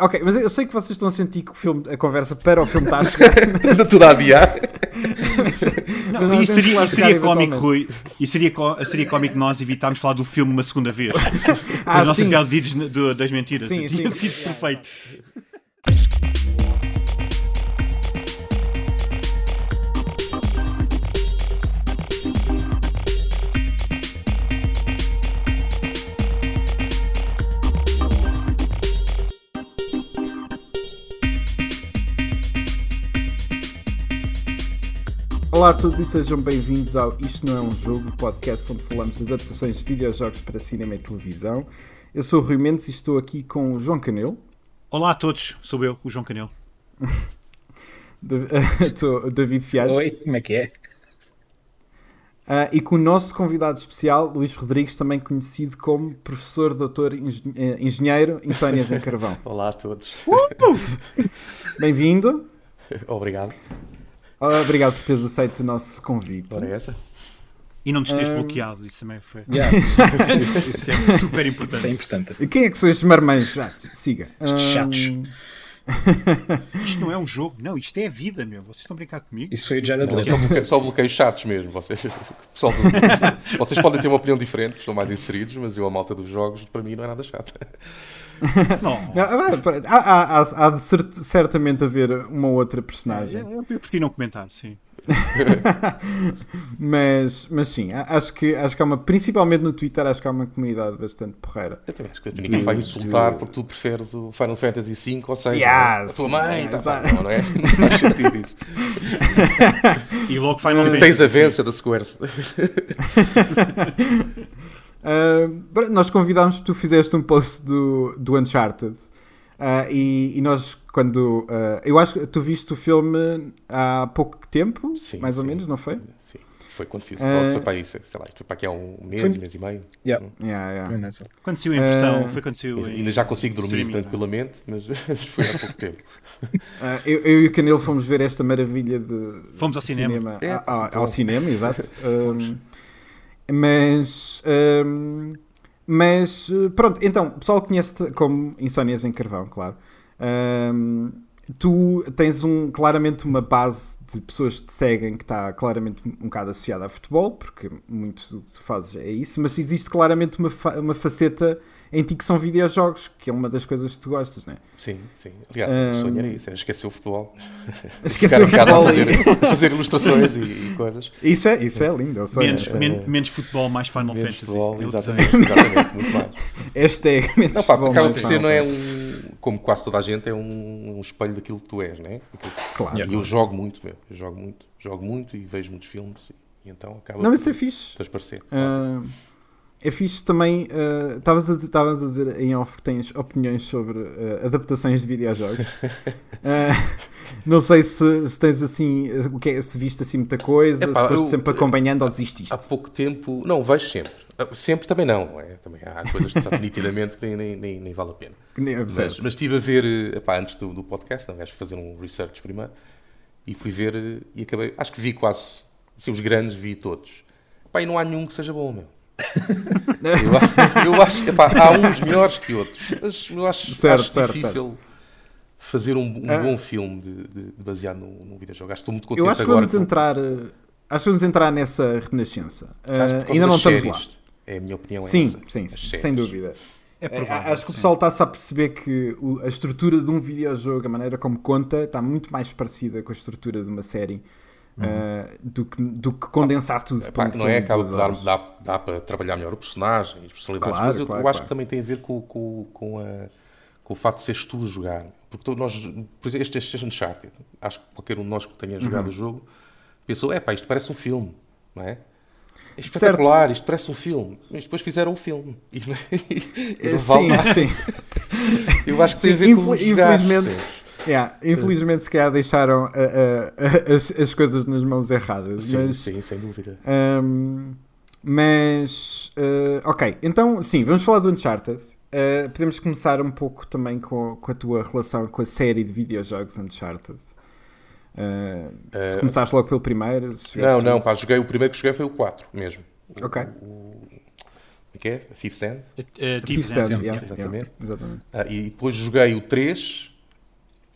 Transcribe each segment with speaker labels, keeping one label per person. Speaker 1: Ok, mas eu sei que vocês estão a sentir que o filme, a conversa para o filme está a chegar.
Speaker 2: Era tudo a adiar.
Speaker 1: Não,
Speaker 3: Não,
Speaker 1: nós temos que
Speaker 3: e seria,
Speaker 1: lá chegar
Speaker 3: e seria cómico,
Speaker 1: eventualmente.
Speaker 3: Rui, e seria, có- seria cómico nós evitarmos falar do filme uma segunda vez.
Speaker 1: Ah,
Speaker 3: a nossa
Speaker 1: sim.
Speaker 3: piada de vídeos n- do- das mentiras.
Speaker 1: Sim,
Speaker 3: Tinha
Speaker 1: sim.
Speaker 3: sido perfeito.
Speaker 1: Olá a todos e sejam bem-vindos ao Isto Não É Um Jogo, podcast onde falamos de adaptações de videojogos para cinema e televisão. Eu sou o Rui Mendes e estou aqui com o João Canelo.
Speaker 3: Olá a todos, sou eu, o João Canelo.
Speaker 1: Da- estou- o David Fiado
Speaker 4: Oi, como é que é?
Speaker 1: ah, e com o nosso convidado especial, Luís Rodrigues, também conhecido como professor, doutor, engen- eh, engenheiro, insónias em carvão.
Speaker 2: Olá a todos.
Speaker 4: Uh!
Speaker 1: Bem-vindo,
Speaker 2: Obrigado.
Speaker 1: Ah, obrigado por teres aceito o nosso convite.
Speaker 2: Ora, é essa?
Speaker 3: E não nos tens
Speaker 1: Ah.
Speaker 3: bloqueado, isso também foi
Speaker 4: Yeah, isso, isso é,
Speaker 3: super
Speaker 4: isso é
Speaker 3: importante.
Speaker 4: importante.
Speaker 1: E Quem é que são estes marmães? Ah, siga.
Speaker 4: Estes chatos.
Speaker 1: Ah,
Speaker 3: Isto não é um jogo, não, isto é a vida, meu. Vocês estão a brincar comigo?
Speaker 4: Isso foi o Jared
Speaker 2: Só
Speaker 4: Leto.
Speaker 2: bloqueio, É só bloqueio chatos mesmo. Vocês, o pessoal do- vocês podem ter uma opinião diferente, que estão mais inseridos, mas eu, a malta dos jogos, para mim não é nada chato.
Speaker 3: Não.
Speaker 1: ah, pera- há, há- há- há de cer- certamente haver uma outra
Speaker 2: É,
Speaker 1: personagem.
Speaker 3: Eu eu prefiro não comentar, sim.
Speaker 1: Mas, mas sim, a- acho que, acho que há uma, principalmente no Twitter, acho que há uma comunidade bastante porreira.
Speaker 2: Eu também acho que ninguém vai insultar porque tu preferes o Final Fantasy V ou 6.
Speaker 1: Yes.
Speaker 2: A tua mãe, tá,
Speaker 1: Exato.
Speaker 2: pá, não, não é? Não faz sentido isso. Tipo,
Speaker 3: E logo Final Fantasy.
Speaker 2: Tens a vença da Square.
Speaker 1: Ah, bra- nós convidámos, tu fizeste um post do, do Uncharted. Ah, e, e nós, quando. ah, eu acho que tu viste o filme há pouco tempo,
Speaker 2: Sim,
Speaker 1: mais ou
Speaker 2: sim.
Speaker 1: menos, não foi?
Speaker 2: Sim. Foi quando fiz o
Speaker 1: Eh,
Speaker 2: post, foi para isso, sei lá, isto foi para aqui há um mês,
Speaker 4: Foi-
Speaker 2: mês e meio.
Speaker 4: Yeah.
Speaker 1: Yeah, yeah.
Speaker 4: Não, só.
Speaker 3: Aconteceu em versão,
Speaker 1: Ah.
Speaker 3: foi aconteceu em...
Speaker 2: Ainda já consigo dormir
Speaker 3: Streaming, não é?
Speaker 2: tranquilamente, mas foi há pouco tempo.
Speaker 1: Ah, eu, eu e o Canelo fomos ver esta maravilha de
Speaker 3: Fomos ao cinema.
Speaker 2: É,
Speaker 1: Ah, ah,
Speaker 2: pronto.
Speaker 1: ao cinema, exato. Um, mas, um, mas eh, pronto, então, o pessoal conhece-te como Insónias em Carvão, claro. Um, tu tens um, claramente uma base de pessoas que te seguem que está claramente um bocado associada a futebol, porque muito do que tu fazes é isso, mas existe claramente uma, fa- uma faceta em ti que são videojogos, que é uma das coisas que tu gostas, não é?
Speaker 2: Sim, sim. Aliás,
Speaker 1: Ahm.
Speaker 2: o sonho era isso, era esquecer o futebol.
Speaker 1: Hum. Esquecer o
Speaker 2: Ficar em casa a
Speaker 1: futebol e-
Speaker 2: fazer, fazer ilustrações e, e coisas.
Speaker 1: Isso é, isso é lindo, eu sou
Speaker 3: Menos,
Speaker 1: essa.
Speaker 3: men- menos futebol, mais Final
Speaker 2: Menos
Speaker 3: Fantasy. É
Speaker 2: futebol,
Speaker 3: Eu
Speaker 2: exatamente, exatamente, muito mais.
Speaker 1: Hashtag é menos
Speaker 2: Não, pá,
Speaker 1: futebol,
Speaker 2: acaba
Speaker 1: mais
Speaker 2: por ser,
Speaker 1: Final
Speaker 2: não é um... Como quase toda a gente, é um, um espelho daquilo que tu és, né? Aquilo que-
Speaker 1: Claro.
Speaker 2: E eu jogo muito, meu. Eu jogo muito. Jogo muito e vejo muitos filmes. E, e então acaba
Speaker 1: Não, mas isso
Speaker 2: por
Speaker 1: é fixe.
Speaker 2: transparecer.
Speaker 1: Ah, é fixe também. ah, Estavas a, dizer- estavas a dizer em off que tens opiniões sobre ah, adaptações de videojogos. Ah, não sei se, se tens assim. ah, O que é, se viste assim muita coisa,
Speaker 2: Epá,
Speaker 1: se foste
Speaker 2: eu- Ah,
Speaker 1: sempre acompanhando ou desististe.
Speaker 2: Há pouco tempo. Não, vejo sempre. Ah, Sempre também não, não é? Também há coisas que sabe nitidamente que nem- nem- nem, nem vale a pena.
Speaker 1: Que nem-
Speaker 2: Mas,
Speaker 1: percebes?
Speaker 2: mas estive a ver, eh, epá, antes do, do podcast, não, acho que fazer um research primeiro, e fui ver eh, e acabei, acho que vi quase, assim, os grandes vi todos. Epá, e não há nenhum que seja bom, meu. eu, a- eu acho, epá, há uns melhores que outros, mas eu acho,
Speaker 1: Certo,
Speaker 2: acho
Speaker 1: certo,
Speaker 2: difícil fazer um, um
Speaker 1: Ah.
Speaker 2: bom filme de, de- de baseado num, num videojogo. Acho que estou muito contente
Speaker 1: eu acho que
Speaker 2: agora.
Speaker 1: vamos entrar. ah, acho que vamos entrar nessa renascença. Ah,
Speaker 2: acho que por causa
Speaker 1: ainda não
Speaker 2: das
Speaker 1: estamos lá.
Speaker 2: séries. É a minha opinião. é
Speaker 1: Sim,
Speaker 2: essa.
Speaker 1: sim,
Speaker 2: As
Speaker 1: sem
Speaker 2: séries.
Speaker 1: dúvida.
Speaker 3: É provável,
Speaker 1: É, acho que o
Speaker 3: sim.
Speaker 1: pessoal está-se a perceber que o- a estrutura de um videojogo, a maneira como conta, está muito mais parecida com a estrutura de uma série ah, do, que, do que condensar tudo
Speaker 2: Epá,
Speaker 1: para um
Speaker 2: não Uhum.
Speaker 1: filme
Speaker 2: é?
Speaker 1: de
Speaker 2: Acaba
Speaker 1: duas
Speaker 2: por dar,
Speaker 1: horas.
Speaker 2: dá, dá para trabalhar melhor o personagem, as personalidades.
Speaker 1: Claro,
Speaker 2: mas eu,
Speaker 1: claro,
Speaker 2: eu acho
Speaker 1: claro.
Speaker 2: que também tem a ver com, com, com, a- com o facto de seres tu a jogar. Porque tu- nós, por exemplo, este, este Uncharted, acho que qualquer um de nós que tenha jogado
Speaker 1: Uhum.
Speaker 2: o jogo pensou: é pá, isto parece um filme, não é? É espetacular, isto parece um filme. Mas depois fizeram um filme. E, e
Speaker 1: É,
Speaker 2: não vale
Speaker 1: Sim,
Speaker 2: nada.
Speaker 1: sim.
Speaker 2: Eu acho que tem a
Speaker 1: Sim,
Speaker 2: ver com
Speaker 1: infel-
Speaker 2: jogar.
Speaker 1: infelizmente- Yeah, Infelizmente, se calhar deixaram ah, ah, ah, as, as coisas nas mãos erradas.
Speaker 2: Sim,
Speaker 1: mas,
Speaker 2: sim, sem dúvida.
Speaker 1: Ahm, mas, eh, ok, então sim, vamos falar do Uncharted. Eh, podemos começar um pouco também com, com a tua relação com a série de videojogos Uncharted. Eh, se
Speaker 2: Eh,
Speaker 1: começaste logo pelo primeiro, se chegaste
Speaker 2: Não, não,
Speaker 1: a-
Speaker 2: pá, joguei, o primeiro que joguei foi o 4 mesmo. O-
Speaker 1: Ok.
Speaker 2: O, que é? Fifth Sand.
Speaker 3: Uh,
Speaker 1: Tive sede,
Speaker 3: Sand,
Speaker 1: Tipo yeah,
Speaker 2: Exatamente.
Speaker 1: yeah, exatamente.
Speaker 2: Ah, e depois joguei o 3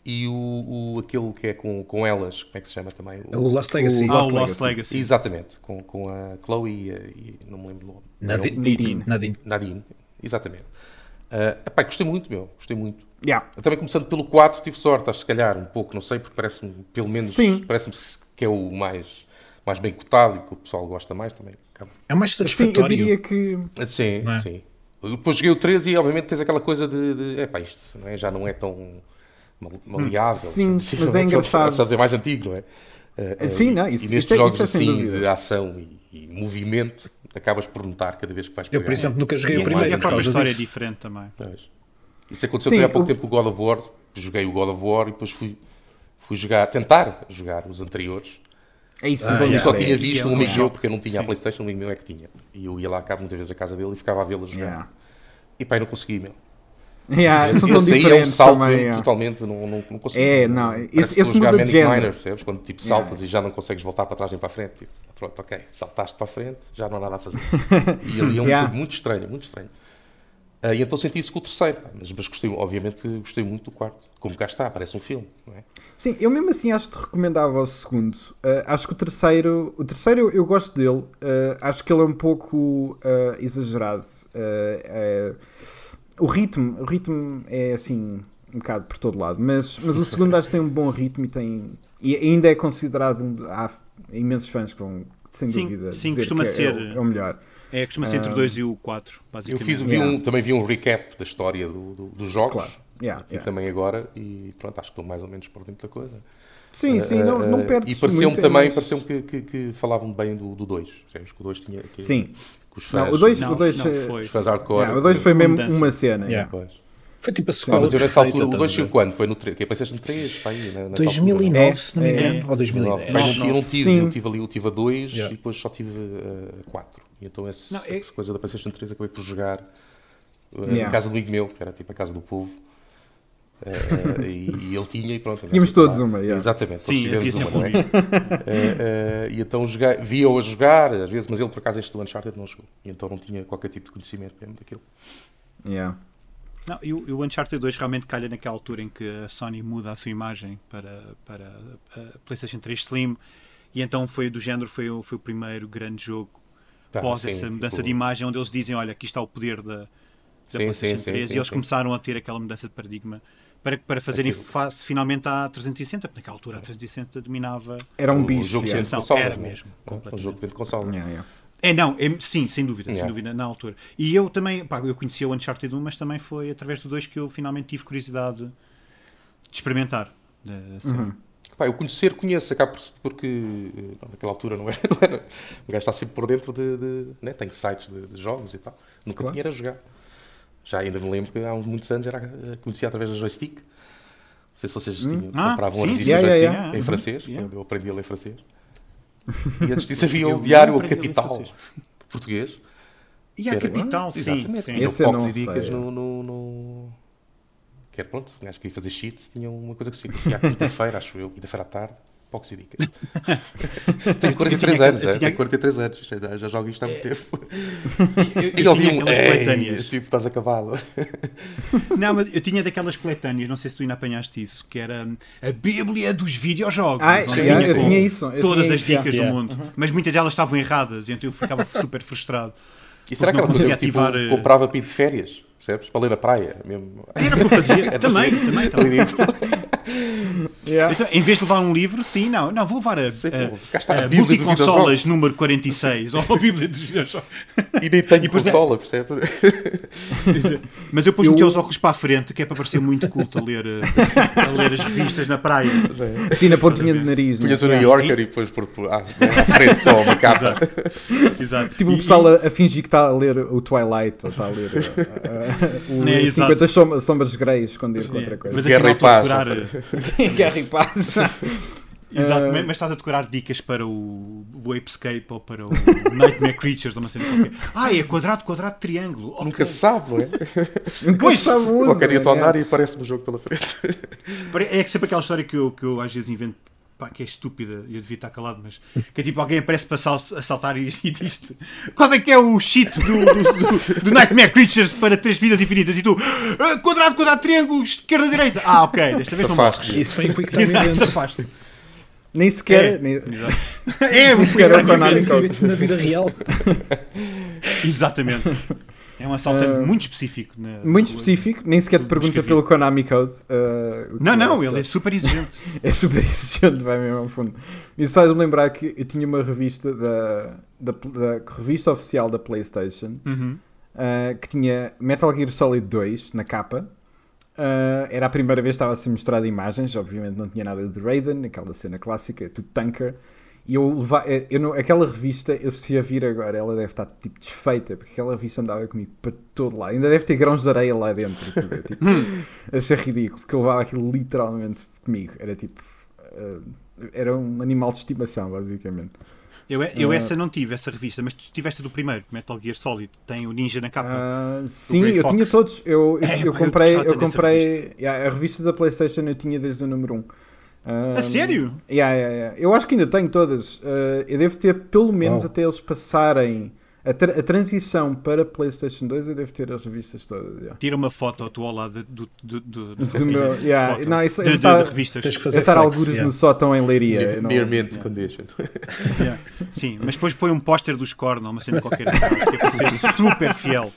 Speaker 2: e o, o- aquele que é com, com elas, como é que se chama também? O-
Speaker 4: O Lost Legacy.
Speaker 3: Ah, o Lost Legacy.
Speaker 2: Exatamente, com, com a Chloe e, a- e não me lembro o nome.
Speaker 4: Nadine.
Speaker 1: Nadine.
Speaker 4: Nadine.
Speaker 2: Nadine, exatamente. Ah, epá, gostei muito, meu, gostei muito.
Speaker 1: Yeah.
Speaker 2: Eu Também começando pelo 4, tive sorte, acho se calhar, um pouco, não sei, porque parece-me, pelo menos,
Speaker 1: Sim.
Speaker 2: parece-me que é o mais, mais bem cotado e que o pessoal gosta mais também. acaba-
Speaker 4: É o mais
Speaker 1: Sim, eu
Speaker 4: satisfatório.
Speaker 1: diria que.
Speaker 2: Ah, Sim,
Speaker 4: Não é?
Speaker 2: sim. Depois joguei o 13 e, obviamente, tens aquela coisa de, de epá, isto não é? já não é tão mal- maleável.
Speaker 1: Sim,
Speaker 2: Sim,
Speaker 1: mas
Speaker 2: não
Speaker 1: é
Speaker 2: aquele-
Speaker 1: engraçado.
Speaker 2: apesar de ser mais antigo, não é? Ah, ah,
Speaker 1: Sim, não,
Speaker 2: e-
Speaker 1: isso-
Speaker 2: e nestes
Speaker 1: isso é-
Speaker 2: jogos
Speaker 1: isso é sem
Speaker 2: assim
Speaker 1: dúvida.
Speaker 2: de ação e, e movimento, acabas por notar cada vez que vais
Speaker 4: Eu,
Speaker 2: pegar.
Speaker 4: por exemplo, nunca joguei
Speaker 2: E
Speaker 4: o
Speaker 2: é
Speaker 4: primeiro.
Speaker 2: mais
Speaker 3: E a
Speaker 4: por
Speaker 2: engraçado.
Speaker 3: própria história
Speaker 4: causa disso.
Speaker 3: é diferente também.
Speaker 2: Pois. Isso aconteceu
Speaker 1: Sim,
Speaker 2: também há pouco
Speaker 1: o-
Speaker 2: tempo com o God of War. Joguei o God of War e depois fui, fui jogar, tentar jogar os anteriores.
Speaker 1: É isso,
Speaker 4: Ah,
Speaker 1: então,
Speaker 2: Eu
Speaker 4: yeah.
Speaker 1: isso
Speaker 2: só
Speaker 1: é-
Speaker 2: tinha
Speaker 1: isso
Speaker 2: visto
Speaker 1: é
Speaker 2: um
Speaker 1: uma-
Speaker 2: amigo meu, porque eu não tinha a Playstation, um amigo meu é que tinha. E eu ia lá cá muitas vezes à casa dele e ficava a vê-la jogar.
Speaker 1: Yeah.
Speaker 2: E pá, eu não consegui, meu.
Speaker 1: Yeah, Ah, são tão
Speaker 2: esse aí é um
Speaker 1: diferentes
Speaker 2: salto
Speaker 1: também.
Speaker 2: eu
Speaker 1: yeah.
Speaker 2: totalmente, não, não, não consigo.
Speaker 1: É, não,
Speaker 2: Parece
Speaker 1: esse-
Speaker 2: que estou a
Speaker 1: esse muda
Speaker 2: jogar
Speaker 1: de
Speaker 2: Manic
Speaker 1: género.
Speaker 2: Miner, percebes? Quando tipo saltas e já não consegues voltar para trás nem para a frente. Tipo, pronto, ok, saltaste para a frente, já não há nada a fazer. e ali é um
Speaker 1: Yeah.
Speaker 2: jogo muito estranho, muito estranho. Ah, e então senti isso com o terceiro, pá, mas, mas gostei, obviamente gostei muito do quarto. Como cá está, parece um filme, não é?
Speaker 1: Sim, eu mesmo assim acho que recomendava o segundo. Ah, acho que o terceiro. O terceiro eu, eu gosto dele. Ah, acho que ele é um pouco ah, exagerado. Ah, ah, o ritmo, o ritmo é assim um bocado por todo lado. Mas, mas o segundo acho que tem um bom ritmo e tem. E ainda é considerado. um- Há imensos fãs que vão, sem
Speaker 3: Sim,
Speaker 1: dúvida,
Speaker 3: sim,
Speaker 1: dizer
Speaker 3: costuma
Speaker 1: que é
Speaker 3: ser.
Speaker 1: o- É, o melhor.
Speaker 3: É, costuma ser entre o 2 e o 4,
Speaker 2: Eu
Speaker 3: basicamente.
Speaker 2: fiz, vi
Speaker 1: Yeah.
Speaker 2: um- também vi um recap da história do- do- dos jogos.
Speaker 1: Claro. Yeah,
Speaker 2: Aqui
Speaker 1: yeah.
Speaker 2: também agora, e pronto, acho que estou mais ou menos por dentro da coisa.
Speaker 1: Sim, sim, não,
Speaker 2: Eh,
Speaker 1: não
Speaker 2: eh,
Speaker 1: perde
Speaker 2: E pareceu-me também pareceu que, que, que falavam bem do 2. Sabes que o 2 tinha. Que,
Speaker 1: Sim.
Speaker 2: Que os fãs,
Speaker 1: Não, o dois
Speaker 3: Não,
Speaker 1: o dois,
Speaker 3: não
Speaker 1: eh,
Speaker 3: foi.
Speaker 2: Os fãs hardcore.
Speaker 1: yeah, o dois foi mesmo
Speaker 3: Mudança.
Speaker 1: uma cena.
Speaker 4: Yeah.
Speaker 2: Pois.
Speaker 4: Foi tipo a segunda.
Speaker 2: Pá, mas eu nessa
Speaker 4: perfeita,
Speaker 2: altura. O 2
Speaker 4: estás a
Speaker 2: saiu
Speaker 4: ver?
Speaker 2: quando? Foi no 3. Que é PlayStation 3? Pá, aí, na- nessa altura, não é?
Speaker 4: 2009, se não me
Speaker 1: É.
Speaker 4: engano. Ou
Speaker 2: Pá,
Speaker 4: 2010.
Speaker 2: eu não- Eu não tive.
Speaker 1: Sim.
Speaker 2: Eu tive ali, eu tive a 2
Speaker 4: Yeah.
Speaker 2: e depois só tive a 4. Então essa,
Speaker 3: Não, é-
Speaker 2: essa coisa da PlayStation 3 acabei por jogar eh,
Speaker 1: Yeah.
Speaker 2: na casa do amigo meu, que era tipo a casa do povo. Eh, eh, e, e ele tinha e pronto.
Speaker 1: Tínhamos todos uma, yeah.
Speaker 2: Exatamente, todos
Speaker 3: Sim, havia
Speaker 2: tivemos uma,
Speaker 3: sempre
Speaker 2: não
Speaker 3: um
Speaker 2: é?
Speaker 3: vídeo.
Speaker 2: Eh, eh, e então joguei- via-o a jogar, às vezes, mas ele por acaso este do Uncharted não jogou. E então não tinha qualquer tipo de conhecimento mesmo daquilo.
Speaker 1: Yeah.
Speaker 3: Não, e o, e o Uncharted 2 realmente calha naquela altura em que a Sony muda a sua imagem para, para a PlayStation 3 Slim e então foi do género, foi, o- foi o primeiro grande jogo
Speaker 2: Tá,
Speaker 3: pós
Speaker 2: sim,
Speaker 3: essa mudança
Speaker 2: tipo-
Speaker 3: de imagem onde eles dizem, olha, aqui está o poder da, da
Speaker 2: Sim,
Speaker 3: PlayStation
Speaker 2: sim, sim,
Speaker 3: 3
Speaker 2: sim,
Speaker 3: e eles
Speaker 2: sim.
Speaker 3: começaram a ter aquela mudança de paradigma para, para fazerem
Speaker 2: Aquilo.
Speaker 3: face finalmente à 360, porque naquela altura a 360 dominava...
Speaker 1: Era um
Speaker 2: O- o
Speaker 1: bicho.
Speaker 2: jogo
Speaker 1: yeah.
Speaker 2: vende
Speaker 3: Não,
Speaker 2: consolas,
Speaker 3: era
Speaker 2: não é?
Speaker 3: mesmo,
Speaker 2: O
Speaker 3: completamente.
Speaker 2: jogo vende consolas.
Speaker 1: Yeah, yeah.
Speaker 3: É, não, é- sim, sem dúvida, sem
Speaker 2: Yeah.
Speaker 3: dúvida, na altura. E eu também, pá, eu conhecia o Uncharted 1, mas também foi através do 2 que eu finalmente tive curiosidade de experimentar. Eh, assim.
Speaker 1: Uhum.
Speaker 2: Pá, eu conhecer, conheço, acaba por- porque eh, não, naquela altura não era, não era- O gajo está sempre por dentro de. de né? Tem sites de, de jogos e tal. Nunca
Speaker 1: Claro.
Speaker 2: tinha era jogar. Já ainda me lembro que há uns muitos anos era, eh, conhecia através da joystick. Não sei se vocês tinham,
Speaker 3: Ah,
Speaker 2: compravam
Speaker 3: sim,
Speaker 2: as
Speaker 3: sim,
Speaker 2: revistas
Speaker 1: yeah,
Speaker 2: joystick
Speaker 1: yeah,
Speaker 3: yeah.
Speaker 2: em
Speaker 3: Uhum,
Speaker 2: francês.
Speaker 3: yeah.
Speaker 2: Eu aprendi a ler francês. E antes disso havia
Speaker 3: Eu
Speaker 2: o
Speaker 3: não
Speaker 2: diário
Speaker 3: aprendi a ler
Speaker 2: Capital
Speaker 3: francês.
Speaker 2: português.
Speaker 3: E a
Speaker 2: Era-
Speaker 3: capital, sim.
Speaker 2: Ah, Exatamente. É
Speaker 3: sim.
Speaker 2: Tinham
Speaker 1: Esse eu
Speaker 2: focos
Speaker 1: não
Speaker 2: e um dicas
Speaker 1: sei.
Speaker 2: no, no, no- Que era pronto, acho que ia fazer cheats, tinha uma coisa que se fazia à quinta-feira, acho eu, quinta-feira à tarde, focos e dicas. Tenho 43
Speaker 3: tinha-
Speaker 2: anos,
Speaker 3: eu
Speaker 2: é,
Speaker 3: tinha-
Speaker 2: tenho 43 anos, isto é, já jogo isto há muito tempo.
Speaker 3: Eu,
Speaker 2: E
Speaker 3: eu
Speaker 2: ouvi
Speaker 3: tinha
Speaker 2: um,
Speaker 3: aquelas
Speaker 2: "Ei",
Speaker 3: coletâneas.
Speaker 2: tipo, estás a cavalo.
Speaker 3: Não, mas eu tinha daquelas coletâneas, não sei se tu ainda apanhaste isso, que era hum, a Bíblia dos videojogos.
Speaker 1: Ah,
Speaker 3: onde
Speaker 1: sim,
Speaker 3: vinha
Speaker 2: eu
Speaker 3: com
Speaker 1: tinha isso, eu
Speaker 3: todas
Speaker 1: tinha
Speaker 3: as
Speaker 1: isso, Uhum. já.
Speaker 3: dicas
Speaker 4: Yeah.
Speaker 3: do mundo. Mas muitas delas estavam erradas, e então eu ficava super frustrado.
Speaker 2: E será que
Speaker 3: Porque não
Speaker 2: aquela coisa
Speaker 3: conseguia
Speaker 2: que tipo,
Speaker 3: ativar. eh,
Speaker 2: comprava pito de férias, percebes? Para ler na praia mesmo. É
Speaker 3: Era o que eu fazia, também, também, também.
Speaker 1: Yeah.
Speaker 3: Então, em vez de levar um livro, sim, não, não, vou levar a,
Speaker 2: Sei,
Speaker 3: a-
Speaker 2: vou gastar a
Speaker 3: a
Speaker 2: Bíblia do
Speaker 3: Eh, É, multiconsolas
Speaker 2: videojogo.
Speaker 3: número 46 ou a Bíblia dos videojogos.
Speaker 2: E nem tenho
Speaker 3: depois-
Speaker 2: consola, percebes?
Speaker 3: Mas eu pus meter os óculos para a frente, que é para parecer muito culto a ler, eh, a ler as revistas na praia.
Speaker 1: Assim na pontinha do nariz. né?
Speaker 2: Punhas o
Speaker 1: Yeah.
Speaker 2: New Yorker e depois por, por, à, à frente só uma capa.
Speaker 3: Exato.
Speaker 1: Tipo o
Speaker 3: E-
Speaker 1: pessoal a, a fingir que está a ler o Twilight ou está a ler uh, uh, o
Speaker 3: É, exato.
Speaker 1: 50 som- Sombras Greys, esconder com
Speaker 3: É,
Speaker 1: outra coisa.
Speaker 3: mas
Speaker 2: Guerra
Speaker 3: afinal
Speaker 2: e
Speaker 3: estou a
Speaker 2: paz,
Speaker 3: decorar,
Speaker 2: ou
Speaker 3: eh,
Speaker 1: Guerra e paz.
Speaker 3: exato,
Speaker 1: Eh,
Speaker 3: mas mas estás a decorar dicas para o, o Apescape ou para o Nightmare Creatures ou uma cena qualquer. Ah, é quadrado, quadrado, triângulo. Ok.
Speaker 2: Nunca se sabe, não é?
Speaker 1: Nunca se sabe o uso,
Speaker 2: Qualquer dia estou a
Speaker 1: né?
Speaker 2: andar e aparece-me o jogo pela frente.
Speaker 3: Pare- É que sempre aquela história que eu, que eu às vezes invento pá, pá, que é estúpida, eu devia estar calado, mas que é tipo alguém aparece para sal- assaltar e, e diz-te qual é que é o cheat do, do- do- do Nightmare Creatures para três vidas infinitas e tu "Ah, quadrado, quadrado, triângulo, esquerda, direita. Ah, ok, desta vez não
Speaker 2: Safaste.
Speaker 4: Isso foi em Quick Time
Speaker 3: Exato,
Speaker 4: Event.
Speaker 3: safaste.
Speaker 1: Nem sequer.
Speaker 3: É.
Speaker 1: nem-
Speaker 3: É,
Speaker 1: Isso que era o
Speaker 4: Quick
Speaker 1: Konami
Speaker 4: Time Event na vida real.
Speaker 3: Exatamente. É um assaltante
Speaker 1: Ah,
Speaker 3: muito específico. na-
Speaker 1: muito
Speaker 3: na-
Speaker 1: específico, nem sequer te pergunta
Speaker 3: Escrevi.
Speaker 1: pelo Konami Code. eh, o que
Speaker 3: Não, não,
Speaker 1: é-
Speaker 3: ele é super exigente.
Speaker 1: É super exigente, vai mesmo ao fundo. Isso faz-me lembrar que eu tinha uma revista da, da, da revista oficial da PlayStation
Speaker 3: Uhum.
Speaker 1: ah, que tinha Metal Gear Solid 2 na capa. Ah, era a primeira vez que estava a ser mostrada imagens, obviamente não tinha nada de Raiden, aquela cena clássica, tudo tanker. E eu, leva- eh, eu não- aquela revista, eu se a vir agora, ela deve estar tipo desfeita, porque aquela revista andava comigo para todo lado. Ainda deve ter grãos de areia lá dentro, tudo, é, tipo, a ser ridículo, porque eu levava aquilo literalmente comigo. Era tipo. ah, era um animal de estimação, basicamente.
Speaker 3: Eu, é, eu
Speaker 1: Ah.
Speaker 3: essa não tive, essa revista, mas tu tiveste a do primeiro, Metal Gear Solid, tem o Ninja na capa.
Speaker 1: Ah, sim,
Speaker 3: Grey
Speaker 1: eu
Speaker 3: Fox.
Speaker 1: tinha todos. Eu, eu,
Speaker 3: É,
Speaker 1: eu
Speaker 3: pá, eu
Speaker 1: comprei,
Speaker 3: gostava
Speaker 1: eu
Speaker 3: dessa
Speaker 1: comprei yeah, a revista da PlayStation. Eu tinha desde o número 1.
Speaker 3: a sério?
Speaker 1: Yeah, yeah, yeah. Eu acho que ainda tenho todas. Ah, eu devo ter pelo menos
Speaker 2: Uau.
Speaker 1: até eles passarem a, tra- a transição para PlayStation 2. Eu devo ter as revistas todas. Yeah.
Speaker 3: Tira uma foto tua ao lado do, do, do, do,
Speaker 1: Do meu-
Speaker 3: de
Speaker 1: yeah,
Speaker 3: foto.
Speaker 1: não, isso-
Speaker 3: de,
Speaker 1: isso
Speaker 3: de-
Speaker 1: tá-
Speaker 3: de revistas.
Speaker 4: Tens que
Speaker 1: Eu
Speaker 4: fazer
Speaker 1: estar
Speaker 4: flex,
Speaker 1: algures
Speaker 4: yeah.
Speaker 1: no sótão em Leiria. eu É, não-
Speaker 2: Near mint condition.
Speaker 3: Yeah. Sim, mas depois põe um póster dos Korn ou uma cena qualquer, que é para ser super fiel.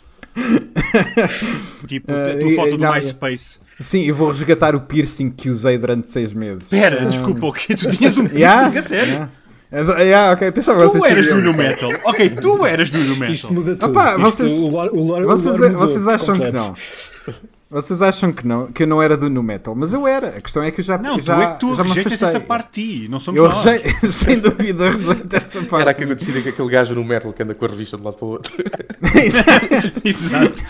Speaker 3: tipo,
Speaker 1: Ah,
Speaker 3: a
Speaker 1: e-
Speaker 3: tua foto
Speaker 1: e-
Speaker 3: do
Speaker 1: não,
Speaker 3: MySpace.
Speaker 1: Sim, eu vou resgatar o piercing que usei durante seis meses.
Speaker 3: Espera,
Speaker 1: Ah,
Speaker 3: desculpa, o quê? Tu tinhas um
Speaker 1: Yeah,
Speaker 3: a sério?
Speaker 1: yeah. Ah, yeah, ok, pensava que
Speaker 3: Tu
Speaker 1: vocês
Speaker 3: eras do
Speaker 1: sabiam.
Speaker 3: Nu Metal. Ok, tu eras do Nu Metal.
Speaker 4: Isto muda tudo.
Speaker 1: Opa,
Speaker 4: Isto,
Speaker 1: vocês-
Speaker 4: o lore, o lore,
Speaker 1: Vocês,
Speaker 4: o lore mudou
Speaker 1: vocês acham que
Speaker 4: completo.
Speaker 1: não? Vocês acham que não, que eu não era do nu metal, mas eu era. A questão é que eu já
Speaker 3: Não,
Speaker 1: já,
Speaker 3: tu é que tu
Speaker 1: já me
Speaker 3: rejeitas
Speaker 1: afastei.
Speaker 3: essa parte de ti, não somos
Speaker 1: Eu
Speaker 3: nós.
Speaker 1: rejeito, sem dúvida, rejeito essa parte.
Speaker 2: Era aquilo que decidi que aquele gajo no metal que anda com a revista de um lado para o outro.
Speaker 3: Exato.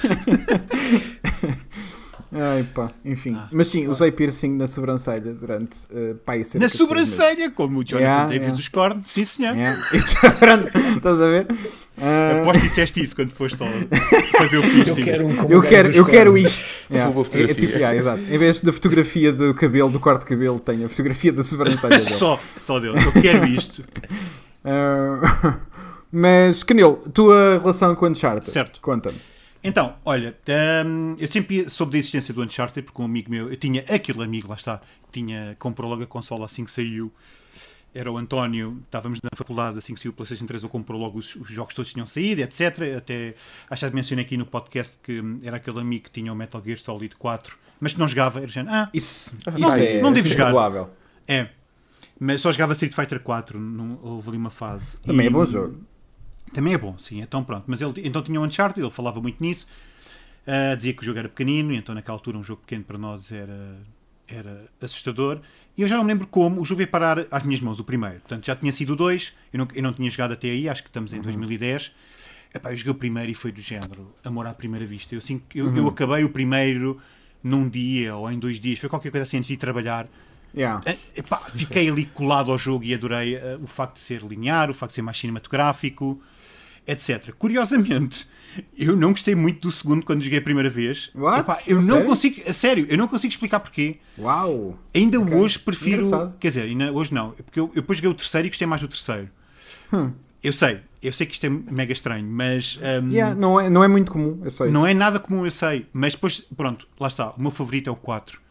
Speaker 1: Ai, pá, enfim.
Speaker 3: Ah,
Speaker 1: mas sim, usei piercing na sobrancelha durante eh, pá, aí cerca
Speaker 3: Na
Speaker 1: de seis meses.
Speaker 3: sobrancelha, como o Jonathan
Speaker 1: Yeah,
Speaker 3: Davis
Speaker 1: yeah.
Speaker 3: dos Korn. Sim, senhor.
Speaker 1: Yeah. é Pronto, Estás a ver? Ah,
Speaker 3: Aposto que disseste isso quando foste ao fazer o piercing.
Speaker 4: Eu quero um como
Speaker 1: eu
Speaker 4: o gajo
Speaker 1: quero,
Speaker 4: dos
Speaker 1: eu quero
Speaker 4: Korn.
Speaker 1: isto.
Speaker 2: Uma boa
Speaker 1: É, é tipo,
Speaker 2: fotografia.
Speaker 1: yeah, exato. Em vez da fotografia do cabelo, do corte de cabelo, tenho a fotografia da sobrancelha dele.
Speaker 3: Só, só dele. Eu quero isto.
Speaker 1: Ah, mas, Canil, tua relação com Uncharted.
Speaker 3: Certo.
Speaker 1: Conta-me.
Speaker 3: Então, olha, hum, eu sempre soube da existência do Uncharted porque um amigo meu, eu tinha aquele amigo, lá está, tinha, comprou logo a consola assim que saiu. Era o António, estávamos na faculdade assim que saiu o PlayStation 3, ele comprou logo os, os jogos todos que tinham saído, etc. Até acho que já mencionei aqui no podcast que hum, era aquele amigo que tinha o Metal Gear Solid 4, mas que não jogava. Era já, ah,
Speaker 1: Isso,
Speaker 3: não,
Speaker 1: isso é
Speaker 3: não devo jogar.
Speaker 1: perdoável.
Speaker 3: é. Mas só jogava Street Fighter 4, não, houve ali uma fase.
Speaker 1: Também
Speaker 3: E,
Speaker 1: é bom
Speaker 3: hum,
Speaker 1: jogo.
Speaker 3: Também é bom, sim, então pronto. Mas ele então tinha o Uncharted, ele falava muito nisso, ah, dizia que o jogo era pequenino, e então naquela altura um jogo pequeno para nós era, era assustador. E eu já não me lembro como, o jogo veio parar às minhas mãos, o primeiro. Portanto, já tinha sido o 2, eu não, eu não tinha jogado até aí, acho que estamos em 2010. Epá, eu joguei o primeiro e foi do género amor à primeira vista. Eu, assim, eu, eu acabei o primeiro num dia ou em dois dias, foi qualquer coisa assim antes de ir trabalhar.
Speaker 1: Yeah.
Speaker 3: Eh, epá, fiquei ali colado ao jogo e adorei eh, o facto de ser linear, o facto de ser mais cinematográfico, etc. Curiosamente, eu não gostei muito do segundo quando joguei a primeira vez.
Speaker 1: What?
Speaker 3: eu
Speaker 1: A
Speaker 3: não
Speaker 1: sério?
Speaker 3: consigo, a sério, eu não consigo explicar porquê.
Speaker 1: Uau!
Speaker 3: Ainda hoje prefiro.
Speaker 1: Engraçado.
Speaker 3: Quer dizer, ainda hoje não, porque eu, eu depois joguei o terceiro e gostei mais do terceiro.
Speaker 1: Hum.
Speaker 3: Eu sei, eu sei que isto é mega estranho, mas. ehm,
Speaker 1: Yeah, não, é, não é muito comum, eu sei.
Speaker 3: Não é nada comum, eu sei, mas depois, pronto, lá está. O meu favorito é o 4.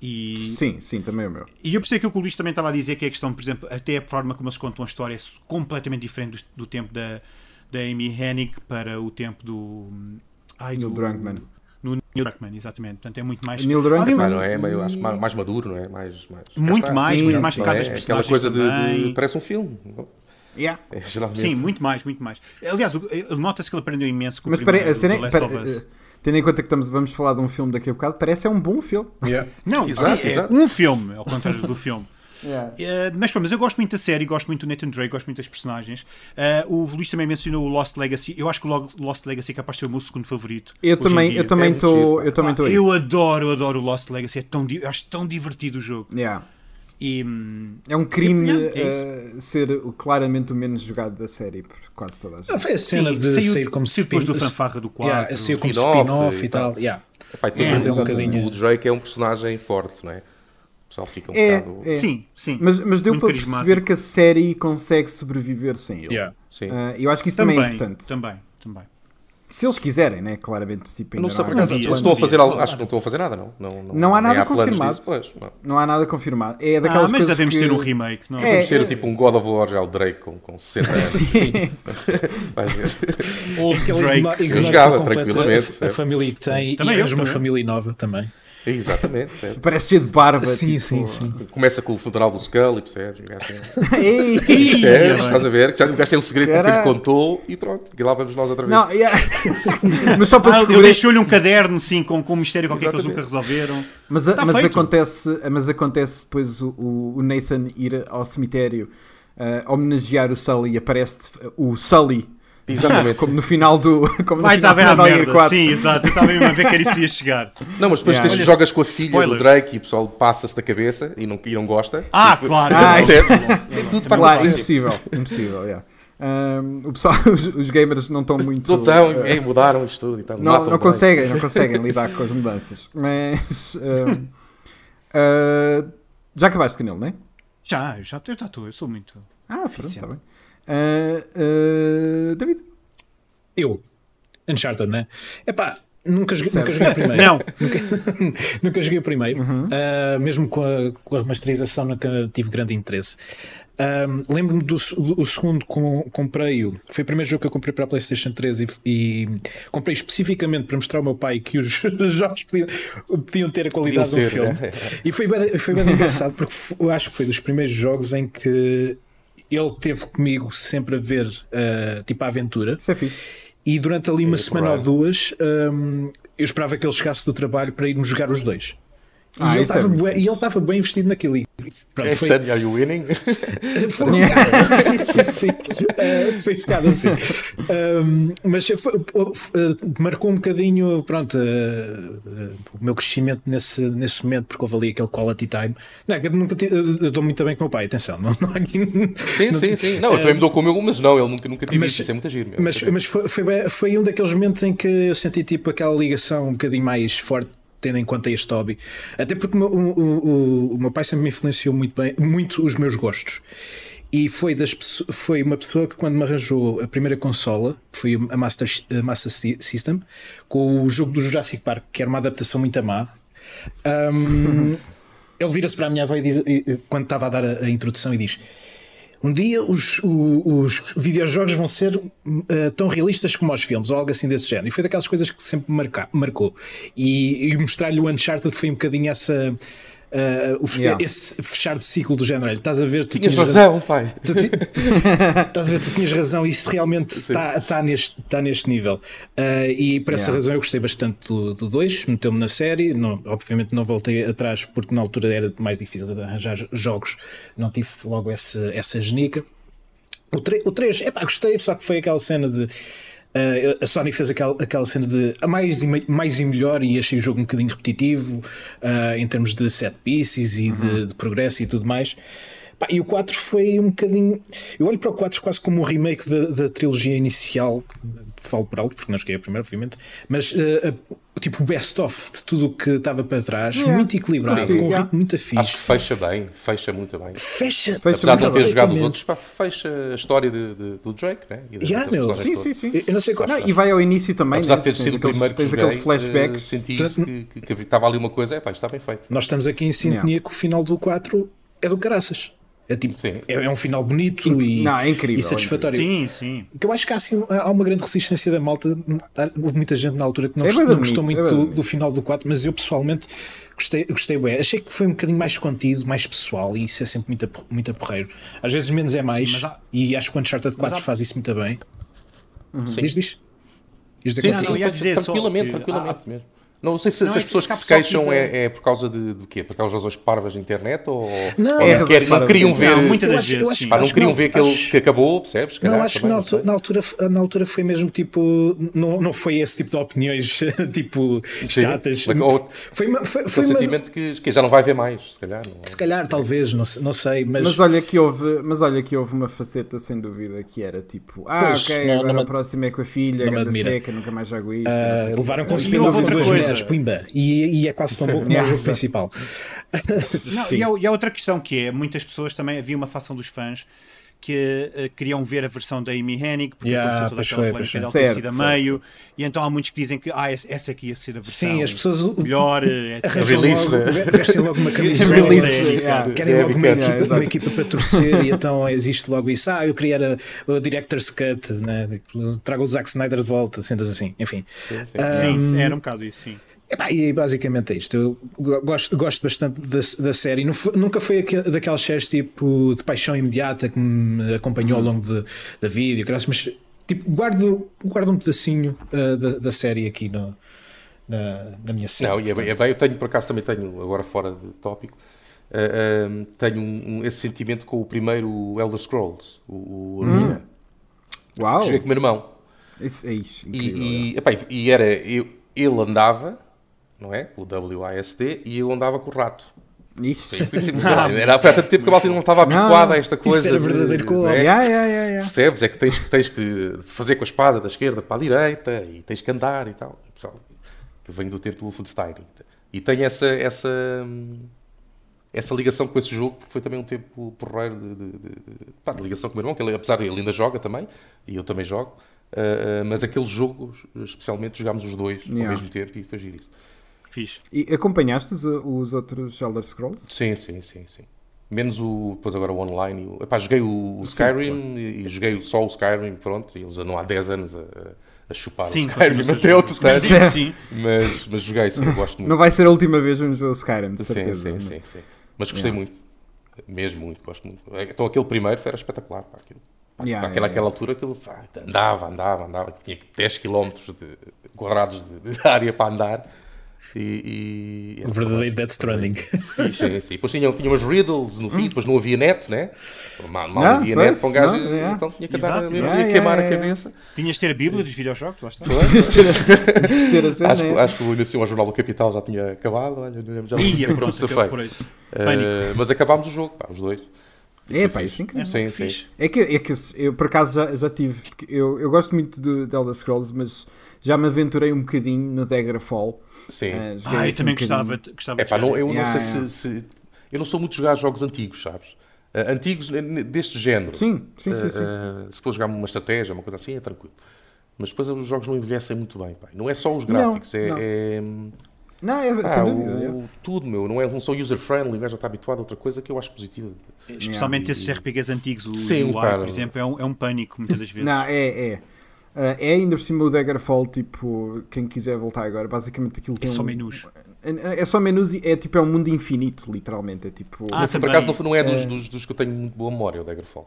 Speaker 3: E
Speaker 1: Sim, sim, também é o meu.
Speaker 3: e eu percebi que o que o Luís também estava a dizer, que é a questão, por exemplo, até a forma como eles contam a história é su- completamente diferente do, do tempo da, da Amy Hennig para o tempo do. hum, Ai,
Speaker 1: Neil
Speaker 3: do-
Speaker 1: Druckmann.
Speaker 3: No Neil Druckmann, exatamente. Portanto, é muito mais.
Speaker 1: Neil
Speaker 3: Ali-
Speaker 1: Druckmann.
Speaker 2: Mas não é, meio, acho, mais, mais maduro, não é? Mais, mais, cá
Speaker 3: Muito
Speaker 2: está.
Speaker 3: mais,
Speaker 1: Sim,
Speaker 3: muito mais
Speaker 1: sim.
Speaker 3: focado
Speaker 2: é?
Speaker 3: nas
Speaker 2: Aquela
Speaker 3: personagens
Speaker 2: coisa de, de-
Speaker 3: também.
Speaker 2: Parece um filme.
Speaker 1: Yeah.
Speaker 2: É, geralmente.
Speaker 3: Sim, muito mais, muito mais. Aliás, o- ele- nota-se que ele aprendeu imenso com
Speaker 1: Mas
Speaker 3: o
Speaker 1: peraí,
Speaker 3: primeiro,
Speaker 1: a cena é
Speaker 3: The
Speaker 1: que-
Speaker 3: Last
Speaker 1: peraí,
Speaker 3: of Us.
Speaker 1: eh, tendo em conta que estamos, vamos falar de um filme daqui a bocado, parece é um bom filme.
Speaker 4: Yeah.
Speaker 3: Não,
Speaker 2: Exato,
Speaker 3: sim, é
Speaker 2: exato.
Speaker 3: um filme, ao contrário do filme.
Speaker 1: Yeah.
Speaker 3: Eh, mas, pô, mas eu gosto muito da série, gosto muito do Nathan Drake, gosto muito das personagens. Eh, o Luís também mencionou o Lost Legacy. Eu acho que o Lo- Lost Legacy é capaz de ser o meu segundo favorito.
Speaker 1: Eu
Speaker 3: hoje em
Speaker 1: também,
Speaker 3: dia.
Speaker 1: eu também
Speaker 2: É muito
Speaker 1: estou,
Speaker 2: giro,
Speaker 1: eu também
Speaker 3: Pá,
Speaker 1: estou aí.
Speaker 3: eu adoro, eu adoro o Lost Legacy. É tão, di- eu acho tão divertido o jogo.
Speaker 1: Yeah.
Speaker 3: E, hum,
Speaker 1: É um crime
Speaker 3: Yeah, é
Speaker 1: eh, ser o- claramente o menos jogado da série por quase toda a
Speaker 4: Não,
Speaker 1: gente.
Speaker 4: foi a cena
Speaker 3: sim,
Speaker 4: de
Speaker 3: saiu-
Speaker 4: sair como
Speaker 3: saiu depois
Speaker 4: spin-
Speaker 3: do fanfarra do quadro.
Speaker 4: Yeah, saiu como
Speaker 2: spin-off
Speaker 4: spin-off
Speaker 2: e
Speaker 4: e tal. Yeah.
Speaker 2: Epá, e depois
Speaker 3: É,
Speaker 2: o-
Speaker 4: um bocadinho.
Speaker 2: o Drake é um personagem forte, não é? O pessoal fica um
Speaker 1: É,
Speaker 2: bocado.
Speaker 1: é.
Speaker 3: Sim, sim.
Speaker 1: Mas, mas deu
Speaker 3: Muito
Speaker 1: para
Speaker 3: carismático.
Speaker 1: perceber que a série consegue sobreviver sem ele.
Speaker 3: Yeah.
Speaker 2: Sim.
Speaker 1: Ah, eu acho que isso também,
Speaker 3: Também,
Speaker 1: é importante.
Speaker 3: também, também.
Speaker 1: Se eles quiserem, né? Claramente, tipo,
Speaker 2: Eu não
Speaker 1: ainda
Speaker 2: sei por
Speaker 1: há
Speaker 2: acaso.
Speaker 3: nada.
Speaker 2: Eles
Speaker 3: Não
Speaker 2: estão a
Speaker 3: havia,
Speaker 2: fazer
Speaker 3: não
Speaker 2: algo.
Speaker 3: havia.
Speaker 2: Acho que não estão a fazer nada, não. Não, não,
Speaker 1: Não há
Speaker 2: nem
Speaker 1: nada
Speaker 2: planos
Speaker 1: confirmado.
Speaker 2: disso, pois, não.
Speaker 1: não há nada confirmado. É
Speaker 3: Ah,
Speaker 1: daquelas
Speaker 3: mas
Speaker 1: coisas
Speaker 3: devemos
Speaker 1: que...
Speaker 3: ter um remake, não
Speaker 1: É,
Speaker 2: Vamos ter tipo um God of War já o Drake com, com 60 anos.
Speaker 1: Sim, sim.
Speaker 2: Vais ver.
Speaker 3: Old
Speaker 4: Aquele
Speaker 3: Drake.
Speaker 4: É ignora- ignora
Speaker 2: jogava
Speaker 4: por completo
Speaker 2: tranquilamente,
Speaker 4: A, a
Speaker 2: é.
Speaker 4: família que tem
Speaker 3: Também
Speaker 4: e
Speaker 3: eu,
Speaker 4: tens uma
Speaker 3: também.
Speaker 4: família nova também.
Speaker 2: Exatamente. é percebe?
Speaker 1: Parece cheio de barba.
Speaker 4: Sim,
Speaker 1: tipo,
Speaker 4: sim, sim.
Speaker 2: Começa com o funeral do Scully, percebes? O gajo tem-
Speaker 1: Ei!
Speaker 3: Ih,
Speaker 2: Percebes?
Speaker 3: bem.
Speaker 2: Estás a ver? Já o gajo tem um segredo que ele
Speaker 1: Caralho.
Speaker 2: contou e pronto. E lá vamos nós outra vez.
Speaker 1: Não, yeah. mas só para
Speaker 3: Ah, eu
Speaker 1: descobrir.
Speaker 3: deixou-lhe um caderno, sim, com, com um mistério qualquer que eles nunca resolveram.
Speaker 1: Mas, a-
Speaker 3: Tá
Speaker 1: mas
Speaker 3: feito.
Speaker 1: acontece, mas acontece depois o, o- o Nathan ir ao cemitério ah, homenagear o Sully e aparece o Sully.
Speaker 2: Exatamente.
Speaker 1: Como no final do. Como no
Speaker 3: Vai,
Speaker 1: final
Speaker 3: está
Speaker 1: do
Speaker 3: bem à
Speaker 1: Metal Gear
Speaker 3: merda.
Speaker 1: 4.
Speaker 3: Sim, exato. Eu estava mesmo a ver que era isso que ia chegar.
Speaker 2: Não, mas depois
Speaker 1: Yeah.
Speaker 2: tens-
Speaker 3: Olha,
Speaker 2: jogas com a filha
Speaker 3: spoiler.
Speaker 2: do Drake e o pessoal passa-se da cabeça e não, e não gosta.
Speaker 3: Ah,
Speaker 2: Tipo,
Speaker 3: claro.
Speaker 1: Ah,
Speaker 3: Não,
Speaker 1: isso é-
Speaker 3: não, não, não.
Speaker 2: Tudo para
Speaker 1: Claro,
Speaker 2: acontecer.
Speaker 1: impossível. Impossível, yeah. Ah, o pessoal, os, os gamers não estão muito.
Speaker 2: Não estão,
Speaker 1: ah,
Speaker 2: é, mudaram isto tudo e tal.
Speaker 1: não,
Speaker 2: matam
Speaker 1: não
Speaker 2: o Drake.
Speaker 1: conseguem, não conseguem lidar com as mudanças. Mas. ah, ah, já acabaste com ele, não é?
Speaker 3: Já, já eu já estou, eu sou muito.
Speaker 1: Ah, pronto,
Speaker 3: Eficiente.
Speaker 1: está bem. Ah, ah, David.
Speaker 4: Eu. Uncharted, né? Epá, nunca joguei,
Speaker 1: Certo.
Speaker 4: nunca joguei o primeiro.
Speaker 3: Não,
Speaker 4: Nunca joguei o primeiro. Ah, mesmo com a, com a remasterização nunca tive grande interesse. Ah, Lembro-me do se- o segundo com, comprei-o. Foi o primeiro jogo que eu comprei para a Playstation 3 e, e comprei especificamente para mostrar ao meu pai que os jogos podiam, podiam ter a qualidade de um
Speaker 2: Podiam ser,
Speaker 4: filme.
Speaker 2: é.
Speaker 4: E foi bem, foi bem engraçado porque f- eu acho que foi dos primeiros jogos em que ele teve comigo sempre a ver ah, tipo a aventura.
Speaker 1: Isso é fixe.
Speaker 4: E durante ali uma
Speaker 2: É,
Speaker 4: semana ou
Speaker 2: provável.
Speaker 4: duas, hum, eu esperava que ele chegasse do trabalho para irmos jogar os dois. E,
Speaker 1: Ah,
Speaker 4: ele
Speaker 1: isso é
Speaker 4: estava
Speaker 1: muito
Speaker 4: bué- e
Speaker 1: fixe.
Speaker 4: ele estava bem investido naquilo. E, pronto,
Speaker 2: É
Speaker 4: foi-
Speaker 2: Sunny, are you winning?
Speaker 4: foi um bocado- sim, sim, sim. Eh, foi um bocado assim. Hum, mas foi- eh, marcou um bocadinho pronto, eh, eh, o meu crescimento nesse, nesse momento, porque houve ali aquele quality time. Não, é eu nunca tive- eu dou muito bem com o meu pai, atenção. Não, não há aqui-
Speaker 2: Sim, sim, sim. Não, eu também me dou com o meu, mas não, ele nunca, nunca tive
Speaker 4: Mas-
Speaker 2: isso. Isso é muito giro. meu.
Speaker 4: Mas, mas foi, foi, bem- foi um daqueles momentos em que eu senti tipo aquela ligação um bocadinho mais forte, tendo em conta este hobby. Até porque o, meu- o, o- o meu pai sempre me influenciou muito bem, muito os meus gostos. E foi, das, pesso- foi uma pessoa que, quando me arranjou a primeira consola, que foi a Master, a Master Sy- System, com o jogo do Jurassic Park, que era uma adaptação muito má. ahm, ele vira-se para a minha avó e diz, e- e- quando estava a dar a- a introdução e diz: um dia os, o- os videojogos vão ser hum, eh, tão realistas como os filmes, ou algo assim desse género. E foi daquelas coisas que sempre me marca, marcou. E, e mostrar-lhe o Uncharted foi um bocadinho essa. eh, o fe-
Speaker 1: Yeah.
Speaker 4: Esse fechar de ciclo do género. Olha, Estás a ver? Tu
Speaker 2: Tinhas
Speaker 4: tinhas
Speaker 2: razão, pai.
Speaker 4: Tu ti- Estás a ver, tu tinhas razão, isto realmente está tá neste, tá neste nível. Ah, e por essa
Speaker 1: Yeah.
Speaker 4: razão eu gostei bastante do 2, meteu-me na série. Não, obviamente não voltei atrás porque na altura era mais difícil de arranjar jogos, não tive logo essa, essa genica. O 3, o três, epá, gostei, só que foi aquela cena de. ah, a Sony fez aquela, aquela cena de ah, mais e, me- mais e melhor e achei o jogo um bocadinho repetitivo ah, em termos de set pieces e
Speaker 2: Uhum.
Speaker 4: de, de progresso e tudo mais. Pá, e o 4 foi um bocadinho. Eu olho para o 4 quase como um remake da, da trilogia inicial. Falo por alto, porque não joguei a primeira, obviamente. Mas ah, ah, tipo o best-of de tudo o que estava para trás,
Speaker 1: Yeah.
Speaker 4: muito equilibrado,
Speaker 1: Consigo,
Speaker 4: com um
Speaker 1: yeah.
Speaker 4: ritmo muito
Speaker 2: Acho que
Speaker 4: fixe.
Speaker 2: fecha bem, fecha muito bem.
Speaker 4: Fecha.
Speaker 1: Fecha
Speaker 2: Apesar de não
Speaker 1: muito
Speaker 2: ter
Speaker 1: bem.
Speaker 2: jogado os
Speaker 4: Perfeitamente.
Speaker 2: outros, pá, fecha a história de- de- do Drake, né? E das outras
Speaker 4: Yeah, meu.
Speaker 2: personagens
Speaker 1: Sim,
Speaker 2: todas.
Speaker 1: sim, sim.
Speaker 4: Eu não sei qual.
Speaker 1: Não, e vai ao início também,
Speaker 2: Apesar
Speaker 1: né?
Speaker 2: de ter
Speaker 1: Tens
Speaker 2: sido o
Speaker 1: aqueles-
Speaker 2: primeiro que
Speaker 1: Tens
Speaker 2: joguei,
Speaker 1: aquele flashback.
Speaker 2: eh, senti isso,
Speaker 4: Portanto,
Speaker 2: que, que, que estava ali uma coisa, é pá, isto está bem feito.
Speaker 4: Nós estamos aqui em sintonia que o final do 4 é do caraças. É tipo,
Speaker 2: Sim.
Speaker 4: é, é um final bonito e,
Speaker 1: Não, é incrível,
Speaker 4: e satisfatório.
Speaker 3: sim, sim.
Speaker 4: Que eu acho que há, assim, há há uma grande resistência da malta. Há- Houve muita gente na altura que não,
Speaker 1: É
Speaker 4: gost-
Speaker 1: bué
Speaker 4: não
Speaker 1: bonito,
Speaker 4: gostou muito
Speaker 1: é bué
Speaker 4: do,
Speaker 1: bonito.
Speaker 4: do final do 4, mas eu pessoalmente gostei, gostei bem. Achei que foi um bocadinho mais contido, mais pessoal, e isso é sempre muito, a- muito a porreiro. Às vezes menos é mais,
Speaker 3: mas há-
Speaker 4: e acho que o Uncharted 4
Speaker 3: há-
Speaker 4: faz isso muito bem.
Speaker 2: Sim.
Speaker 4: Diz, diz. diz
Speaker 2: Sim,
Speaker 4: daquela-
Speaker 2: sim,
Speaker 3: não, eu ia
Speaker 2: fecha
Speaker 3: dizer só
Speaker 2: tranquilamente,
Speaker 3: que-
Speaker 2: tranquilamente mesmo. Não sei se,
Speaker 3: Não,
Speaker 2: se
Speaker 3: é
Speaker 2: as
Speaker 3: que
Speaker 2: pessoas
Speaker 3: cá
Speaker 2: que se
Speaker 3: pessoal
Speaker 2: queixam
Speaker 3: fica-
Speaker 2: é, é por causa de, do quê? Por causa das razões parvas da internet ou,
Speaker 4: Não,
Speaker 2: ou
Speaker 1: É,
Speaker 2: não, querem- não
Speaker 1: razões
Speaker 2: queriam
Speaker 1: parvas.
Speaker 2: ver,
Speaker 3: Não, muitas das
Speaker 4: acho- eu
Speaker 3: vezes,
Speaker 4: acho-
Speaker 3: sim.
Speaker 2: pá, não
Speaker 4: acho
Speaker 2: queriam
Speaker 4: não,
Speaker 2: ver que, ele-
Speaker 4: acho-
Speaker 2: que acabou, percebes?
Speaker 4: Não,
Speaker 2: Caralho,
Speaker 4: acho que
Speaker 2: também,
Speaker 4: na
Speaker 2: não
Speaker 4: altura,
Speaker 2: sei.
Speaker 4: na altura, na altura foi mesmo tipo. Não, não foi esse tipo de opiniões tipo chatas.
Speaker 2: Mas, ou-
Speaker 4: foi uma.
Speaker 2: Foi
Speaker 4: Foi, foi
Speaker 2: um
Speaker 4: uma-
Speaker 2: sentimento que, que já não vai ver mais, se calhar. não- é?
Speaker 4: se calhar, talvez, não, se- não sei, mas.
Speaker 1: Mas olha, que houve, mas olha que houve uma faceta sem dúvida que era tipo, ah,
Speaker 4: Pois,
Speaker 1: ok,
Speaker 4: não-
Speaker 1: agora
Speaker 4: não me-
Speaker 1: a próxima é com a filha,
Speaker 4: não me
Speaker 1: grande
Speaker 4: admira.
Speaker 1: seca, nunca mais jogo isto.
Speaker 4: ah,
Speaker 1: não sei o quê.
Speaker 4: levaram
Speaker 1: E
Speaker 4: consigo
Speaker 3: houve
Speaker 4: duas
Speaker 3: outra coisa.
Speaker 4: horas, pimba. E, e é quase tão bom como é o jogo principal.
Speaker 3: Não,
Speaker 1: Sim.
Speaker 3: e, há, e há outra questão que é, muitas pessoas também, havia uma facção dos fãs que eh, queriam ver a versão da Amy Hennig, porque
Speaker 4: Yeah,
Speaker 3: aconteceu toda aquela
Speaker 4: pois foi,
Speaker 3: polémica dela
Speaker 4: pois
Speaker 1: foi.
Speaker 3: ter sido a
Speaker 1: Certo, certo,
Speaker 3: meio, e então há muitos que dizem que ah, esse- essa aqui ia ser a versão
Speaker 4: Sim, as pessoas
Speaker 3: melhor, eh, etc.
Speaker 4: arranjam
Speaker 2: Release,
Speaker 4: logo,
Speaker 2: né?
Speaker 4: ve- vestem logo uma camisola,
Speaker 1: Release,
Speaker 4: querem-
Speaker 1: yeah.
Speaker 4: querem
Speaker 2: Yeah,
Speaker 4: logo uma,
Speaker 2: yeah,
Speaker 4: equipa,
Speaker 1: exato.
Speaker 4: uma equipa para torcer e então existe logo isso. Ah, eu queria era o Director's Cut, né? Tipo, trago o Zack Snyder de volta, cenas assim, enfim. Hum.
Speaker 3: Sim, era um bocado isso, sim.
Speaker 4: Epá, e basicamente é isto. Eu go- gosto, gosto bastante da, da série. Não fo- nunca foi aquel- daquelas séries tipo de paixão imediata que me acompanhou ao longo de- da vida, e o caralho, mas tipo, guardo, guardo um pedacinho ah, da, da série aqui no- na, na minha série.
Speaker 2: Não, e é bem, é bem, eu tenho por acaso também tenho, agora fora de tópico, eh, eh, tenho um- um- esse sentimento com o primeiro Elder Scrolls, o, o Arena.
Speaker 1: Uau!
Speaker 2: Joguei com o meu irmão.
Speaker 1: Isso é isso. Incrível,
Speaker 2: E, e, epá, e era, eu- ele andava, não é? O WASD, e eu andava com o rato.
Speaker 1: é. Isso.
Speaker 2: Era a oferta de tempo que a malta não estava
Speaker 1: Não,
Speaker 2: habituada a esta coisa.
Speaker 4: era
Speaker 2: de-
Speaker 4: verdadeiro
Speaker 2: né?
Speaker 4: co-op.
Speaker 1: Yeah, yeah, yeah, yeah.
Speaker 2: Percebes? É que tens, que tens que fazer com a espada da esquerda para a direita e tens que andar e tal. Pessoal, que venho do tempo do Wolfenstein. E tenho essa, essa, essa ligação com esse jogo, porque foi também um tempo porreiro de, de- de- de- pá, de ligação com o meu irmão, que ele, apesar de ele ainda joga também, e eu também jogo, ah, ah, mas aquele jogo, especialmente, jogámos os dois
Speaker 1: Yeah.
Speaker 2: ao mesmo tempo e foi giro isso.
Speaker 3: Fixe.
Speaker 1: E acompanhaste os, os outros Elder Scrolls?
Speaker 2: Sim, sim, sim, sim. Menos o, depois agora o online. e o- epá, joguei o, o
Speaker 1: Sim, claro.
Speaker 2: Skyrim e, e joguei só o Skyrim, pronto, e eles andam há 10 anos a, a chupar
Speaker 3: Sim,
Speaker 2: o Skyrim
Speaker 3: continuas a
Speaker 2: até
Speaker 3: jogar.
Speaker 2: outro tanto.
Speaker 3: Sim, sim.
Speaker 2: Mas, mas joguei sim, eu gosto muito.
Speaker 1: Não vai ser a última vez que vamos ver o Skyrim, de
Speaker 2: sim,
Speaker 1: certeza.
Speaker 2: sim, sim, sim. Mas gostei muito. Mesmo muito, gosto muito. Então aquele primeiro era espetacular, pá, aquilo. Pá,
Speaker 1: Yeah,
Speaker 2: pá, aquela,
Speaker 1: yeah,
Speaker 2: aquela altura aquilo pá, andava, andava, andava, tinha 10 km de, quadrados de, de área para andar. E, e-
Speaker 4: O verdadeiro Death Stranding.
Speaker 2: Sim, sim, sim. Depois tinham, tinham umas riddles no fim, depois não havia net, né? Mal, mal
Speaker 1: Hum. Não,
Speaker 2: havia
Speaker 1: pois,
Speaker 2: net para um gajo,
Speaker 1: não, é.
Speaker 2: então tinha que andar
Speaker 3: Exato,
Speaker 2: ali,
Speaker 1: exato.
Speaker 2: ali a
Speaker 1: É,
Speaker 2: queimar
Speaker 1: é,
Speaker 2: a
Speaker 1: é, é.
Speaker 2: cabeça.
Speaker 3: Tinhas de ter a Bíblia dos videojogos, lá está.
Speaker 1: Terceira cena,
Speaker 2: Acho, que-
Speaker 1: é.
Speaker 2: acho que o ainda por cima, o Jornal do Capital já tinha acabado, olha, já
Speaker 3: Ia,
Speaker 2: como
Speaker 3: pronto,
Speaker 2: se
Speaker 3: acabou
Speaker 2: fez.
Speaker 3: por isso.
Speaker 2: Eh,
Speaker 3: Pânico.
Speaker 2: mas acabámos o jogo, pá, os dois.
Speaker 1: É, pá, isso é incrível.
Speaker 2: Sim, sim.
Speaker 3: Fixe.
Speaker 1: É que, é que esse- eu por acaso já, já tive. porque Eu, eu gosto muito do, de Elder Scrolls, mas já me aventurei um bocadinho no Daggerfall. Fall.
Speaker 2: sim.
Speaker 3: Ah, eu
Speaker 4: um
Speaker 1: um
Speaker 3: também gostava, gostava
Speaker 2: É pá, não,
Speaker 3: jogar
Speaker 2: eu
Speaker 3: isso.
Speaker 2: não
Speaker 1: É. Yeah,
Speaker 2: sei se, se- Eu não sou muito de jogar jogos antigos, sabes? Eh, antigos n- n- deste género.
Speaker 1: Sim, sim, sim.
Speaker 3: Ah,
Speaker 1: sim.
Speaker 2: Eh, eh, se for jogar uma estratégia, uma coisa assim, é tranquilo. Mas depois os jogos não envelhecem muito bem, pá. Não é só os
Speaker 1: Não,
Speaker 2: gráficos, é-
Speaker 1: não.
Speaker 2: é
Speaker 1: não, é
Speaker 2: Pá,
Speaker 1: sem
Speaker 2: Ah, o-
Speaker 1: dúvida.
Speaker 2: Tudo, meu. Não, é, não sou user-friendly, o gajo já está habituado a outra coisa que eu acho positiva.
Speaker 3: Especialmente
Speaker 2: Yeah.
Speaker 3: esses RPGs antigos, o
Speaker 2: Sim,
Speaker 3: UI,
Speaker 2: cara.
Speaker 3: por exemplo, é um, é um pânico muitas das
Speaker 1: é.
Speaker 3: vezes.
Speaker 1: Não, é, é. Ah, é ainda por cima o Daggerfall, tipo, quem quiser voltar agora, basicamente aquilo
Speaker 3: é
Speaker 1: tem
Speaker 3: só
Speaker 1: um-
Speaker 3: menus.
Speaker 1: É é só menus e é tipo é um mundo infinito, literalmente. É tipo.
Speaker 3: Ah,
Speaker 2: Não foi- por
Speaker 3: também.
Speaker 2: acaso não, foi- não é dos, dos- dos que eu tenho muito boa memória, o Daggerfall.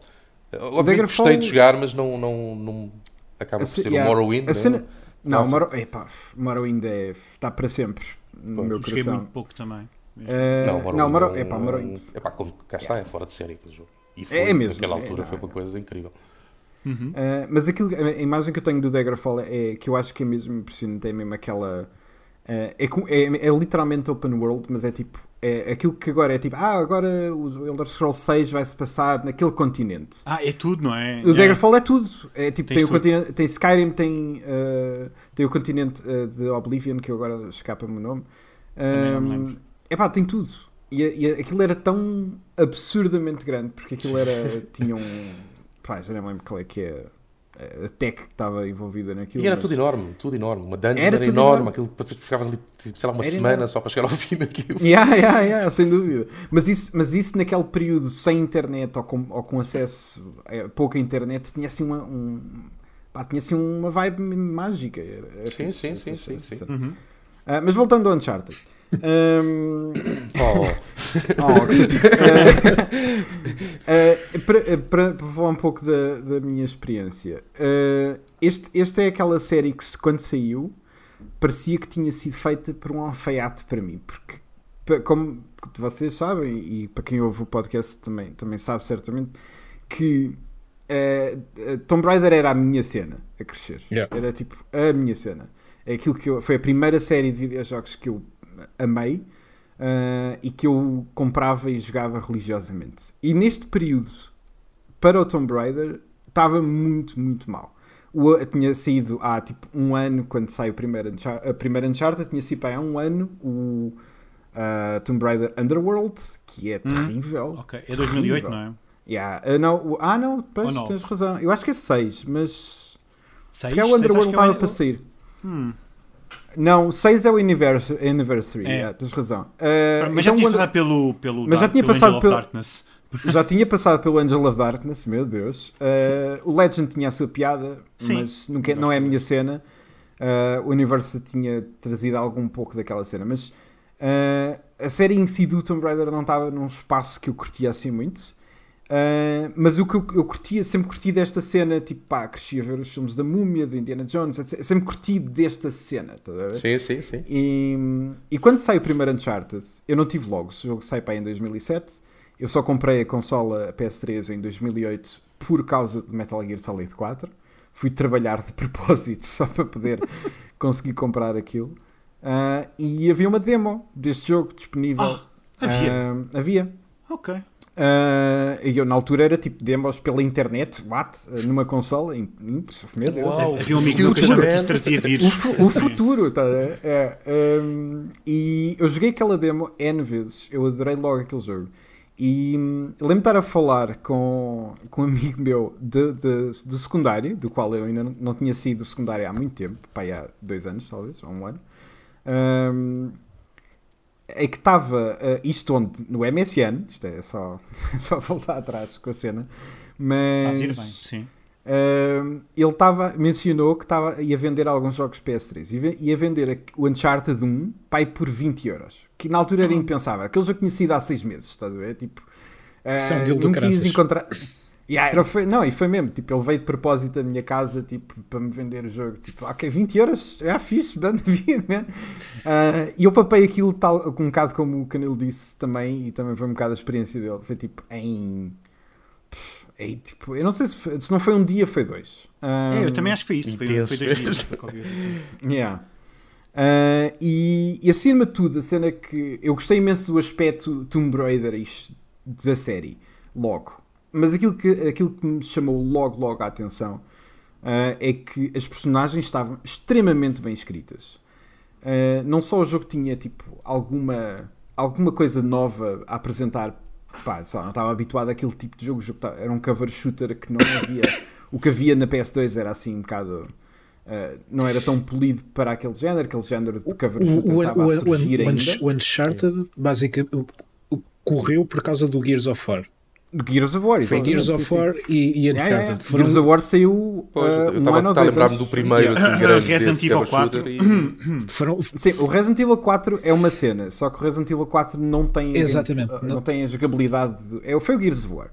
Speaker 2: Eu
Speaker 1: Daggerfall-
Speaker 2: gostei de jogar, mas não, não, não- acaba
Speaker 1: A
Speaker 2: por
Speaker 1: ce-
Speaker 2: ser o
Speaker 1: yeah.
Speaker 2: Morrowind.
Speaker 1: A
Speaker 2: né?
Speaker 1: cena- Não,
Speaker 2: Nossa.
Speaker 1: Moro... epá, Morrowind é. Está para sempre no
Speaker 2: Pois.
Speaker 1: meu
Speaker 3: Joguei
Speaker 1: coração.
Speaker 3: muito pouco também.
Speaker 1: Eh,
Speaker 2: Não, é Morrowind.
Speaker 1: não, Moro...
Speaker 2: não-
Speaker 1: epá, Morrowind.
Speaker 2: Epá, como cá está, é fora de série aquele jogo. E foi,
Speaker 1: É mesmo,
Speaker 2: Naquela
Speaker 1: é,
Speaker 2: altura
Speaker 1: não,
Speaker 2: foi uma
Speaker 1: é.
Speaker 2: coisa incrível.
Speaker 3: Uhum.
Speaker 1: Eh, mas aquilo, a a imagem que eu tenho do Daggerfall é que eu acho que é mesmo impressionante. É mesmo aquela. eh, é, co- é- é literalmente open world, mas é tipo. É aquilo que agora é tipo. Ah, agora o Elder Scrolls 6 vai se passar naquele continente.
Speaker 3: Ah, é tudo, não é?
Speaker 1: O
Speaker 3: Yeah.
Speaker 1: Daggerfall é tudo. É tipo,
Speaker 3: Tens
Speaker 1: tem, o
Speaker 3: tudo.
Speaker 1: continente, tem Skyrim, tem, eh, tem o continente eh, de Oblivion, que agora escapa-me o nome.
Speaker 3: Também não me
Speaker 1: Ahm,
Speaker 3: lembro.
Speaker 1: epá, tem tudo. E, e aquilo era tão absurdamente grande, porque aquilo era. tinha um. Pá, já nem me lembro qual é que é a- a tech que estava envolvida naquilo.
Speaker 2: E era
Speaker 1: mas-
Speaker 2: tudo enorme, tudo enorme. Uma dungeon
Speaker 1: Era
Speaker 2: era,
Speaker 1: tudo
Speaker 2: enorme,
Speaker 1: enorme.
Speaker 2: aquilo que depois ficavas ali, tipo, sei lá, uma
Speaker 1: Era
Speaker 2: semana
Speaker 1: enorme.
Speaker 2: só para chegar ao fim daquilo.
Speaker 1: Yeah, yeah, yeah, sem dúvida. Mas isso, mas isso naquele período sem internet ou com, ou com acesso a pouca internet tinha assim uma, um, pá, tinha assim uma vibe mágica. Era- era
Speaker 2: Sim,
Speaker 1: fixe,
Speaker 2: sim,
Speaker 1: essa-
Speaker 2: sim,
Speaker 1: essa-
Speaker 2: sim,
Speaker 1: essa
Speaker 2: sim.
Speaker 1: cena.
Speaker 3: Uhum.
Speaker 1: Ah, mas voltando ao Uncharted. Ahm,
Speaker 2: Oh,
Speaker 1: oh, que chatice. Ah, ah, para, ah, para- para falar um pouco da, da minha experiência, ah, este, este é aquela série que, se- quando saiu, parecia que tinha sido feita por um alfaiate para mim, porque, pa- como vocês sabem, e para quem ouve o podcast também, também sabe certamente, que eh, eh, Tomb Raider era a minha cena a crescer.
Speaker 4: Yeah.
Speaker 1: Era tipo a minha cena. É aquilo que eu, foi a primeira série de videojogos que eu amei eh, e que eu comprava e jogava religiosamente. E neste período, para o Tomb Raider, estava muito, muito mal. o- eh, tinha saído há tipo um ano quando saiu a primeira, Unchar- a primeira Uncharted, tinha saído pá, há um ano o ah, Tomb Raider Underworld, que é terrível.
Speaker 3: Ok, é 2008, não é?
Speaker 1: Yeah. Ah, não, o- ah, não, depois
Speaker 3: Ou não?
Speaker 1: tens razão. Eu acho que é 6, mas
Speaker 3: Seis?
Speaker 1: se calhar o
Speaker 3: Seis, acho
Speaker 1: Underworld
Speaker 3: que é o-
Speaker 1: estava para sair.
Speaker 3: Hum.
Speaker 1: Não, 6 é o Anniversary, anniversary
Speaker 3: É.
Speaker 1: yeah, tens razão. Ah,
Speaker 3: Mas já
Speaker 1: então o
Speaker 3: tinha
Speaker 1: Under-
Speaker 3: passado pelo, pelo,
Speaker 1: Mas já
Speaker 3: Dark-
Speaker 1: tinha
Speaker 3: pelo
Speaker 1: passado
Speaker 3: Angel of
Speaker 1: pelo-
Speaker 3: Darkness.
Speaker 1: Já tinha passado pelo Angel of Darkness, meu Deus. Uh, o Legend tinha a sua piada,
Speaker 3: Sim.
Speaker 1: mas nunca, não é a minha cena. Uh, o Universo tinha trazido algum pouco daquela cena, mas uh, a série em si do Tomb Raider não estava num espaço que eu curtia assim muito. Uh, mas o que eu, eu curtia, sempre curti desta cena, tipo pá, cresci a ver os filmes da Múmia, do Indiana Jones, etc. Sempre curti desta cena, estás a ver?
Speaker 2: Sim, sim, sim.
Speaker 1: E, e quando saiu o primeiro Uncharted, eu não tive logo. O jogo sai para aí em 2007. Eu só comprei a consola PS3 em 2008 por causa de Metal Gear Solid 4. Fui trabalhar de propósito só para poder conseguir comprar aquilo. Ah, e havia uma demo deste jogo disponível.
Speaker 3: Havia.
Speaker 1: Ah, havia.
Speaker 3: Ok.
Speaker 1: Ah, e eu na altura era tipo demos pela internet, what? Ah, Numa consola, Im- im- meu Deus. É
Speaker 2: Uau.
Speaker 3: Havia um amigo
Speaker 2: Que
Speaker 3: meu que achava que isso
Speaker 2: loucura.
Speaker 3: trazia vírus.
Speaker 1: O, fu- o futuro, tá? É, hum, e eu joguei aquela demo N vezes, eu adorei logo aquele jogo. E hum, lembro de estar a falar com, com um amigo meu de, de- do secundário, do qual eu ainda não- não tinha sido secundário há muito tempo, pá, aí há dois anos talvez, ou um ano. Hum, é que estava ah, isto onde? No MSN, isto é só, só voltar atrás com a cena,
Speaker 3: Ah,
Speaker 1: mas
Speaker 3: sim, bem, sim.
Speaker 1: Ahm, ele tava, mencionou que tava, ia vender alguns jogos PS3. Ia, ve- ia vender a- o Uncharted 1 pai por 20 euros. Que na altura
Speaker 4: Uhum.
Speaker 1: era impensável. Aquele jogo que tinha sido há 6 meses, estás a ver? Tipo, ah,
Speaker 4: São Gil do
Speaker 1: nunca ias
Speaker 4: caraças.
Speaker 1: encontrar. Yeah, era, foi, não, e foi mesmo. Tipo, ele veio de propósito à minha casa tipo, para me vender o jogo. Tipo, ok, 20 euros, é fixe, banda vir, man. Ah, E eu papei aquilo tal, com um bocado como o Canelo disse também, e também foi um bocado a experiência dele. Foi tipo, em. Pff, aí, tipo, eu não sei se, foi- se não foi um dia, foi dois.
Speaker 3: É, eu
Speaker 1: Ahm,
Speaker 3: também acho que foi isso. Foi,
Speaker 2: intenso.
Speaker 3: foi dois dias. foi qualquer coisa.
Speaker 1: Yeah. Ah, e, e acima de tudo, a cena que eu gostei imenso do aspecto Tomb Raider ish da série, logo. Mas aquilo que, aquilo que me chamou logo, logo a atenção ah, é que as personagens estavam extremamente bem escritas. Uh, não só o jogo tinha tipo alguma alguma coisa nova a apresentar pá, sei lá, não estava habituado àquele tipo de jogo, o jogo ta- era um cover shooter que não havia o que havia na PS2 era assim um bocado uh, não era tão polido para aquele género aquele género de cover shooter
Speaker 4: O, o,
Speaker 1: estava a
Speaker 4: o-
Speaker 1: surgir
Speaker 4: o- o-
Speaker 1: ainda
Speaker 4: o Uncharted, basicamente, o- o- correu por causa do Gears of War.
Speaker 1: do Gears of War
Speaker 4: Foi
Speaker 1: exatamente,
Speaker 4: Gears
Speaker 1: sim,
Speaker 4: of
Speaker 1: sim.
Speaker 4: War e, e
Speaker 1: Yeah, yeah,
Speaker 4: Uncharted.
Speaker 1: yeah.
Speaker 4: Foram-
Speaker 1: Gears of War saiu
Speaker 2: um- Pois,
Speaker 1: uh,
Speaker 2: eu
Speaker 1: um
Speaker 2: estava
Speaker 1: ano
Speaker 2: a
Speaker 1: ou
Speaker 2: tentar
Speaker 1: dois
Speaker 2: lembrar-me do
Speaker 1: anos.
Speaker 2: primeiro, assim, grande.
Speaker 3: Resident
Speaker 2: desse
Speaker 3: Evil
Speaker 2: cover shooter
Speaker 3: 4.
Speaker 2: e-
Speaker 1: um.
Speaker 4: foram-
Speaker 1: Sim, o Resident Evil 4 é uma cena, só que o Resident Evil 4 não tem, a-
Speaker 4: Exatamente.
Speaker 1: não, tem a jogabilidade. do- é, foi o Gears of War.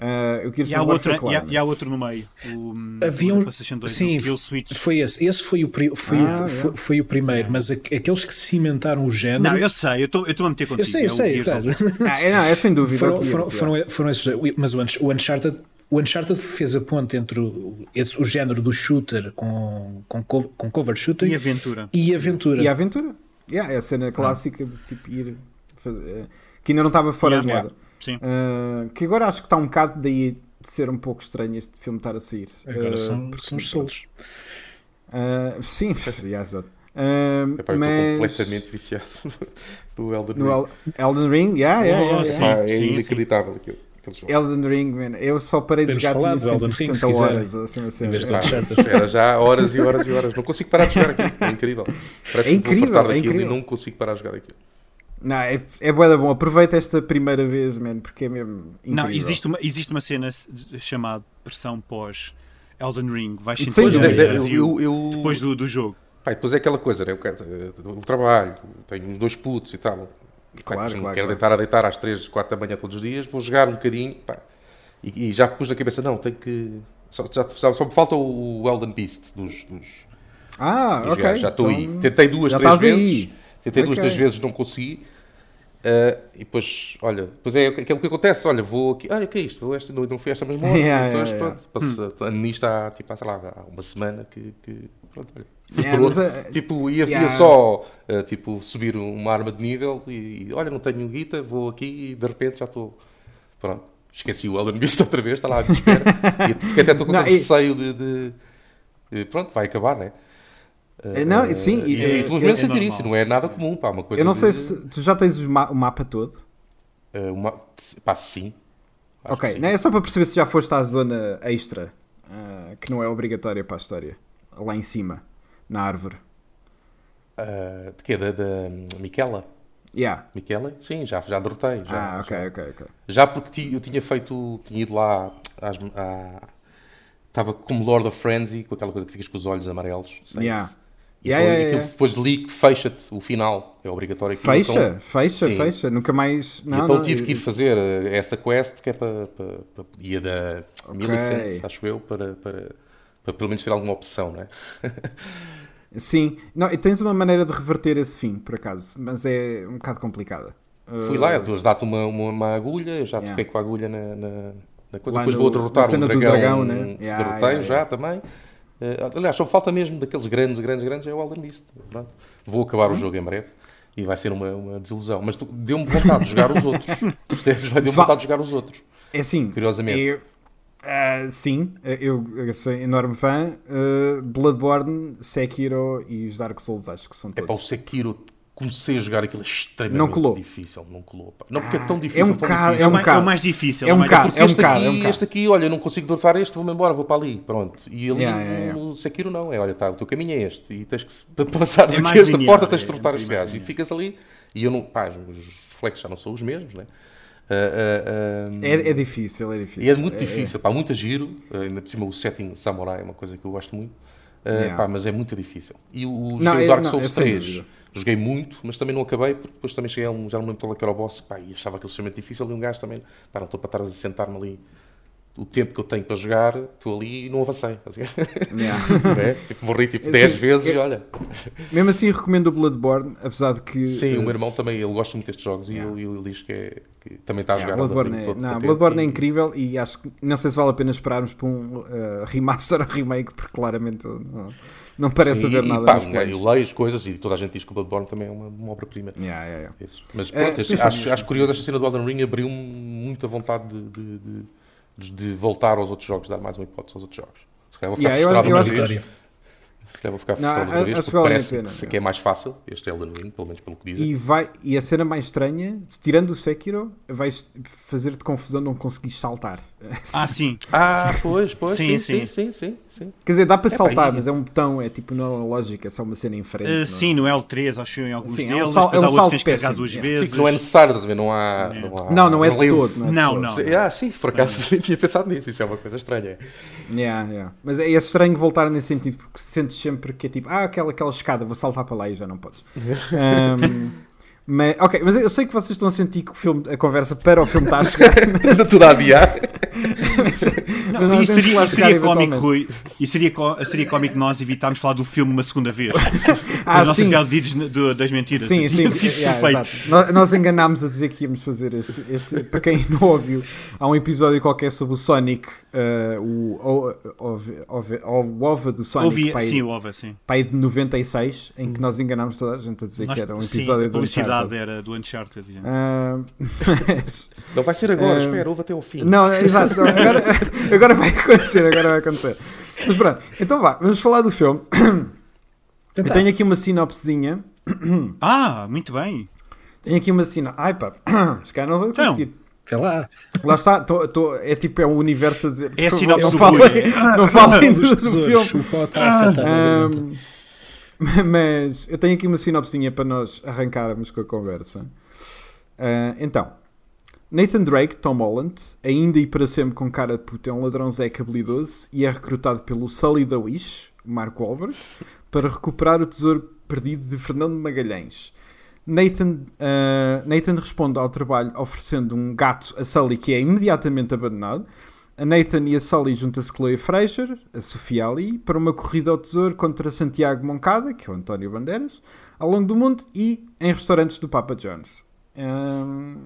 Speaker 1: Ah, o Gears
Speaker 3: E há,
Speaker 1: of War foi
Speaker 3: outra, e, há,
Speaker 1: claramente.
Speaker 3: e há outro no meio. O, hum,
Speaker 4: Havia
Speaker 3: o
Speaker 4: um-
Speaker 3: da PlayStation 2,
Speaker 4: sim,
Speaker 3: o Kill Switch.
Speaker 4: Foi esse. Esse foi o, pri- foi
Speaker 1: Ah,
Speaker 4: o,
Speaker 1: é.
Speaker 4: foi, foi o primeiro, mas a- aqueles que cimentaram o género.
Speaker 3: Não, eu sei, eu estou a meter contigo.
Speaker 4: Eu sei,
Speaker 3: é o
Speaker 4: eu sei.
Speaker 3: Gears
Speaker 4: tá.
Speaker 3: of-
Speaker 1: Ah, é, não, é sem dúvida. o
Speaker 4: foram,
Speaker 1: Gears,
Speaker 4: foram,
Speaker 1: é.
Speaker 4: foram, foram esses dois. Mas o, Unch- o Uncharted. O Uncharted fez a ponte entre o, esse- o género do shooter com, com, co- com cover shooter
Speaker 3: E aventura.
Speaker 4: e aventura.
Speaker 1: E a aventura. Yeah, é a cena clássica de tipo ir. fazer- eh, que ainda não estava fora
Speaker 3: Yeah.
Speaker 1: de moda.
Speaker 3: Sim.
Speaker 1: Ah, que agora acho que está um bocado daí de ser um pouco estranho este filme estar a sair.
Speaker 4: Agora
Speaker 1: Ah,
Speaker 4: são, são os solos.
Speaker 1: ah, sim, yeah, exato. Ah,
Speaker 2: Epá, É eu
Speaker 1: mas-
Speaker 2: estou completamente viciado no Elden Ring.
Speaker 1: No El- Elden Ring, yeah, yeah, yeah,
Speaker 3: Oh,
Speaker 1: yeah.
Speaker 3: sim.
Speaker 2: Pá, é
Speaker 3: sim.
Speaker 2: inacreditável aquilo. aquele jogo.
Speaker 1: Elden Ring, man, eu só parei de
Speaker 4: Temos
Speaker 1: jogar
Speaker 4: falado
Speaker 1: tinha
Speaker 4: do Elden
Speaker 1: 160
Speaker 4: Ring, se quiserem.
Speaker 1: horas. Assim, assim,
Speaker 4: Em vez
Speaker 1: é.
Speaker 4: de
Speaker 2: Pá,
Speaker 4: Uncharted.
Speaker 2: era já horas e horas e horas. Não consigo parar de jogar aquilo. É incrível. Parece
Speaker 1: É
Speaker 2: que me vou
Speaker 1: incrível,
Speaker 2: fartar
Speaker 1: é
Speaker 2: daquilo
Speaker 1: incrível.
Speaker 2: e não consigo parar de jogar aquilo.
Speaker 1: Não, é, é bué da bom. Aproveita esta primeira vez, man, porque é mesmo incrível.
Speaker 3: Não, existe uma, existe uma cena s- chamada pressão pós Elden Ring. Vais
Speaker 1: Sem
Speaker 3: sentir um
Speaker 1: dúvida.
Speaker 2: é,
Speaker 3: vazio
Speaker 2: Eu- eu-
Speaker 3: depois do, do jogo.
Speaker 2: Pá, e depois é aquela coisa, né? Eu quero- eh, o trabalho, tenho uns dois putos e tal. Pá,
Speaker 1: Claro,
Speaker 2: depois não
Speaker 1: claro, claro.
Speaker 2: quero deitar a deitar às 3, 4 da manhã todos os dias, vou jogar um bocadinho pá. E, e já pus na cabeça, não, tenho que. Só, já- só- só me falta o Elden Beast dos, dos,
Speaker 1: Ah,
Speaker 2: dos
Speaker 1: ok.
Speaker 2: gajos. Já estou
Speaker 1: então-
Speaker 2: aí. Tentei duas,
Speaker 1: já
Speaker 2: três
Speaker 1: estás aí.
Speaker 2: vezes. Tentei duas,
Speaker 1: Ok.
Speaker 2: três vezes, não consegui. Ah, e depois, olha, depois é aquilo que acontece. Olha, vou aqui, olha, o que é isto? Vou esta- não, não fui esta mesma hora.
Speaker 1: Yeah,
Speaker 2: então,
Speaker 1: yeah, Hum.
Speaker 2: pronto, passo- ando nisto há, tipo, há, sei lá, há uma semana que, que pronto, olha. Fui
Speaker 1: Yeah,
Speaker 2: por
Speaker 1: mas,
Speaker 2: outro.
Speaker 1: ah,
Speaker 2: Tipo, ia, ia
Speaker 1: yeah.
Speaker 2: só ah, tipo, subir uma arma de nível e, e, olha, não tenho guita, vou aqui e de repente já estou. Pronto, esqueci o Elden Beast outra vez, está lá à minha espera. e até estou com
Speaker 1: Não,
Speaker 2: aquele
Speaker 1: e-
Speaker 2: receio de, de, E pronto, vai acabar, né?
Speaker 1: É, não,
Speaker 2: Eh,
Speaker 1: sim,
Speaker 2: e,
Speaker 1: é-
Speaker 2: e tu mesmo
Speaker 3: é
Speaker 2: sentir
Speaker 3: normal.
Speaker 2: isso, não é nada comum, pá, uma coisa.
Speaker 1: Eu não
Speaker 2: de-
Speaker 1: sei se tu já tens o, ma- o mapa todo.
Speaker 2: eh, uma, pá, sim. Acho que
Speaker 1: ok,
Speaker 2: sim.
Speaker 1: não é só para perceber se já foste à zona extra, ah, que não é obrigatória para a história. Lá em cima, na árvore.
Speaker 2: Eh, de quê? Da, da Miquela?
Speaker 1: Yeah.
Speaker 2: Miquela? Sim, já, já derrotei. Já,
Speaker 1: ah, ok,
Speaker 2: já.
Speaker 1: ok, ok.
Speaker 2: Já porque ti- eu tinha feito, tinha ido lá às, à- Estava como Lord of Frenzy, com aquela coisa que ficas com os olhos amarelos. sei
Speaker 1: Yeah.
Speaker 2: isso. E
Speaker 1: Yeah,
Speaker 2: depois,
Speaker 1: yeah,
Speaker 2: aquilo
Speaker 1: yeah.
Speaker 2: depois de li que fecha-te o final. É obrigatório aquilo.
Speaker 1: Fecha,
Speaker 2: Então,
Speaker 1: fecha,
Speaker 2: Sim.
Speaker 1: fecha. Nunca mais. Não,
Speaker 2: então
Speaker 1: não,
Speaker 2: tive
Speaker 1: eu-
Speaker 2: que ir fazer eh, essa quest que é para. para, para ia da
Speaker 1: Ok.
Speaker 2: Millicent, acho eu, para, para, para pelo menos ter alguma opção, não é?
Speaker 1: Sim, não, e tens uma maneira de reverter esse fim, por acaso, mas é um bocado complicada.
Speaker 2: Fui
Speaker 1: Ah,
Speaker 2: lá, eles dão-te uma, uma, uma agulha, eu já
Speaker 1: Yeah.
Speaker 2: toquei com a agulha na, na, na coisa.
Speaker 1: Lá
Speaker 2: Depois
Speaker 1: no-
Speaker 2: vou
Speaker 1: na
Speaker 2: derrotar um
Speaker 1: cena do
Speaker 2: dragão,
Speaker 1: dragão, né?
Speaker 2: um
Speaker 1: Yeah,
Speaker 2: derrotei
Speaker 1: yeah,
Speaker 2: já também. Eh, aliás, só falta mesmo daqueles grandes, grandes, grandes, é o Alden Beast. Pronto. Vou acabar o
Speaker 1: Uhum.
Speaker 2: jogo em breve e vai ser uma, uma desilusão. Mas tu- deu-me vontade de jogar os outros. Percebes? Vai- Deu-me
Speaker 1: Fa-
Speaker 2: vontade de jogar os outros,
Speaker 1: É assim.
Speaker 2: curiosamente.
Speaker 1: eu- ah, sim, eu, eu sou enorme fã. ah, Bloodborne, Sekiro e os Dark Souls, acho que são
Speaker 2: É
Speaker 1: todos.
Speaker 2: para o Sekiro, comecei a jogar aquilo é extremamente
Speaker 1: Não colou.
Speaker 2: difícil. Não colou. pá. Não porque é tão
Speaker 1: Ah,
Speaker 2: difícil,
Speaker 1: é um
Speaker 2: tão
Speaker 1: bocado-
Speaker 2: difícil.
Speaker 1: é
Speaker 3: É
Speaker 1: um
Speaker 3: o mais- é o
Speaker 1: bocado.
Speaker 3: mais difícil.
Speaker 1: É um
Speaker 3: mais
Speaker 1: bocado.
Speaker 2: Porque este,
Speaker 1: bocado,
Speaker 2: aqui,
Speaker 1: é um bocado.
Speaker 2: este aqui, olha, eu não consigo derrotar este, vou-me embora, vou para ali. Pronto. E ali
Speaker 1: Yeah, yeah, yeah.
Speaker 2: o Sekiro não. É, olha, tá, o teu caminho é este. E tens que, se- para passares
Speaker 3: É
Speaker 2: aqui
Speaker 3: mais
Speaker 2: esta
Speaker 3: linear,
Speaker 2: porta, tens de
Speaker 3: é,
Speaker 2: derrotar
Speaker 3: é
Speaker 2: os
Speaker 3: mais
Speaker 2: gajos. E
Speaker 3: linear.
Speaker 2: ficas ali. E eu não. Pá, os reflexos já não são os mesmos, né? Ah, ah, ah,
Speaker 1: É, é difícil, é difícil.
Speaker 2: e é muito difícil, pá, muito giro. eh, Ainda por cima, o setting samurai é uma coisa que eu gosto muito. Ah,
Speaker 1: Yeah.
Speaker 2: pá, mas é muito difícil. E o, o
Speaker 1: Não,
Speaker 2: joguei
Speaker 1: é-
Speaker 2: Dark
Speaker 1: não, é
Speaker 2: Souls
Speaker 1: sem
Speaker 2: 3
Speaker 1: dúvida.
Speaker 2: joguei muito, mas também não acabei, porque depois também cheguei a um, já não me lembro qual é que era o boss, pá, e achava aquilo extremamente difícil. E um gajo também, pá, não estou para estar a sentar-me ali o tempo que eu tenho para jogar, estou ali e não avancei. Assim,
Speaker 1: é, Yeah.
Speaker 2: né? tipo, morri tipo
Speaker 1: É,
Speaker 2: 10
Speaker 1: sim,
Speaker 2: vezes
Speaker 1: é-
Speaker 2: e olha.
Speaker 1: Mesmo assim, recomendo o Bloodborne, apesar de que.
Speaker 2: Sim,
Speaker 1: ah,
Speaker 2: o meu irmão também, ele gosta muito destes jogos
Speaker 1: Yeah.
Speaker 2: e ele, ele diz que, é, que também está a
Speaker 1: Yeah,
Speaker 2: jogar.
Speaker 1: Bloodborne, é, não, Bloodborne é incrível e acho que não sei se vale a pena esperarmos por um eh, remaster ou remake, porque claramente não, não parece
Speaker 2: Sim,
Speaker 1: haver
Speaker 2: e- e
Speaker 1: nada
Speaker 2: pá, um
Speaker 1: nos planos.
Speaker 2: eu leio as coisas e toda a gente diz que o Bloodborne também é uma, uma obra-prima.
Speaker 1: Yeah, yeah, yeah.
Speaker 2: Esses. Mas
Speaker 1: É,
Speaker 2: pronto, este- acho, acho curioso esta cena do Elden Ring abriu-me muita vontade de, de- de- de voltar aos outros jogos, dar mais uma hipótese aos outros jogos. Se calhar vou ficar
Speaker 1: Yeah, eu-
Speaker 2: frustrado
Speaker 1: eu
Speaker 2: outra
Speaker 1: acho que-
Speaker 2: vez.
Speaker 4: Vitória.
Speaker 2: Se calhar vou ficar
Speaker 1: Não,
Speaker 2: frustrado outra
Speaker 1: a-
Speaker 2: vez,
Speaker 1: acho que
Speaker 2: porque
Speaker 1: vale a
Speaker 2: parece
Speaker 1: pena,
Speaker 2: que, que é mais fácil este Elden Ring, pelo menos pelo que dizem.
Speaker 1: E, vai, e a cena mais estranha, tirando o Sekiro, vais fazer-te confusão não conseguir saltar.
Speaker 3: Ah, sim.
Speaker 2: Ah, pois, pois, sim, sim,
Speaker 3: Sim,
Speaker 2: sim, sim, sim.
Speaker 1: Quer dizer, dá para
Speaker 2: Epá,
Speaker 1: saltar,
Speaker 2: e-
Speaker 1: mas é um botão, é tipo não é lógica, é só uma cena em frente.
Speaker 3: Uh,
Speaker 1: não é?
Speaker 3: sim, no L3, acho eu, em alguns
Speaker 1: Sim, é um
Speaker 3: deles.
Speaker 1: sal-
Speaker 3: depois
Speaker 1: é um
Speaker 3: há outros que
Speaker 1: salto
Speaker 3: tens que carregar
Speaker 1: péssimo.
Speaker 3: duas
Speaker 1: É.
Speaker 2: Sim,
Speaker 3: vezes.
Speaker 2: que não é necessário, estás a ver? Não há. Não, há
Speaker 1: Não, não é de
Speaker 2: relevo.
Speaker 1: todo. Não, é de
Speaker 3: Não,
Speaker 1: todo.
Speaker 3: não.
Speaker 2: Ah, sim, por acaso tinha pensado nisso, isso é uma coisa estranha.
Speaker 1: Yeah, yeah. Mas é, é estranho voltar nesse sentido, porque sentes sempre que é tipo, ah, aquela, aquela escada, vou saltar para lá e já não podes. Ahm, mas, ok, mas eu sei que vocês estão a sentir que o filme, a conversa para o filme está a chegar.
Speaker 2: Anda tudo a adiar.
Speaker 1: Não,
Speaker 3: Não,
Speaker 1: não,
Speaker 3: e
Speaker 1: temos que lá chegar
Speaker 3: seria, e seria cómico,
Speaker 1: eventualmente.
Speaker 3: Rui, e seria, có- seria cómico nós evitarmos falar do filme uma segunda vez.
Speaker 1: Ah,
Speaker 3: a nossa
Speaker 1: sim.
Speaker 3: piada de vídeos do- das mentiras.
Speaker 1: Sim, sim,
Speaker 3: Tinha sido
Speaker 1: yeah,
Speaker 3: perfeito.
Speaker 1: exato. Nós, nós enganámos a dizer que íamos fazer este, este. Para quem não ouviu, há um episódio qualquer sobre o Sonic, eh, o, o, o, o OVA do Sonic,
Speaker 3: Ouvi,
Speaker 1: pai,
Speaker 3: sim, ouve, sim.
Speaker 1: pai de 96, em que nós enganámos toda a gente a dizer
Speaker 3: Nós-
Speaker 1: que era um
Speaker 3: sim,
Speaker 1: episódio
Speaker 3: a
Speaker 1: do
Speaker 3: publicidade
Speaker 1: Uncharted.
Speaker 3: era do Uncharted. já.
Speaker 1: Ah, mas-
Speaker 2: Não vai ser agora,
Speaker 1: Eh,
Speaker 2: espera, ouve até ao fim.
Speaker 1: não, exato, não, agora, agora vai acontecer, agora vai acontecer. Mas pronto, então vá, vamos falar do filme. Eu
Speaker 2: Então.
Speaker 4: Tentar.
Speaker 1: tenho aqui uma sinopsezinha.
Speaker 3: Ah, muito bem.
Speaker 1: Tenho aqui uma sina. Ai pá, se calhar não vou
Speaker 3: Então.
Speaker 1: conseguir.
Speaker 4: Vê tá, lá.
Speaker 1: Lá está, tô- tô- é tipo, é o universo a dizer.
Speaker 3: É a
Speaker 1: por favor, não
Speaker 3: sinopse do
Speaker 1: falem-
Speaker 3: Rui, é.
Speaker 1: Não falem do,
Speaker 4: Os
Speaker 1: do filme.
Speaker 4: tesouros,
Speaker 1: Ah, um,
Speaker 4: o pó está a afetar.
Speaker 1: Ahm,
Speaker 4: obviamente.
Speaker 1: mas eu tenho aqui uma sinopsinha para nós arrancarmos com a conversa. Ah, então, Nathan Drake, Tom Holland, ainda e para sempre com cara de puto, é um ladrão zeca habilidoso e é recrutado pelo Sully da Wish, Mark Wahlberg, para recuperar o tesouro perdido de Fernando Magalhães. Nathan, ah, Nathan responde ao trabalho oferecendo um gato a Sully que é imediatamente abandonado. A Nathan e a Sully junta-se Chloe Fraser, a Sofia Ali, para uma corrida ao tesouro contra Santiago Moncada, que é o António Bandeiras, ao longo do mundo e em restaurantes do Papa John's. Ahm,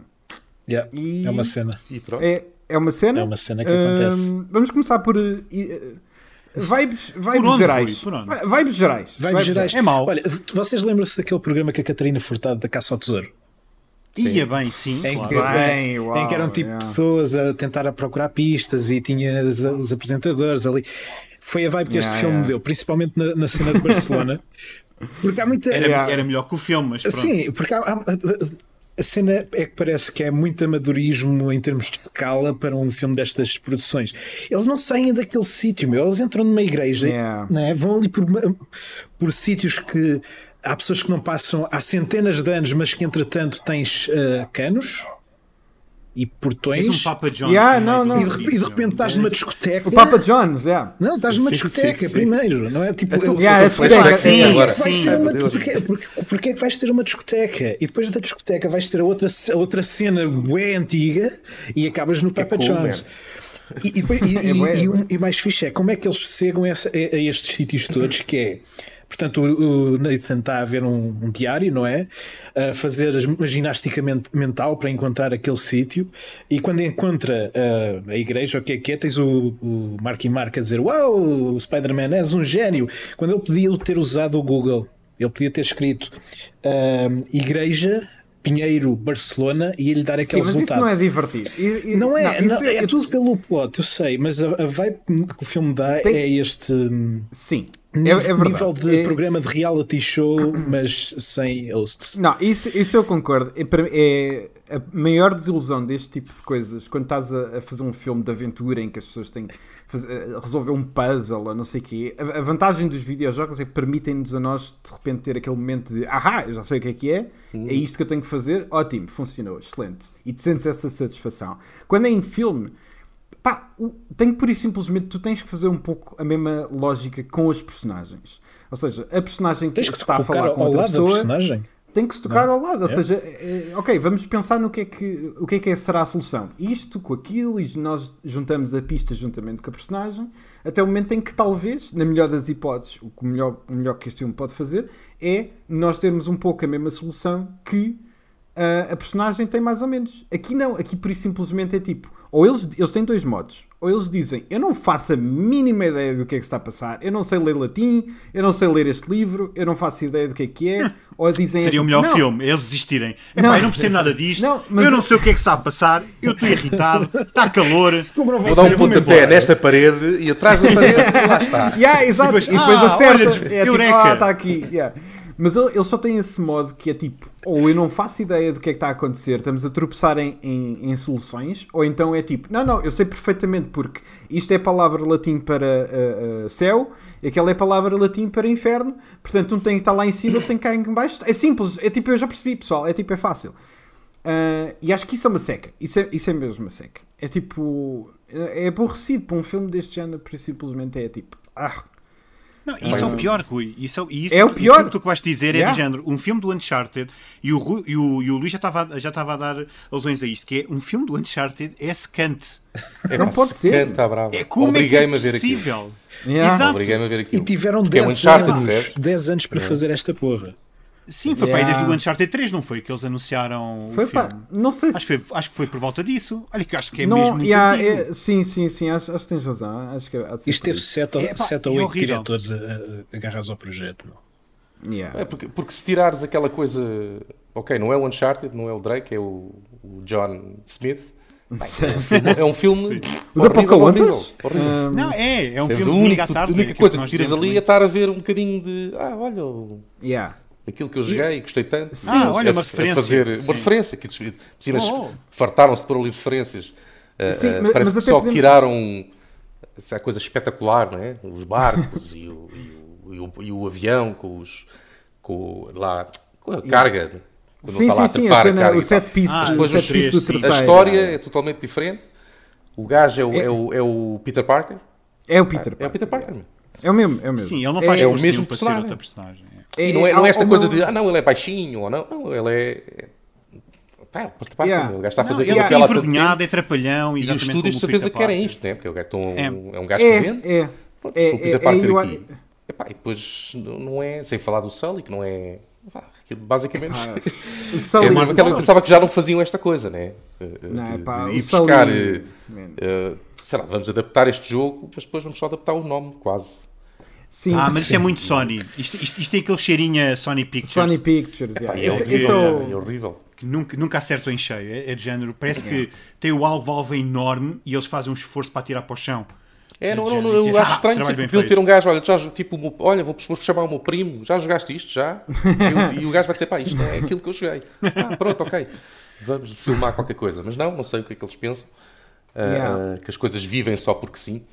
Speaker 4: Yeah,
Speaker 1: e
Speaker 4: É uma cena.
Speaker 2: E pronto.
Speaker 1: é, é uma cena.
Speaker 4: É uma cena que acontece.
Speaker 1: Ahm, vamos começar por. eh, eh, vibes vibes
Speaker 3: Por onde,
Speaker 1: gerais.
Speaker 3: Rui? Por onde?
Speaker 1: Vi- Vibes gerais.
Speaker 4: Vai de gerais.
Speaker 3: É mau.
Speaker 4: Olha, vocês lembram-se daquele programa que a Catarina Furtado da Caça ao Tesouro?
Speaker 3: Ia bem, sim,
Speaker 4: Em
Speaker 1: É
Speaker 4: que,
Speaker 3: claro.
Speaker 1: Bem, uau,
Speaker 4: em que eram tipo
Speaker 1: yeah.
Speaker 4: pessoas a tentar a procurar pistas e tinha os, os apresentadores ali. Foi a vibe que este
Speaker 1: Yeah,
Speaker 4: filme me
Speaker 1: yeah.
Speaker 4: deu, principalmente na, na cena de Barcelona. Porque há muita.
Speaker 3: Era,
Speaker 1: Yeah.
Speaker 3: era melhor que o filme, mas pronto.
Speaker 4: Sim, porque há- há- a cena é que parece que é muito amadorismo em termos de escala para um filme destas produções. Eles não saem daquele sítio, meu. Eles entram numa igreja,
Speaker 1: Yeah.
Speaker 4: né? vão ali por, uma- por sítios que há pessoas que não passam há centenas de anos, mas que entretanto tens eh, canos e portões.
Speaker 3: Tens um Papa John.
Speaker 1: Yeah,
Speaker 3: assim,
Speaker 1: não,
Speaker 3: meio
Speaker 1: não.
Speaker 4: E
Speaker 3: do
Speaker 4: de,
Speaker 3: início,
Speaker 4: rep- e de repente
Speaker 3: É.
Speaker 4: estás numa discoteca.
Speaker 1: O Papa John's, é. yeah.
Speaker 4: Não, estás numa
Speaker 2: Sim,
Speaker 4: discoteca
Speaker 2: sim, sim.
Speaker 4: primeiro, não é? Tipo, eu-
Speaker 1: yeah, é
Speaker 2: flashback
Speaker 1: sim,
Speaker 2: sim, agora.
Speaker 4: Vais
Speaker 3: Sim.
Speaker 4: ter
Speaker 2: Ai, meu
Speaker 4: uma-
Speaker 2: Deus.
Speaker 4: Porquê, porquê, porquê é que vais ter uma discoteca? E depois da discoteca vais ter outra, ce- outra cena bué antiga e acabas no Papa
Speaker 2: é cool,
Speaker 4: John's. E, e depois- e-
Speaker 1: É bué,
Speaker 4: e-
Speaker 1: é
Speaker 4: e
Speaker 1: bué.
Speaker 4: um- e mais fixe é como é que eles chegam a, essa- a- a estes sítios todos que é. Portanto, o o Nathan está a ver um, um diário, não é? A fazer as- uma ginástica men- mental para encontrar aquele sítio. E quando encontra ah, a igreja, o que é que é? Tens o, o Mark e Mark a dizer: Uau, Spider-Man, és um gênio. Quando ele podia ter usado o Google, ele podia ter escrito ah, Igreja, Pinheiro, Barcelona e ele dar
Speaker 1: Sim,
Speaker 4: aquele
Speaker 1: mas
Speaker 4: resultado.
Speaker 1: isso não é divertido. E- e-
Speaker 4: Não é, não,
Speaker 1: isso
Speaker 4: é, tudo pelo plot, eu sei, mas a, a vibe que o filme dá
Speaker 1: Tem-
Speaker 4: é este hum,
Speaker 1: Sim, é, é
Speaker 4: nível,
Speaker 1: verdade.
Speaker 4: nível de
Speaker 1: É-
Speaker 4: programa de reality show, mas sem hosts.
Speaker 1: Não, isso, isso eu concordo. É, para mim- é a maior desilusão deste tipo de coisas, quando estás a, a fazer um filme de aventura em que as pessoas têm que faz- a- a resolver um puzzle ou não sei o quê. A, a vantagem dos videojogos é que permitem-nos a nós de repente ter aquele momento de ahá, eu já sei o que é que é,
Speaker 4: Uhum.
Speaker 1: é isto que eu tenho que fazer, ótimo, funcionou, excelente. E te sentes essa satisfação. Quando é em filme, pá, o- tem que por isso simplesmente tu tens que fazer um pouco a mesma lógica com os personagens. Ou seja, a personagem que
Speaker 4: Tens que te
Speaker 1: está a
Speaker 4: colocar
Speaker 1: falar
Speaker 4: ao
Speaker 1: com outra
Speaker 4: lado da
Speaker 1: pessoa
Speaker 4: personagem.
Speaker 1: tem que se tocar ao lado. Ou seja, é, é, ok, vamos pensar no que é que, o que é que é- será a solução. Isto com aquilo, e nós juntamos a pista juntamente com a personagem, até o momento em que talvez, na melhor das hipóteses, o que melhor, o melhor que este filme pode fazer é nós termos um pouco a mesma solução que ah, a personagem tem mais ou menos. Aqui não, aqui por isso simplesmente é tipo, ou eles, eles têm dois modos, ou eles dizem, eu não faço a mínima ideia do que é que está a passar, eu não sei ler latim, eu não sei ler este livro, eu não faço ideia do que é que é, ou dizem...
Speaker 3: Seria o
Speaker 1: tipo,
Speaker 3: melhor
Speaker 1: "Não,
Speaker 3: filme, eles desistirem. Epá,
Speaker 1: Não.
Speaker 3: eu não percebo nada disto,
Speaker 1: Não, mas
Speaker 3: eu não
Speaker 1: eu-
Speaker 3: sei o que é que está a passar, eu estou irritado, está calor.
Speaker 2: Vou dar um pontapé nesta parede e atrás da parede, lá está.
Speaker 1: yeah, exato.
Speaker 3: depois,
Speaker 1: E é, depois
Speaker 3: ah,
Speaker 1: acerta.
Speaker 3: olha,
Speaker 1: é tipo,
Speaker 3: eureka.
Speaker 1: ah, está aqui. yeah. Mas ele, ele só tem esse modo que é tipo, ou eu não faço ideia do que é que está a acontecer, estamos a tropeçar em, em- em soluções, ou então é tipo, não, não, eu sei perfeitamente porque isto é palavra latim para ah, ah, céu, e aquela é palavra latim para inferno, portanto um tem que estar lá em cima, outro tem que estar em baixo. É simples, é tipo, eu já percebi, pessoal, é tipo, é fácil. Ah, e acho que isso é uma seca. Isso é, isso é mesmo uma seca. É tipo. É aborrecido para um filme deste género, porque simplesmente é tipo. Ah,
Speaker 3: Não, isso é o pior, Rui. Isso é, isso,
Speaker 1: É o pior.
Speaker 3: que tu que vais dizer é
Speaker 1: Yeah.
Speaker 3: do género. Um filme do Uncharted, e o, Rui- e o, e o Luís já estava, a- já estava a dar alusões a isto, que é um filme do Uncharted é secante.
Speaker 2: É,
Speaker 1: Não
Speaker 2: pá,
Speaker 1: pode
Speaker 2: se
Speaker 1: ser.
Speaker 2: Canta, brava.
Speaker 3: É como
Speaker 2: Obriguei-me
Speaker 3: é
Speaker 2: a
Speaker 3: que é
Speaker 2: ver aquilo.
Speaker 3: possível?
Speaker 1: Yeah.
Speaker 3: Exato.
Speaker 2: Obriguei-me a ver aquilo.
Speaker 4: E tiveram
Speaker 2: Porque
Speaker 4: 10
Speaker 2: é um Uncharted,
Speaker 4: anos,
Speaker 2: percebes?
Speaker 4: 10 anos para fazer esta porra.
Speaker 3: Sim, foi para aí
Speaker 1: Yeah.
Speaker 3: desde o Uncharted 3, não foi? Que eles anunciaram
Speaker 2: um
Speaker 3: o
Speaker 1: foi
Speaker 3: filme.
Speaker 1: pá. Não sei se.
Speaker 3: Acho que, foi, acho que foi por volta disso. Olha, que eu acho que é
Speaker 1: não,
Speaker 3: mesmo muito
Speaker 1: yeah,
Speaker 3: antigo.
Speaker 1: é- sim, sim, sim. Acho, acho que tens razão. Acho que há de ser
Speaker 4: Isto
Speaker 1: por
Speaker 4: teve
Speaker 1: isso.
Speaker 4: 7 ou,
Speaker 3: É, pá,
Speaker 4: sete
Speaker 3: é
Speaker 4: ou 8
Speaker 3: horrível.
Speaker 4: diretores a, a- a- agarrados ao projeto. meu.
Speaker 1: Yeah.
Speaker 2: É porque, porque se tirares aquela coisa. Ok, não é o Uncharted, não é o Drake, é o, o John Smith. É um filme.
Speaker 1: O da
Speaker 2: horrível,
Speaker 1: Pocahontas?
Speaker 2: horrível, horrível.
Speaker 3: Não, é, é um
Speaker 2: Percebes?
Speaker 3: filme
Speaker 2: O
Speaker 3: que
Speaker 2: único-
Speaker 3: liga à tarde.
Speaker 2: a única
Speaker 3: é
Speaker 2: coisa que
Speaker 3: nós
Speaker 2: tiras
Speaker 3: dizemos
Speaker 2: ali é estar a ver um bocadinho de. Ah, olha, o-
Speaker 1: Yeah.
Speaker 2: aquilo que eu joguei, gostei tanto.
Speaker 1: Sim.
Speaker 2: Ah,
Speaker 3: olha,
Speaker 2: a-
Speaker 3: uma
Speaker 2: a
Speaker 3: referência.
Speaker 2: fazer
Speaker 3: Sim.
Speaker 2: uma referência. Que, des- piscinas
Speaker 3: Oh.
Speaker 2: fartaram-se por ali referências. Ah,
Speaker 1: Sim,
Speaker 2: ah,
Speaker 1: mas- mas
Speaker 2: parece que
Speaker 1: até
Speaker 2: só
Speaker 1: podemos-
Speaker 2: tiraram essa coisa espetacular, não é? Os barcos e, o, e, o, e o- e o avião com os. Com, o- lá, com a carga. Quando
Speaker 1: Sim,
Speaker 2: está lá
Speaker 1: sim,
Speaker 2: a
Speaker 1: sim.
Speaker 2: trepar
Speaker 1: A
Speaker 2: a
Speaker 1: cena,
Speaker 2: carga e
Speaker 1: o set
Speaker 2: tal.
Speaker 1: piece,
Speaker 3: Ah,
Speaker 1: o
Speaker 2: depois
Speaker 1: set
Speaker 2: os
Speaker 1: piece
Speaker 3: três,
Speaker 1: do
Speaker 3: sim. A
Speaker 2: A
Speaker 1: terceiro.
Speaker 2: história é totalmente diferente. O gajo é o, é o, é o Peter Parker.
Speaker 1: É o Peter.
Speaker 2: É o
Speaker 1: Parker.
Speaker 2: Peter Parker. meu.
Speaker 1: É o mesmo. É o mesmo.
Speaker 3: Sim, ele não faz
Speaker 1: É- um
Speaker 2: o
Speaker 3: esforço
Speaker 2: mesmo
Speaker 3: nenhum para ser
Speaker 2: personagem.
Speaker 3: outra personagem. é.
Speaker 2: E não é, não é esta
Speaker 1: ao-
Speaker 2: coisa
Speaker 1: ao
Speaker 2: de,
Speaker 1: meu-
Speaker 2: ah não, ele é baixinho, ou não, não, ele é... Pá, parte, parte,
Speaker 1: Yeah.
Speaker 2: O gajo está a fazer
Speaker 3: Não,
Speaker 2: aquilo
Speaker 3: ele
Speaker 2: que
Speaker 3: é
Speaker 2: ela
Speaker 3: envergonhado, é trapalhão,
Speaker 2: E os
Speaker 3: exatamente
Speaker 2: estúdios de
Speaker 3: como o
Speaker 2: certeza
Speaker 3: Peter
Speaker 2: querem
Speaker 3: Parker.
Speaker 2: isto, né? Porque o gajo tão-
Speaker 3: É.
Speaker 2: é um gajo que vende.
Speaker 1: É, é.
Speaker 2: Pronto,
Speaker 1: É,
Speaker 2: o Peter
Speaker 1: é, é,
Speaker 2: Parker
Speaker 1: eu-
Speaker 2: aqui. Epá, e depois não- não é, sem falar do Sully, que não é... pá, aquilo Basicamente,
Speaker 1: o
Speaker 2: é
Speaker 1: Ah, Sully-
Speaker 2: mesmo aquela que
Speaker 3: Sully.
Speaker 2: pensava que já não faziam esta coisa, né? Eh, eh,
Speaker 1: Não,
Speaker 2: de-
Speaker 1: é pá,
Speaker 2: de
Speaker 1: o
Speaker 2: ir
Speaker 1: Sully-
Speaker 2: buscar, eh,
Speaker 1: Man.
Speaker 2: eh, sei lá, vamos adaptar este jogo, mas depois vamos só adaptar o nome, quase.
Speaker 1: Sim.
Speaker 3: Ah, mas isto é muito Sony. Isto, isto, isto tem aquele cheirinho a Sony Pictures
Speaker 1: Sony Pictures.
Speaker 2: Pá,
Speaker 1: yeah.
Speaker 2: é,
Speaker 1: Esse-
Speaker 2: horrível,
Speaker 1: esse é o-
Speaker 2: é horrível.
Speaker 3: que nunca, nunca acertam em cheio. É, é de género. Parece que tem o alvo-alvo enorme e eles fazem um esforço para atirar para o chão.
Speaker 2: É, não,
Speaker 3: Dizia-
Speaker 2: não, não, eu
Speaker 3: dizia,
Speaker 2: acho
Speaker 3: "Ah,
Speaker 2: estranho tipo,
Speaker 3: trabalho bem
Speaker 2: podiam
Speaker 3: feito."
Speaker 2: ter um gajo, olha, já, tipo, o meu- olha, vou, vou chamar o meu primo, já jogaste isto, já? E, o- e o gajo vai dizer, pá, isto é aquilo que eu joguei. Ah, pronto, ok, vamos filmar qualquer coisa. Mas não, não sei o que é que eles pensam, ah,
Speaker 1: Yeah.
Speaker 2: ah, que as coisas vivem só porque sim.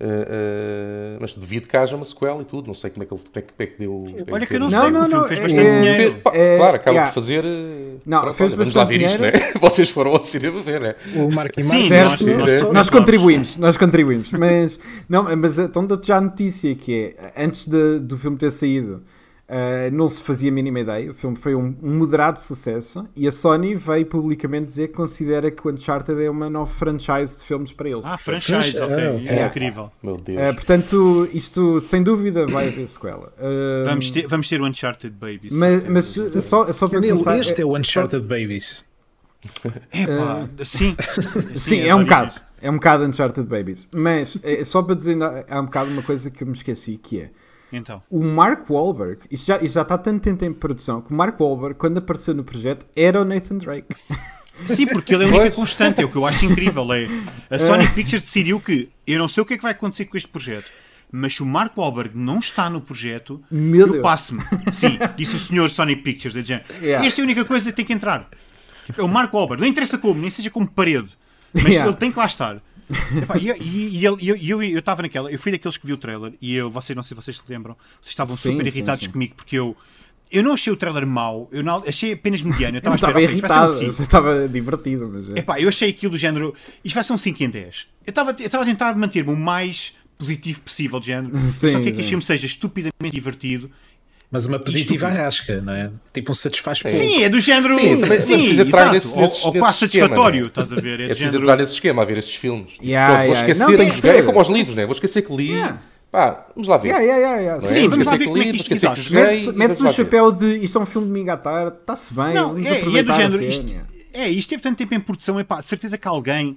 Speaker 2: Ah, ah, mas devido que haja uma sequela e tudo, não sei como é que, ele, como é que, como é que deu.
Speaker 3: Olha
Speaker 2: em
Speaker 3: que eu não
Speaker 2: termos-
Speaker 3: sei.
Speaker 1: Não,
Speaker 3: que
Speaker 1: não,
Speaker 3: o
Speaker 1: não.
Speaker 3: filme fez bastante
Speaker 1: é-
Speaker 2: Fe-
Speaker 3: dinheiro.
Speaker 2: pá,
Speaker 1: é-
Speaker 2: claro, acaba
Speaker 1: yeah.
Speaker 2: de fazer. eh,
Speaker 1: Não,
Speaker 2: pronto,
Speaker 1: fez
Speaker 2: olha, vamos lá ver
Speaker 1: bastante
Speaker 2: isto, né? Vocês foram ao cinema ver, né?
Speaker 4: O Mark e
Speaker 3: Sim,
Speaker 4: Mark-
Speaker 1: Certo,
Speaker 3: Nós- nós-
Speaker 1: nós,
Speaker 3: nós-
Speaker 1: contribuímos, nós contribuímos, mas não, mas então dou-te já a notícia que é antes de- do filme ter saído, ah, não se fazia a mínima ideia. O filme foi um moderado sucesso e a Sony veio publicamente dizer que considera que o Uncharted é uma nova franchise de filmes para eles.
Speaker 3: Ah, franchise, ok.
Speaker 4: Ah,
Speaker 3: É,
Speaker 1: ok.
Speaker 3: incrível.
Speaker 2: Meu Deus.
Speaker 1: Ah, portanto, isto sem dúvida vai haver sequela. Ah,
Speaker 3: Vamos ter, vamos ter o Uncharted Babies.
Speaker 1: mas, mas só, só para
Speaker 4: Nele,
Speaker 1: começar, eh,
Speaker 4: Este é o Uncharted Babies.
Speaker 3: Epá,
Speaker 2: eh,
Speaker 3: sim.
Speaker 1: Sim, é,
Speaker 3: as
Speaker 1: um
Speaker 3: origens.
Speaker 1: bocado. É um bocado Uncharted Babies. Mas é, só para dizer ainda há um bocado uma coisa que eu me esqueci, que é
Speaker 3: Então,
Speaker 1: o Mark Wahlberg, isto já, isto já está tanto tempo em produção, que o Mark Wahlberg, quando apareceu no projeto, era o Nathan Drake.
Speaker 3: sim, porque ele é a única constante, é o que eu acho incrível. É, a Sony Pictures decidiu que eu não sei o que é que vai acontecer com este projeto, mas se o Mark Wahlberg não está no projeto,
Speaker 1: Meu
Speaker 3: eu
Speaker 1: Deus.
Speaker 3: passo-me. Sim, disse o senhor Sony Pictures. É de género,
Speaker 1: Yeah.
Speaker 3: Esta é a única coisa que tem que entrar. É o Mark Wahlberg, não interessa como, nem seja como parede, mas
Speaker 1: Yeah.
Speaker 3: ele tem que lá estar. Epá, e- e e ele- e eu e eu- eu estava naquela, eu fui daqueles que vi o trailer e eu, vocês não sei se vocês se lembram, vocês estavam
Speaker 1: Sim,
Speaker 3: super
Speaker 1: sim,
Speaker 3: irritados
Speaker 1: sim.
Speaker 3: comigo porque eu. Eu não achei o trailer mau, eu não, achei apenas mediano. Eu
Speaker 1: Eu
Speaker 3: estava a esperar,
Speaker 1: estava
Speaker 3: "Ok, isto vai ser um
Speaker 1: irritado, eu
Speaker 3: cinco."
Speaker 1: só estava divertido. Mas é.
Speaker 3: Epá, eu achei aquilo do género. Isto vai ser um 5 em 10. Eu estava eu estava a tentar manter-me o mais positivo possível, de género.
Speaker 1: Sim,
Speaker 3: Só que é que
Speaker 1: sim.
Speaker 3: este filme seja estupidamente divertido.
Speaker 4: Mas uma positiva
Speaker 3: Isto-
Speaker 4: rasca, não é? Tipo um satisfaz pouco.
Speaker 3: Sim, é do género.
Speaker 2: Sim, também não
Speaker 3: sim,
Speaker 2: precisa entrar
Speaker 3: exato,
Speaker 2: nesse-
Speaker 3: ou,
Speaker 2: nesse-
Speaker 3: ou
Speaker 2: nesse
Speaker 3: quase
Speaker 2: esquema,
Speaker 3: satisfatório,
Speaker 2: não é?
Speaker 3: estás a ver? É,
Speaker 2: É
Speaker 3: de
Speaker 2: preciso
Speaker 3: género.
Speaker 2: entrar nesse esquema a ver estes filmes. Tipo,
Speaker 1: Yeah,
Speaker 2: pronto,
Speaker 1: yeah.
Speaker 2: vou
Speaker 1: Não,
Speaker 2: esquecer
Speaker 1: tem
Speaker 2: a
Speaker 1: que
Speaker 2: jogar. É
Speaker 1: ser.
Speaker 2: como aos livros, né? Vou esquecer que li.
Speaker 1: Yeah.
Speaker 2: Pá, vamos lá ver.
Speaker 1: Yeah, yeah, yeah, yeah,
Speaker 2: Não
Speaker 1: sim.
Speaker 2: é?
Speaker 3: Sim,
Speaker 2: Vou
Speaker 3: vamos lá
Speaker 2: esquecer
Speaker 3: ver como é que
Speaker 2: li, vou
Speaker 3: isto-
Speaker 2: esquecer que
Speaker 3: exato.
Speaker 2: joguei
Speaker 1: Metes,
Speaker 2: e
Speaker 1: metes
Speaker 2: vamos
Speaker 1: o
Speaker 2: lá ver.
Speaker 1: chapéu de isto é um filme de domingo à tarde, está-se bem,
Speaker 3: Não,
Speaker 1: vamos
Speaker 3: é, e é do
Speaker 1: aproveitar a
Speaker 3: género.
Speaker 1: cena.
Speaker 3: Isto, é, isto teve tanto tempo em produção, é pá, de certeza que alguém,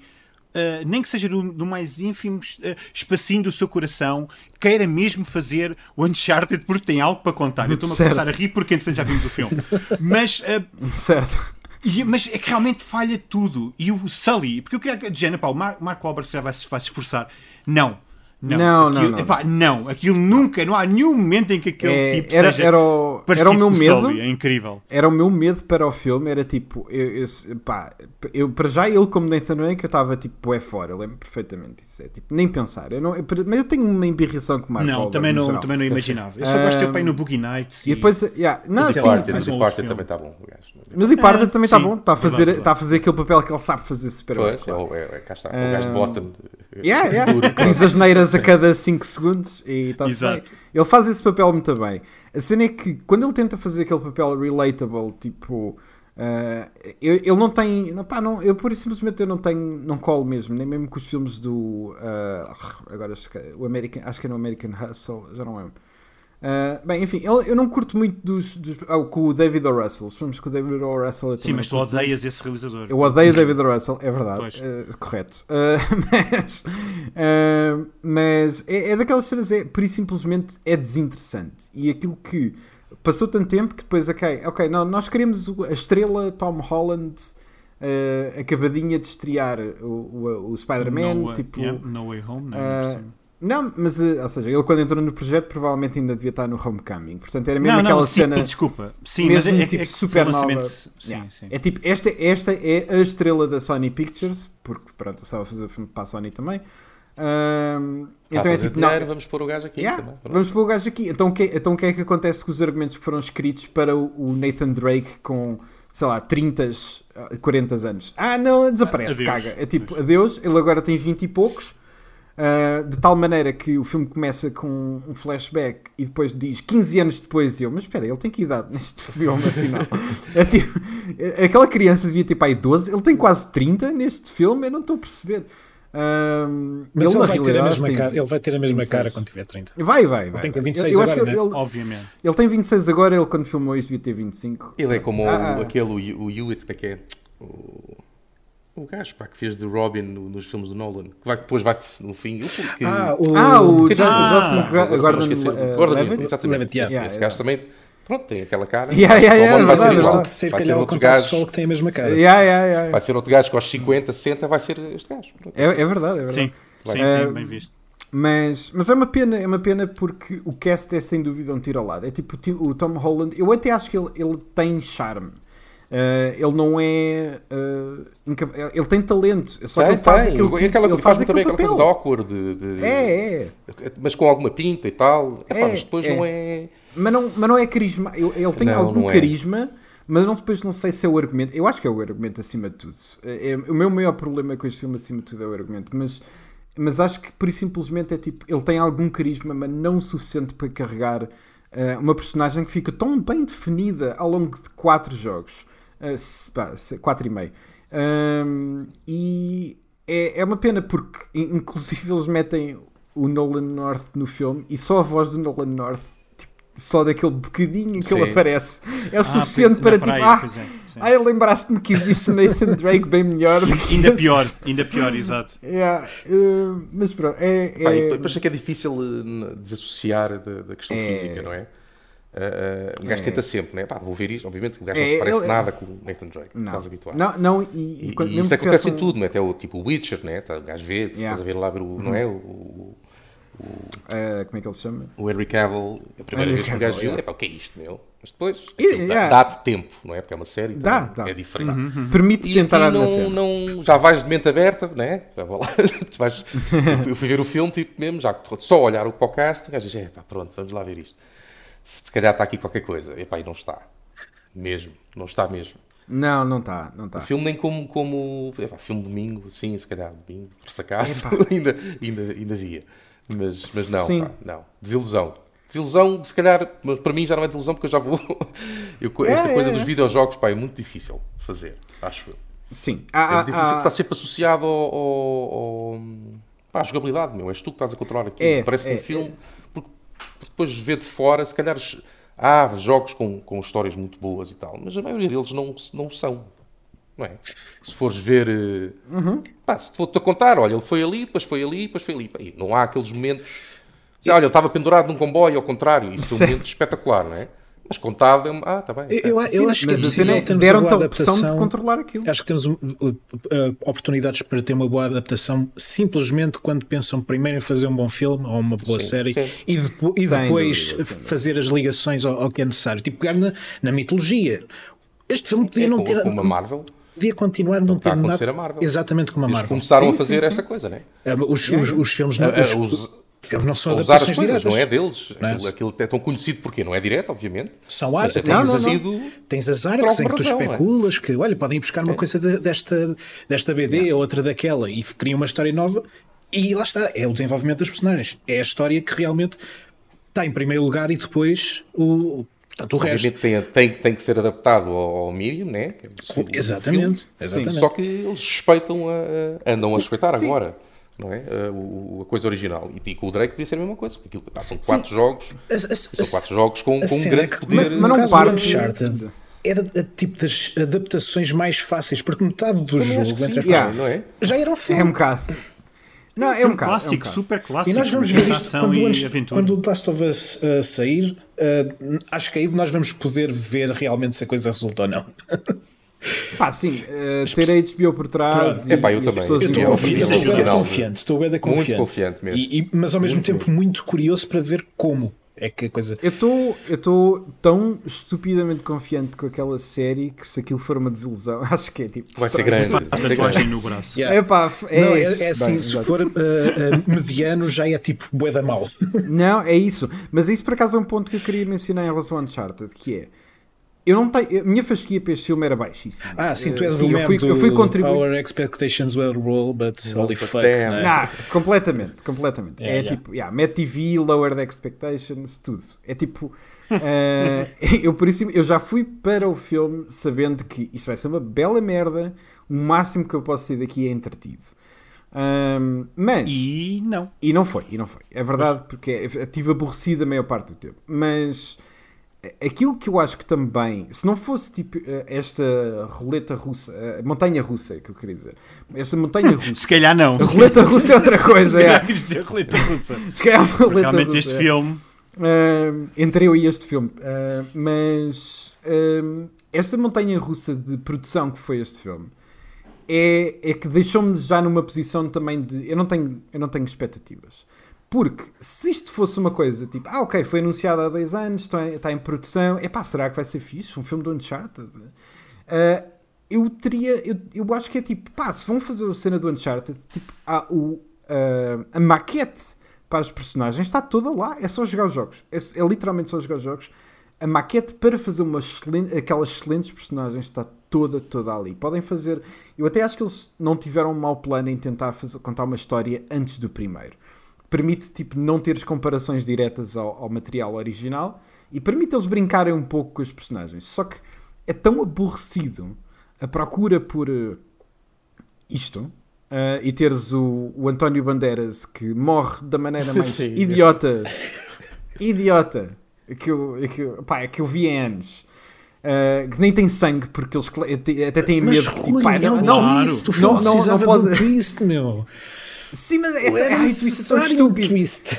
Speaker 3: ah, nem que seja do, do mais ínfimo ah, espacinho do seu coração, queira mesmo fazer o Uncharted porque tem algo para contar. Eu estou-me a
Speaker 1: Certo.
Speaker 3: começar a rir porque entretanto já vimos o filme. Mas ah,
Speaker 1: Certo.
Speaker 3: E- mas é que realmente falha tudo. E o Sully, porque eu queria que Jenna, pá, o Mar Mark Wahlberg já vai se vai se esforçar. Não. Não,
Speaker 1: Não, não,
Speaker 3: aquilo,
Speaker 1: não,
Speaker 3: epá, não. Aquilo nunca, não há nenhum momento em que aquele
Speaker 1: É,
Speaker 3: tipo
Speaker 1: era-
Speaker 3: seja
Speaker 1: era o-
Speaker 3: parecido
Speaker 1: era o meu
Speaker 3: com
Speaker 1: medo.
Speaker 3: Sully, é incrível.
Speaker 1: Era o meu medo para o filme, era tipo, eu, eu- pá, eu para já ele como Nathan Drake eu estava tipo, é fora, eu lembro perfeitamente disso, é tipo, nem pensar, eu não, eu- mas eu tenho uma embirração com o Mark
Speaker 3: não,
Speaker 1: Wahlberg,
Speaker 3: também
Speaker 1: no
Speaker 3: não,
Speaker 1: geral.
Speaker 3: também não imaginava. Eu só gosto de ter pai no Boogie Nights.
Speaker 1: E depois, yeah, não,
Speaker 2: O
Speaker 1: sim,
Speaker 2: Departed,
Speaker 1: sim, É
Speaker 2: o
Speaker 3: sim.
Speaker 2: Departed
Speaker 3: Outro
Speaker 2: também está bom. o gajo.
Speaker 1: No Departed também está
Speaker 3: Ah, sim,
Speaker 1: bom, está a,
Speaker 3: verdade,
Speaker 1: fazer,
Speaker 3: verdade.
Speaker 1: está a fazer aquele papel que ele sabe fazer super bem.
Speaker 2: Pois, é,
Speaker 1: claro.
Speaker 2: o- é, é, cá está. O gajo de Boston.
Speaker 1: Ah, Yeah, yeah. Então Diz as neiras a cada 5 segundos e está
Speaker 3: Exato.
Speaker 1: Ele faz esse papel muito bem. A cena é que quando ele tenta fazer aquele papel relatable, tipo. ah, eu- ele não tem. Não, pá, não, eu por isso simplesmente eu não tenho. Não colo mesmo, nem mesmo com os filmes do. ah, agora acho que, é- o American, acho que é no American Hustle, já não lembro. Ah, bem, enfim, ele- eu não curto muito dos, dos- ah, com o David O. Russell. Os filmes com o David O. Russell eu
Speaker 3: Sim,
Speaker 1: também
Speaker 3: mas tu
Speaker 1: não curto muito.
Speaker 3: odeias esse realizador.
Speaker 1: Eu odeio David Russell, é verdade.
Speaker 3: Pois.
Speaker 1: eh, correto. Eh, mas eh, mas é, é daquelas cenas, é, por isso simplesmente é desinteressante. E aquilo que passou tanto tempo que depois, ok, ok, não, nós queremos o- a estrela Tom Holland eh, acabadinha de estrear o, o, o Spider-Man.
Speaker 3: no, Way-
Speaker 1: tipo,
Speaker 3: yeah, no Way Home, não
Speaker 1: ah,
Speaker 3: é? Sim.
Speaker 1: Não, mas, eh, ou seja, ele quando entrou no projeto provavelmente ainda devia estar no Homecoming. Portanto, era mesmo
Speaker 3: não,
Speaker 1: aquela
Speaker 3: não, sim,
Speaker 1: cena.
Speaker 3: mas desculpa. Sim,
Speaker 1: mesmo
Speaker 3: mas é, é,
Speaker 1: tipo
Speaker 3: é que foi
Speaker 1: super
Speaker 3: um lançamento-
Speaker 1: nova.
Speaker 3: Sim,
Speaker 1: Yeah.
Speaker 3: sim.
Speaker 1: É tipo, esta, esta é a estrela da Sony Pictures, porque pronto, eu estava a fazer o filme para a Sony também. Ahm, então é tipo, não,
Speaker 2: vamos pôr Tá, o gajo aqui.
Speaker 1: yeah,
Speaker 2: também.
Speaker 1: vamos pôr o gajo aqui. Então o que, então o que é que acontece com os argumentos que foram escritos para o, o Nathan Drake com, sei lá, 30, ah, 40 anos? Ah, não, desaparece,
Speaker 3: Adeus.
Speaker 1: caga. É tipo, adeus, ele agora tem 20 e poucos. ah, de tal maneira que o filme começa com um flashback e depois diz 15 anos depois e eu, mas espera, ele tem que idade neste filme afinal? é tipo, é- aquela criança devia ter pai 12, ele tem quase 30 neste filme, eu não estou a perceber. Ahm,
Speaker 4: Mas ele,
Speaker 1: na
Speaker 4: vai ter a
Speaker 1: realidade,
Speaker 4: mesma
Speaker 1: tem
Speaker 4: cara, ele vai ter a mesma
Speaker 1: 26.
Speaker 4: cara quando tiver 30.
Speaker 1: Vai, vai, vai.
Speaker 4: tem que
Speaker 1: vai.
Speaker 4: 26
Speaker 1: eu, eu acho
Speaker 4: agora,
Speaker 1: que ele,
Speaker 3: Obviamente.
Speaker 1: ele tem 26 agora, ele quando filmou isto devia ter 25.
Speaker 2: Ele é como
Speaker 1: Ah, ah.
Speaker 2: o, aquele, o, Hew- o Hewitt, como é que é? O, o gajo pá, que fez de Robin no- nos filmes do Nolan. Que vai, depois vai no fim. ele que-
Speaker 4: o,
Speaker 1: Ah, o
Speaker 2: que-
Speaker 1: Jo-
Speaker 3: Ah,
Speaker 1: Johnson Gra-
Speaker 2: agora
Speaker 1: Gordon
Speaker 2: me esqueci.
Speaker 1: eh,
Speaker 2: Gordon Levitt,
Speaker 1: Levitt.
Speaker 2: exatamente.
Speaker 4: Levitt, yeah.
Speaker 2: Esse- Esse
Speaker 1: Yeah,
Speaker 2: gajo também, pronto, tem aquela cara.
Speaker 1: Yeah, yeah,
Speaker 2: Então,
Speaker 1: yeah,
Speaker 2: vai
Speaker 1: é
Speaker 2: ser
Speaker 1: verdade,
Speaker 2: igual.
Speaker 1: é
Speaker 4: de ser
Speaker 2: Vai
Speaker 4: calhar
Speaker 2: ser É.
Speaker 4: o
Speaker 2: outro
Speaker 4: contato de
Speaker 2: gajo.
Speaker 4: sol que tem a mesma cara.
Speaker 1: Yeah, yeah, yeah.
Speaker 2: Vai ser outro gajo que aos 50, 60 vai ser este gajo. Pronto,
Speaker 1: É, é verdade, é verdade.
Speaker 3: Sim, sim,
Speaker 2: Vai.
Speaker 3: sim,
Speaker 1: Eh,
Speaker 3: bem visto.
Speaker 1: Mas, mas é uma pena, é uma pena porque o cast é sem dúvida um tiro ao lado. É tipo o Tim- o Tom Holland, eu até acho que ele, ele tem charme. Ah, ele não é. ah, inca- ele tem talento. Só que
Speaker 2: Tem,
Speaker 1: ele faz
Speaker 2: tem.
Speaker 1: aquele. tipo-
Speaker 2: aquela,
Speaker 1: ele
Speaker 2: faz
Speaker 1: faz
Speaker 2: também
Speaker 1: aquele
Speaker 2: aquela coisa de
Speaker 1: papel.
Speaker 2: awkward, de- de-
Speaker 1: É, é.
Speaker 2: mas com alguma pinta e tal. Epá,
Speaker 1: É,
Speaker 2: mas depois
Speaker 1: é.
Speaker 2: não é.
Speaker 1: Mas não, mas não é carisma. Eu- Ele tem
Speaker 2: Não,
Speaker 1: algum
Speaker 2: não é.
Speaker 1: carisma, mas não, depois não sei se é o argumento. Eu acho que é o argumento acima de tudo. É, é- o meu maior problema com este filme acima de tudo é o argumento. Mas, mas acho que por isso simplesmente é tipo, ele tem algum carisma, mas não o suficiente para carregar eh, uma personagem que fica tão bem definida ao longo de quatro jogos. Eh, se- pá, se- quatro e meio. Ahm, e é, é uma pena porque, in- inclusive, eles metem o Nolan North no filme e só a voz do Nolan North, tipo, só daquele bocadinho em que ele
Speaker 2: Sim.
Speaker 1: aparece, é o
Speaker 3: Ah,
Speaker 1: suficiente para
Speaker 3: pois- dá
Speaker 1: tipo,
Speaker 3: aí,
Speaker 1: ah,
Speaker 3: pois é, sim.
Speaker 1: ai, lembraste-me que existe um Nathan Drake bem melhor do que
Speaker 3: Ainda
Speaker 1: esse."
Speaker 3: pior, ainda pior, exato.
Speaker 1: Yeah, eh, mas pronto, é.
Speaker 2: Pá, e
Speaker 1: é-
Speaker 2: depois é que é difícil eh, n- desassociar da, da questão
Speaker 1: É.
Speaker 2: física, não é? Ah, ah, um gajo
Speaker 1: É.
Speaker 2: tenta sempre, não é? Pá, vou ver isto. Obviamente que o gajo
Speaker 1: É,
Speaker 2: não se parece
Speaker 1: ele-
Speaker 2: nada com o Nathan Drake,
Speaker 1: não.
Speaker 2: estás habituado.
Speaker 1: Não, não, e,
Speaker 2: E,
Speaker 1: quando-
Speaker 2: e
Speaker 1: mesmo
Speaker 2: isso
Speaker 1: que
Speaker 2: acontece em
Speaker 1: tivesse um-
Speaker 2: tudo, não é? até o tipo Witcher, né? Tá, o gajo vê, estás a ver lá ver o, não é? O, o,
Speaker 1: eh, como é que ele se chama?
Speaker 2: o Henry Cavill, a primeira
Speaker 1: Henry
Speaker 2: vez que o
Speaker 1: Cavill,
Speaker 2: gajo viu,
Speaker 1: yeah.
Speaker 2: é pá, o que é isto, meu? Mas depois é
Speaker 1: E-
Speaker 2: aquilo dá-
Speaker 1: yeah.
Speaker 2: dá-te tempo, não é? Porque é uma série,
Speaker 1: Dá,
Speaker 2: então
Speaker 1: dá.
Speaker 2: é diferente.
Speaker 3: Uhum.
Speaker 1: Permite
Speaker 2: E
Speaker 1: tentar
Speaker 2: aqui
Speaker 1: a na
Speaker 2: não,
Speaker 1: cena.
Speaker 2: não, já vais de mente aberta, né? Já vou lá, tu vais, eu fui- eu fui ver o filme, tipo mesmo, já só olhar o podcast, o gajo diz, é pá, pronto, vamos lá ver isto. Se, se calhar está aqui qualquer coisa. Epá, e não está. Mesmo, não está mesmo.
Speaker 1: Não, não está, não tá. está.
Speaker 2: O Um filme nem como, como epá, filme domingo, sim, se calhar domingo, ressacado, ainda, ainda, ainda havia. Mas, mas não,
Speaker 1: Sim.
Speaker 2: pá, não. Desilusão. Desilusão, se calhar, mas para mim já não é desilusão porque eu já vou. eu co- esta
Speaker 1: É,
Speaker 2: coisa
Speaker 1: é,
Speaker 2: dos
Speaker 1: é.
Speaker 2: videojogos, pá, é muito difícil fazer, acho eu.
Speaker 1: Sim. Ah,
Speaker 2: É
Speaker 4: Ah,
Speaker 1: Há- há-
Speaker 2: muito difícil
Speaker 1: há-
Speaker 2: porque está sempre associado ao, ao- ao- pá, à jogabilidade, meu. És tu que estás a controlar aqui.
Speaker 1: É,
Speaker 2: Parece
Speaker 1: é,
Speaker 2: um filme, porque, porque depois vê de fora, se calhar es- há jogos com, com histórias muito boas e tal, mas a maioria deles não, se- não o são. Não é? Se fores ver, eh,
Speaker 4: Uhum.
Speaker 2: pá, se te vou-te a contar, olha, ele foi ali, depois foi ali, depois foi ali. pá, e não há aqueles momentos. Dizer, olha, ele estava pendurado num comboio, ao contrário, isso é um
Speaker 1: Certo.
Speaker 2: momento espetacular, não é? Mas contado, é um- ah, está bem.
Speaker 4: Eu,
Speaker 2: certo.
Speaker 4: eu-
Speaker 1: Sim,
Speaker 4: eu acho que é
Speaker 2: assim,
Speaker 1: mas a cena
Speaker 4: possível
Speaker 1: é,
Speaker 4: termos uma
Speaker 1: deram-te
Speaker 4: boa
Speaker 1: a opção de
Speaker 4: adaptação.
Speaker 1: controlar aquilo.
Speaker 4: Acho que temos uh, uh, oportunidades para ter uma boa adaptação simplesmente quando pensam primeiro em fazer um bom filme ou uma boa
Speaker 2: Sim,
Speaker 4: série
Speaker 2: sim.
Speaker 4: e, depo- e
Speaker 1: Sem
Speaker 4: depois
Speaker 1: dúvida, sem dúvida.
Speaker 4: fazer as ligações ao, ao que é necessário. Tipo, pegar na, na mitologia. Este filme podia
Speaker 2: É
Speaker 4: não
Speaker 2: como-
Speaker 4: ter.
Speaker 2: como a Marvel.
Speaker 4: Podia continuar não,
Speaker 2: está
Speaker 4: ter
Speaker 2: a acontecer
Speaker 4: nada.
Speaker 2: a Marvel.
Speaker 4: Exatamente como a
Speaker 2: Eles
Speaker 4: Marvel.
Speaker 2: começaram
Speaker 1: Sim,
Speaker 2: a fazer
Speaker 1: sim, sim.
Speaker 2: esta coisa, não é?
Speaker 4: Ah, Os, os, os filmes não,
Speaker 2: a- a
Speaker 4: os-
Speaker 2: us-
Speaker 4: os filmes não são
Speaker 2: a usar as
Speaker 4: adaptações
Speaker 2: coisas,
Speaker 4: diretas.
Speaker 2: não é deles.
Speaker 4: Não é?
Speaker 2: Aquilo, aquilo é tão conhecido porque não é direto, obviamente.
Speaker 4: São ar,
Speaker 2: Mas é
Speaker 4: tens,
Speaker 2: tão
Speaker 1: não, não.
Speaker 2: conhecido.
Speaker 4: tens as
Speaker 2: por
Speaker 4: arcos em
Speaker 2: alguma
Speaker 4: que tu
Speaker 2: razão,
Speaker 4: especulas que, olha, podem ir buscar
Speaker 2: É.
Speaker 4: uma coisa de- desta, desta BD ou outra daquela e criam uma história nova e lá está, é o desenvolvimento das personagens. É a história que realmente está em primeiro lugar e depois o, o- portanto, o resto.
Speaker 2: Obviamente tem, tem, tem que ser adaptado ao, ao medium, né? Que é o seu filme.
Speaker 4: Exatamente, exatamente.
Speaker 2: Só que eles respeitam, a, a- andam a respeitar
Speaker 1: Sim.
Speaker 2: agora. Não é? A, o- a coisa original. E, e com o Drake devia ser a mesma coisa. Porque aquilo, pá, são quatro jogos.
Speaker 4: A- a-
Speaker 2: São
Speaker 4: a-
Speaker 2: quatro jogos com,
Speaker 4: a
Speaker 2: com um
Speaker 4: cena
Speaker 2: grande
Speaker 4: é que-
Speaker 2: poder.
Speaker 1: Mas- mas
Speaker 4: no
Speaker 1: não
Speaker 4: caso
Speaker 1: parte-
Speaker 4: do Uncharted, era a- tipo das adaptações mais fáceis, porque metade do
Speaker 2: Também acho
Speaker 4: jogo
Speaker 2: que sim,
Speaker 4: entre as
Speaker 1: yeah.
Speaker 4: pessoas,
Speaker 2: não é?
Speaker 4: já era um filme.
Speaker 1: É um bocado. Não, é um bocado. é um
Speaker 3: clássico,
Speaker 1: bocado.
Speaker 3: super clássico.
Speaker 4: E nós vamos
Speaker 3: de
Speaker 4: ver isto
Speaker 3: ação
Speaker 4: quando, o
Speaker 3: e
Speaker 4: Unch-
Speaker 3: aventura.
Speaker 4: quando o Last of Us uh, sair. uh, acho que aí nós vamos poder ver realmente se a coisa resulta ou não.
Speaker 1: Pá, sim, eh, ter a HBO por trás
Speaker 4: Pronto.
Speaker 1: e,
Speaker 2: Epá, eu
Speaker 1: e as
Speaker 2: também.
Speaker 1: pessoas
Speaker 4: Eu estou
Speaker 2: é
Speaker 1: envolvidas.
Speaker 2: um
Speaker 4: confiante,
Speaker 2: filme
Speaker 4: estou bué da
Speaker 2: original.
Speaker 4: confiante, estou bué da confiante.
Speaker 2: confiante mesmo.
Speaker 4: E- e- mas ao mesmo tempo muito curioso para ver como é que a coisa.
Speaker 1: Eu estou eu tô tão estupidamente confiante com aquela série que se aquilo for uma desilusão, acho que é tipo.
Speaker 2: Vai ser grande.
Speaker 3: Faz
Speaker 2: Vai
Speaker 3: a
Speaker 2: ser
Speaker 3: tatuagem
Speaker 2: grande.
Speaker 3: no braço.
Speaker 4: Yeah.
Speaker 1: Epá, f- é,
Speaker 4: Não, é,
Speaker 1: isso.
Speaker 4: é assim,
Speaker 1: Bem,
Speaker 4: se
Speaker 1: exato.
Speaker 4: for uh, uh, mediano já é tipo bué da mal.
Speaker 1: Não, é isso. Mas isso por acaso é um ponto que eu queria mencionar em relação ao Uncharted, que é. Eu não tenho. A minha fasquia para este filme era baixíssima.
Speaker 4: Ah, sim, tu
Speaker 1: Eh,
Speaker 4: és
Speaker 1: sim,
Speaker 4: o
Speaker 1: eu
Speaker 4: meme
Speaker 1: fui,
Speaker 4: do
Speaker 1: eu fui contribuir.
Speaker 4: Our expectations were real, but holy
Speaker 2: but
Speaker 4: fuck.
Speaker 2: damn.
Speaker 4: não é?
Speaker 1: Não, completamente, completamente.
Speaker 4: Yeah,
Speaker 1: é
Speaker 4: yeah.
Speaker 1: tipo, yeah, Mad TV, Lower the Expectations, tudo. É tipo, eh, eu por isso, eu já fui para o filme sabendo que isto vai ser uma bela merda, o máximo que eu posso sair daqui é entretido. Ahm, mas, e...
Speaker 3: E não.
Speaker 1: não foi, e não foi. É verdade, porque estive aborrecido a maior parte do tempo. Mas eh, aquilo que eu acho que também, se não fosse tipo eh, esta roleta russa, eh, montanha russa, é que eu queria dizer, esta montanha russa.
Speaker 3: Se calhar não.
Speaker 1: A roleta russa é outra coisa, é.
Speaker 3: Queres dizer roleta russa.
Speaker 1: Se calhar uma roleta
Speaker 3: Realmente
Speaker 1: russa,
Speaker 3: este
Speaker 1: é.
Speaker 3: filme.
Speaker 1: Ahm, entre eu e este filme. Ahm, mas ahm, esta montanha russa de produção que foi este filme é, é que deixou-me já numa posição também de. Eu não tenho, eu não tenho expectativas. Porque se isto fosse uma coisa tipo, ah, ok, foi anunciado há dois anos, está em, está em produção, epá, será que vai ser fixe? Um filme do Uncharted? Ah, eu teria, eu, eu acho que é tipo, pá, se vão fazer a cena do Uncharted, tipo, há o, ah, a maquete para os personagens está toda lá, é só jogar os jogos, é, é literalmente só jogar os jogos. A maquete para fazer uma excelente, aquelas excelentes personagens está toda, toda ali. Podem fazer. Eu até acho que eles não tiveram um mau plano em tentar fazer- contar uma história antes do primeiro. Permite, tipo, não teres comparações diretas ao, ao material original e permite eles brincarem um pouco com os personagens. Só que é tão aborrecido a procura por eh, isto eh, e teres o, o António Bandeiras que morre da maneira mais
Speaker 2: Sim.
Speaker 1: idiota idiota que eu, que, eu- pá, que eu vi há anos. Ah, que nem tem sangue, porque eles cla- até até têm
Speaker 4: Mas
Speaker 1: medo que tipo, pá,
Speaker 4: Rui, é
Speaker 1: não,
Speaker 4: um
Speaker 1: não,
Speaker 3: claro.
Speaker 4: twist, o
Speaker 1: não,
Speaker 4: filme
Speaker 1: não, não
Speaker 4: precisava de um
Speaker 1: pode-
Speaker 4: twist, meu.
Speaker 1: Sim, mas é,
Speaker 4: Era
Speaker 1: ai, o twist é tão
Speaker 4: necessário um
Speaker 1: estúpido.
Speaker 4: twist.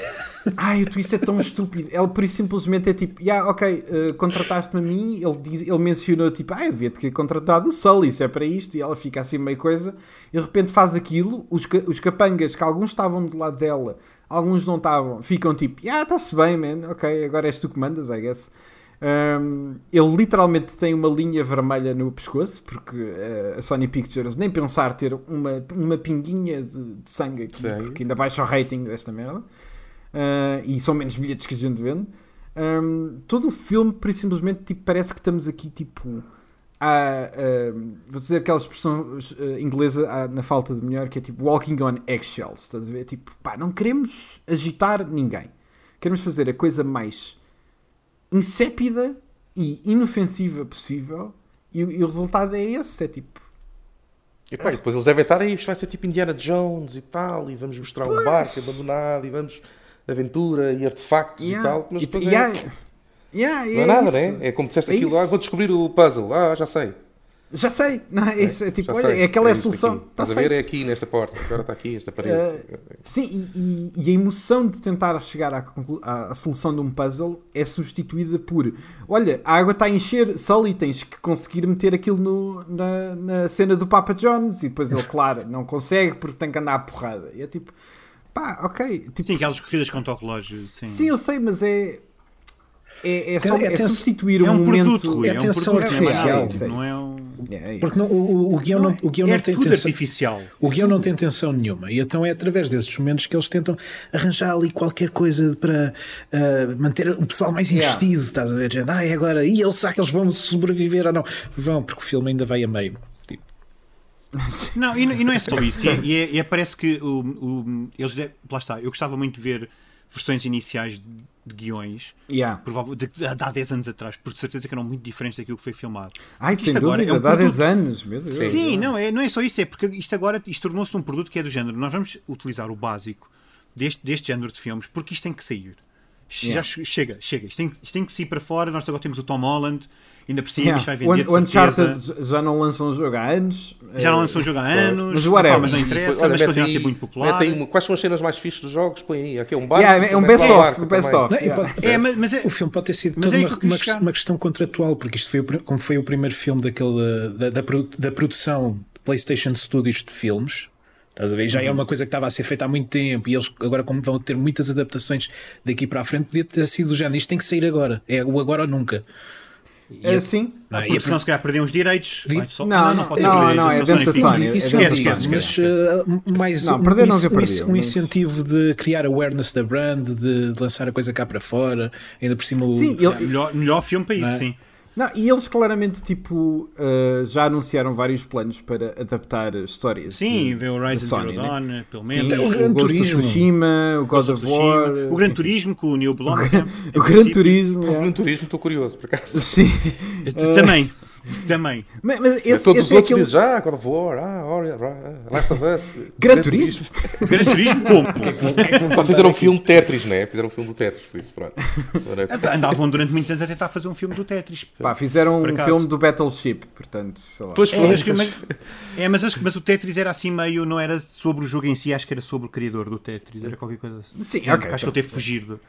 Speaker 1: Ai, o twist é tão estúpido. Ele por isso simplesmente é tipo, yeah, ok, ah, contrataste-me a mim. Ele, diz- ele mencionou tipo, ah, eu devia ter contratado o Sully, isso é para isto. E ela fica assim meio coisa. E de repente faz aquilo. Os, ca- os capangas, que alguns estavam do lado dela, alguns não estavam, ficam tipo, yeah, está-se bem, man. Ok, agora és tu que mandas, I guess. Hum, ele literalmente tem uma linha vermelha no pescoço, porque eh, a Sony Pictures nem pensar ter uma, uma pinguinha de, de sangue aqui,
Speaker 2: Sangue.
Speaker 1: porque ainda baixa o rating desta merda. Ah, e são menos bilhetes que a gente vende. Hum, todo o filme, por isso, simplesmente, tipo, parece que estamos aqui, tipo, à, hum, vou dizer aquela expressão eh, inglesa à- na falta de melhor, que é tipo walking on eggshells. Estás a ver? Tipo, pá, não queremos agitar ninguém. Queremos fazer a coisa mais insépida e inofensiva possível e, o- e o resultado é esse, é tipo
Speaker 2: E pá, e depois eles devem estar aí, isto vai ser tipo Indiana Jones e tal, e vamos mostrar um barco abandonado, e vamos aventura e artefactos
Speaker 1: yeah,
Speaker 2: e tal, mas
Speaker 1: e-
Speaker 2: depois é,
Speaker 1: yeah, yeah,
Speaker 2: não é,
Speaker 1: é
Speaker 2: nada,
Speaker 1: isso.
Speaker 2: né? É como disseste
Speaker 1: É
Speaker 2: aquilo,
Speaker 1: isso.
Speaker 2: ah, vou descobrir o puzzle, ah, já sei.
Speaker 1: Já sei, não, é, isso, é tipo,
Speaker 2: já
Speaker 1: olha,
Speaker 2: sei,
Speaker 1: é aquela é a
Speaker 2: isto
Speaker 1: solução,
Speaker 2: aqui.
Speaker 1: está
Speaker 2: Estás a ver, é
Speaker 1: feito.
Speaker 2: aqui nesta porta, agora está aqui, esta parede.
Speaker 1: Eh, Sim, e, e- e a emoção de tentar chegar à, conclu- à- à solução de um puzzle é substituída por olha, a água está a encher, Sully tens que conseguir meter aquilo no- na, na cena do Papa John's e depois ele, claro, não consegue porque tem que andar à porrada. E é tipo, pá, ok, tipo,
Speaker 3: Sim, aquelas corridas contra o relógio. Sim,
Speaker 1: Sim, eu sei, mas é. É, é, só,
Speaker 4: Tem- é
Speaker 1: é
Speaker 4: tenso-
Speaker 1: substituir um,
Speaker 3: é um
Speaker 1: momento.
Speaker 3: produto, Rui. É,
Speaker 4: é
Speaker 3: um
Speaker 4: tensão
Speaker 3: produto
Speaker 4: artificial.
Speaker 3: é mais nada, não é um.
Speaker 1: É, é
Speaker 4: Porque não-
Speaker 1: isso.
Speaker 4: o, o- o guião não, o guião
Speaker 3: é
Speaker 4: não tem
Speaker 3: tudo
Speaker 4: tensão.
Speaker 3: artificial.
Speaker 4: O guião não tem tensão nenhuma, e então é através desses momentos que eles tentam arranjar ali qualquer coisa para ah, manter o pessoal mais
Speaker 1: Yeah.
Speaker 4: investido, estás a ver? Gente, ah, é agora, e eles será que eles vão sobreviver ou não? Vão, porque o filme ainda vai a meio. Tipo,
Speaker 3: Não, e, não- e não é só isso. E, é, e é- parece que o, o- eles. de- Lá está, eu gostava muito de ver versões iniciais de, de guiões.
Speaker 1: Yeah.
Speaker 3: Provável, de, de, há 10 anos atrás, por certeza que eram muito diferentes daquilo que foi filmado.
Speaker 1: Ai,
Speaker 3: Isto
Speaker 1: sem
Speaker 3: agora
Speaker 1: dúvida,
Speaker 3: é um
Speaker 1: dá 10
Speaker 3: produto.
Speaker 1: anos, meu Deus.
Speaker 3: Sim, não é, não é só isso, é porque isto agora isto tornou-se um produto que é do género. Nós vamos utilizar o básico deste, deste género de filmes porque isto tem que sair. Che-
Speaker 1: Yeah.
Speaker 3: Já che- chega, chega. Isto tem, isto tem que sair para fora. Nós agora temos o Tom Holland, ainda por cima,
Speaker 1: Yeah.
Speaker 3: isto vai
Speaker 1: O,
Speaker 3: vender.
Speaker 1: Un-
Speaker 3: de
Speaker 1: o Uncharted
Speaker 3: certeza.
Speaker 1: j- já não lançam um jogo há anos.
Speaker 3: Já não
Speaker 1: Eh,
Speaker 3: lançou o jogo há anos,
Speaker 1: Mas
Speaker 3: epá,
Speaker 1: whatever.
Speaker 3: mas não
Speaker 2: E depois,
Speaker 3: interessa,
Speaker 2: olha,
Speaker 3: mas
Speaker 2: mete
Speaker 3: continua a
Speaker 2: aí-
Speaker 3: ser muito popular.
Speaker 2: mete aí uma- quais são as cenas mais fixas dos jogos? Põe aí, aqui é um barco.
Speaker 1: Yeah, é um
Speaker 2: mete lá
Speaker 1: best
Speaker 2: o
Speaker 1: of,
Speaker 2: barco
Speaker 1: best
Speaker 2: também.
Speaker 1: of.
Speaker 4: não, e
Speaker 1: Yeah.
Speaker 4: pode-
Speaker 3: É, mas, mas é,
Speaker 4: O filme pode ter sido
Speaker 3: Mas
Speaker 4: toda
Speaker 3: é aí
Speaker 4: uma,
Speaker 3: que eu queria
Speaker 4: uma quest-
Speaker 3: chegar.
Speaker 4: uma questão contratual, porque isto foi, o pr- como foi o primeiro filme daquele, da, da produ- da produção PlayStation Studios de filmes. Estás a ver?
Speaker 1: Uhum.
Speaker 4: Já é uma coisa que estava a ser feita há muito tempo e eles agora, como vão ter muitas adaptações daqui para a frente, podia ter sido já isto tem que sair agora. É o agora ou nunca.
Speaker 1: Eh, sim.
Speaker 4: Não, é? E
Speaker 3: porque
Speaker 4: a
Speaker 3: senão se calhar perderam os direitos.
Speaker 4: Vi-
Speaker 3: Vai, só-
Speaker 1: Não,
Speaker 3: pode
Speaker 1: não,
Speaker 3: ser os
Speaker 1: não,
Speaker 3: direitos,
Speaker 1: é
Speaker 3: só
Speaker 1: dentro da
Speaker 3: Sony.
Speaker 1: Sony.
Speaker 4: Isso, isso
Speaker 1: é
Speaker 4: não
Speaker 1: desse
Speaker 4: digo,
Speaker 1: ano,
Speaker 4: mas uh, mais
Speaker 1: Não,
Speaker 4: um-
Speaker 1: perder
Speaker 4: um,
Speaker 1: não se
Speaker 4: um-
Speaker 1: perdeu,
Speaker 4: um
Speaker 1: mas-
Speaker 4: incentivo de criar awareness da brand, de de lançar a coisa cá para fora, ainda por cima o.
Speaker 1: Sim,
Speaker 3: É,
Speaker 1: ele-
Speaker 3: Melhor, melhor filme para
Speaker 2: é?
Speaker 3: isso, sim.
Speaker 1: Não, e eles claramente tipo eh, já anunciaram vários planos para adaptar as histórias. de-
Speaker 3: Sim, vê o Horizon
Speaker 1: da Sony,
Speaker 3: Zero
Speaker 1: né?
Speaker 3: Dawn, eh, pelo
Speaker 1: Sim,
Speaker 3: menos.
Speaker 4: Até o
Speaker 1: o
Speaker 4: Gran
Speaker 1: Ghost of
Speaker 4: Turismo.
Speaker 1: Tsushima, o God of
Speaker 3: Ghost of
Speaker 1: War, eh,
Speaker 3: Tsushima, o Gran Turismo com o Neil Blomkamp. em
Speaker 1: o Gran
Speaker 3: princípio.
Speaker 1: Turismo.
Speaker 2: O
Speaker 1: yeah.
Speaker 2: Gran Turismo, estou curioso, por acaso.
Speaker 1: Sim.
Speaker 3: Eh, Também, também.
Speaker 1: Mas, mas esse,
Speaker 2: Todos
Speaker 1: esse
Speaker 2: os
Speaker 1: é
Speaker 2: outros
Speaker 1: aquele...
Speaker 2: dizem, ah, God of War, ah, Ori- ah, Last of Us.
Speaker 1: Gran Turismo?
Speaker 3: Gran Turismo como?
Speaker 1: é
Speaker 3: pô?
Speaker 2: Pá, Fizeram um filme Tetris, não é? Fizeram um filme do Tetris, por isso, pronto. Agora é-
Speaker 3: Andavam durante muitos anos a tentar fazer um filme do Tetris.
Speaker 1: Pá, fizeram
Speaker 3: Por
Speaker 1: um
Speaker 3: acaso.
Speaker 1: filme do Battleship, portanto, sei lá.
Speaker 2: Pois
Speaker 3: É, mas,
Speaker 2: foi.
Speaker 3: que- mas- é, mas acho que- mas o Tetris era assim meio, não era sobre o jogo em si, acho que era sobre o criador do Tetris, era qualquer coisa assim.
Speaker 1: Sim,
Speaker 3: Gente,
Speaker 1: ok,
Speaker 3: acho que ele teve que fugir. do-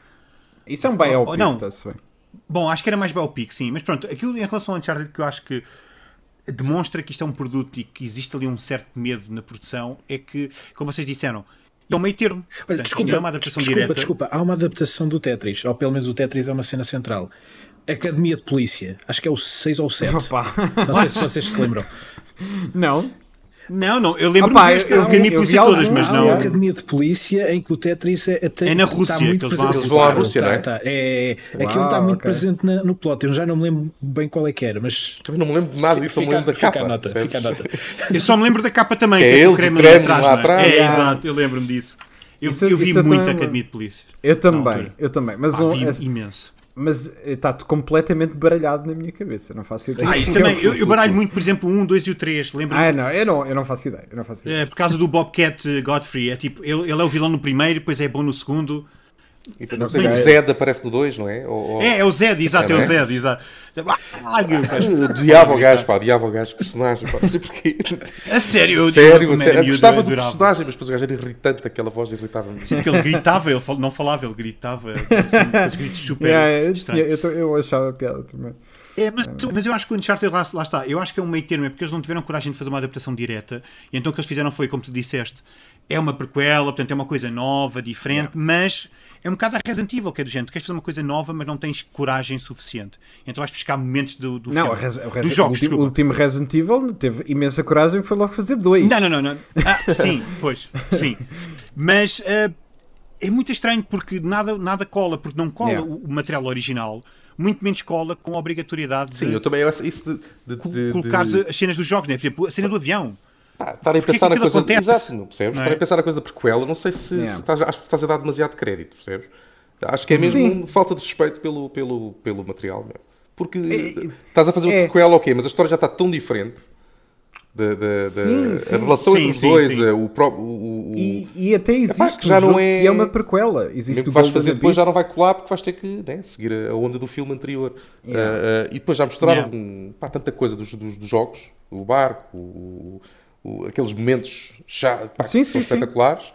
Speaker 1: Isso é um biopic,
Speaker 3: Oh, não.
Speaker 1: está-se bem.
Speaker 3: Bom, acho que era mais biopic, sim, mas pronto, aquilo em relação ao Uncharted que eu acho que demonstra que isto é um produto e que existe ali um certo medo na produção é que, como vocês disseram, Estão meio termo.
Speaker 4: Olha,
Speaker 3: Portanto,
Speaker 4: desculpa,
Speaker 3: não é uma adaptação
Speaker 4: desculpa,
Speaker 3: direta.
Speaker 4: desculpa, há uma adaptação do Tetris, ou pelo menos o Tetris é uma cena central. Academia de Polícia, acho que é o 6 ou o 7.
Speaker 1: Opa.
Speaker 4: Não sei se vocês se lembram.
Speaker 1: Não.
Speaker 3: Não, não, eu lembro-me
Speaker 1: Opa,
Speaker 3: desta,
Speaker 1: eu
Speaker 3: eu,
Speaker 1: vi-
Speaker 3: vi,
Speaker 1: eu vi
Speaker 3: todas,
Speaker 1: algum-
Speaker 3: mas
Speaker 4: Há uma
Speaker 3: não.
Speaker 4: academia de polícia em que o Tetris é, até-
Speaker 3: É na
Speaker 4: tá
Speaker 3: Rússia, que
Speaker 4: muito
Speaker 3: eles
Speaker 4: presente.
Speaker 2: vão à Rússia,
Speaker 4: Tá,
Speaker 2: não é?
Speaker 4: tá, é, aquilo
Speaker 1: Uau,
Speaker 4: está muito
Speaker 1: ok.
Speaker 4: presente na- no plot. Eu já não me lembro bem qual é que era, mas
Speaker 2: Também não me lembro de nada disso, só me
Speaker 4: fica,
Speaker 2: lembro da
Speaker 4: fica
Speaker 2: capa.
Speaker 4: a nota.
Speaker 2: percebes?
Speaker 4: Fica a nota.
Speaker 3: Eu só me lembro da capa também,
Speaker 2: Que
Speaker 3: que
Speaker 2: é
Speaker 3: é com
Speaker 2: eles,
Speaker 3: o
Speaker 2: o
Speaker 3: creme
Speaker 2: creme
Speaker 3: ali atrás.
Speaker 2: lá
Speaker 3: não é?
Speaker 2: atrás.
Speaker 3: É,
Speaker 1: Ah.
Speaker 3: exato, eu lembro-me disso. Eu,
Speaker 1: Isso-
Speaker 3: eu vi
Speaker 1: isso eu
Speaker 3: muito
Speaker 1: também-
Speaker 3: Academia de Polícia.
Speaker 1: Eu também,
Speaker 3: altura.
Speaker 1: eu também. Mas,
Speaker 3: Pá,
Speaker 1: um-
Speaker 3: vi
Speaker 1: é-
Speaker 3: imenso.
Speaker 1: mas está completamente baralhado na minha cabeça. Não faço ideia.
Speaker 3: Ah, isso também. Eu, eu baralho muito, por exemplo, o 1, 2 e o 3. Lembro-me
Speaker 1: Ah, não, eu não, eu não faço ideia. Eu não faço ideia.
Speaker 3: É, por causa do Bobcat Godfrey. É tipo, ele, ele é o vilão no primeiro, depois é bom no segundo.
Speaker 2: E depois, não sei,
Speaker 1: Bem,
Speaker 2: o Zed aparece no 2, não é? Ou, ou...
Speaker 3: É, é o Zed, exato, é o
Speaker 2: É,
Speaker 3: Zed, exato. Ah, eu-
Speaker 2: Odiava o gajo, pá, odiava o gajo, personagem, pá, não sei porquê.
Speaker 3: A sério, eu
Speaker 2: Sério,
Speaker 3: eu
Speaker 2: a
Speaker 3: também
Speaker 2: sério.
Speaker 3: era
Speaker 2: Eu gostava
Speaker 3: miúdo,
Speaker 2: do
Speaker 3: eu adorava.
Speaker 2: personagem, mas depois o gajo era irritante, aquela voz irritava-me.
Speaker 3: Sim, porque ele gritava, ele fal- não falava, ele gritava. assim, com os gritos super
Speaker 1: Yeah, eu,
Speaker 3: estranhos.
Speaker 1: tinha- eu tô- eu achava piada também.
Speaker 3: É, mas, mas eu acho que o Uncharted, lá, lá está, eu acho que é um meio termo, é porque eles não tiveram coragem de fazer uma adaptação direta, e então o que eles fizeram foi, como tu disseste, é uma prequela, portanto é uma coisa nova, diferente, mas é um bocado a Resident Evil, que é do género, tu queres fazer uma coisa nova, mas não tens coragem suficiente. Então vais buscar momentos do, do
Speaker 1: Não,
Speaker 3: filme,
Speaker 1: o, Res- o Res-
Speaker 3: é dos jogos,
Speaker 1: o último, o
Speaker 3: desculpa.
Speaker 1: último Resident Evil teve imensa coragem e foi logo fazer dois.
Speaker 3: Não, não, não, não. Ah, sim, pois, sim. Mas ah, é muito estranho porque nada, nada cola, porque não cola
Speaker 1: Yeah.
Speaker 3: o, o material original, muito menos cola com a obrigatoriedade
Speaker 2: Sim,
Speaker 3: de
Speaker 2: eu também, eu acho isso de- de...
Speaker 3: co-
Speaker 2: de- de-
Speaker 3: colocar as cenas dos jogos, né? Por exemplo, a cena do avião.
Speaker 2: Pá, Estarem a
Speaker 3: Porquê
Speaker 2: pensar
Speaker 3: é que
Speaker 2: na
Speaker 3: aquilo
Speaker 2: coisa.
Speaker 3: acontece?
Speaker 2: Exato, não percebes?
Speaker 3: Não é?
Speaker 2: Estarem a pensar na coisa da prequela, não sei se,
Speaker 1: Yeah.
Speaker 2: se estás, acho que estás a dar demasiado crédito, percebes? Acho que é mesmo
Speaker 1: Sim.
Speaker 2: falta de respeito pelo, pelo, pelo material, meu. Porque
Speaker 1: É,
Speaker 2: estás a fazer
Speaker 1: é.
Speaker 2: uma prequela, ok, mas a história já está tão diferente. Da, da- da-
Speaker 1: Sim, sim.
Speaker 2: A relação
Speaker 3: Sim,
Speaker 2: entre os
Speaker 3: sim,
Speaker 2: dois,
Speaker 3: sim.
Speaker 2: a- o, pró- o, o-
Speaker 1: E, e até existe
Speaker 2: que já
Speaker 1: um
Speaker 2: não
Speaker 1: jogo
Speaker 2: é-
Speaker 1: que é uma prequela.
Speaker 2: mesmo
Speaker 1: Existe
Speaker 2: que
Speaker 1: o
Speaker 2: vais
Speaker 1: Golden
Speaker 2: fazer depois já não
Speaker 1: Abyss.
Speaker 2: vai colar porque vais ter que né, seguir a a onda do filme anterior. Ah, ah, e depois já mostraram
Speaker 3: Yeah.
Speaker 2: hum, pá, tanta coisa dos, dos, dos jogos, o barco, o- o- aqueles momentos chá, pá,
Speaker 1: Sim,
Speaker 2: que
Speaker 1: sim,
Speaker 2: são
Speaker 1: sim.
Speaker 2: espetaculares.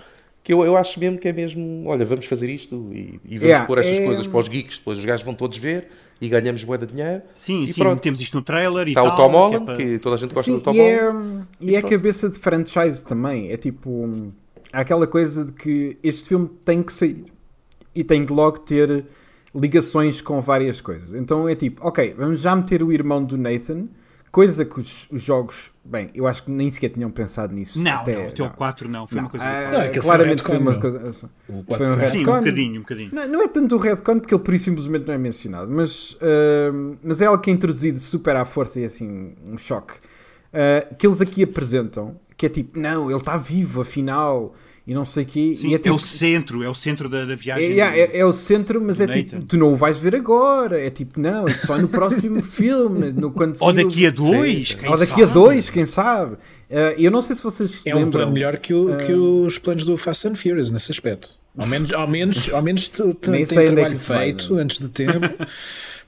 Speaker 2: Que eu, eu acho mesmo que é mesmo, olha, vamos fazer isto e, e vamos
Speaker 1: Yeah,
Speaker 2: pôr estas
Speaker 1: é-
Speaker 2: coisas para os geeks, depois os gajos vão todos ver e ganhamos bué de dinheiro.
Speaker 3: Sim,
Speaker 2: e
Speaker 3: sim,
Speaker 2: pronto,
Speaker 3: metemos isto no trailer e
Speaker 2: está
Speaker 3: tal.
Speaker 2: o Tom Holland,
Speaker 3: que é para-
Speaker 2: que toda a gente gosta
Speaker 1: Sim,
Speaker 2: do Tom
Speaker 1: e é,
Speaker 2: Holland.
Speaker 1: e é
Speaker 2: pronto.
Speaker 1: cabeça de franchise também. É tipo. hum, Há aquela coisa de que este filme tem que sair e tem de logo ter ligações com várias coisas. Então é tipo, ok, vamos já meter o irmão do Nathan, coisa que os, os jogos. Bem, eu acho que nem sequer tinham pensado nisso.
Speaker 3: Não,
Speaker 1: até,
Speaker 3: não, até o 4 não, foi
Speaker 1: Não,
Speaker 3: uma coisa.
Speaker 1: ah,
Speaker 3: do
Speaker 4: Não, aquilo foi um
Speaker 1: claramente foi
Speaker 4: retcon,
Speaker 1: uma
Speaker 4: não.
Speaker 1: coisa.
Speaker 4: O
Speaker 1: Foi um
Speaker 3: quatro.
Speaker 1: retcon.
Speaker 3: Sim, um bocadinho, um bocadinho.
Speaker 1: Não, não é tanto o retcon porque ele por isso simplesmente não é mencionado, mas, ah, mas é algo que é introduzido super à força e é assim um choque. ah, que eles aqui apresentam, que é tipo, não, ele está vivo afinal, e não sei o quê.
Speaker 3: Sim,
Speaker 1: e
Speaker 3: é,
Speaker 1: é, tipo,
Speaker 3: o centro, é o centro da, da
Speaker 1: é,
Speaker 3: viagem.
Speaker 1: yeah, é- é o centro, mas
Speaker 3: do
Speaker 1: é
Speaker 3: Nathan.
Speaker 1: tipo, tu não o vais ver agora. É tipo, não, é só no próximo filme, no, quando
Speaker 3: Ou
Speaker 1: sair o-
Speaker 3: daqui a dois, quem
Speaker 1: Ou daqui a
Speaker 3: sabe?
Speaker 1: dois, quem sabe? Ah, eu não sei se vocês se
Speaker 4: É um
Speaker 1: lembram.
Speaker 4: plano melhor que, o-
Speaker 1: Ah.
Speaker 4: que os planos do Fast and Furious nesse aspecto. Ao menos, ao menos, ao menos te- te-
Speaker 1: Nem
Speaker 4: tem
Speaker 1: sei onde é que
Speaker 4: trabalho
Speaker 1: isso vai,
Speaker 4: feito
Speaker 1: não
Speaker 4: antes de tempo.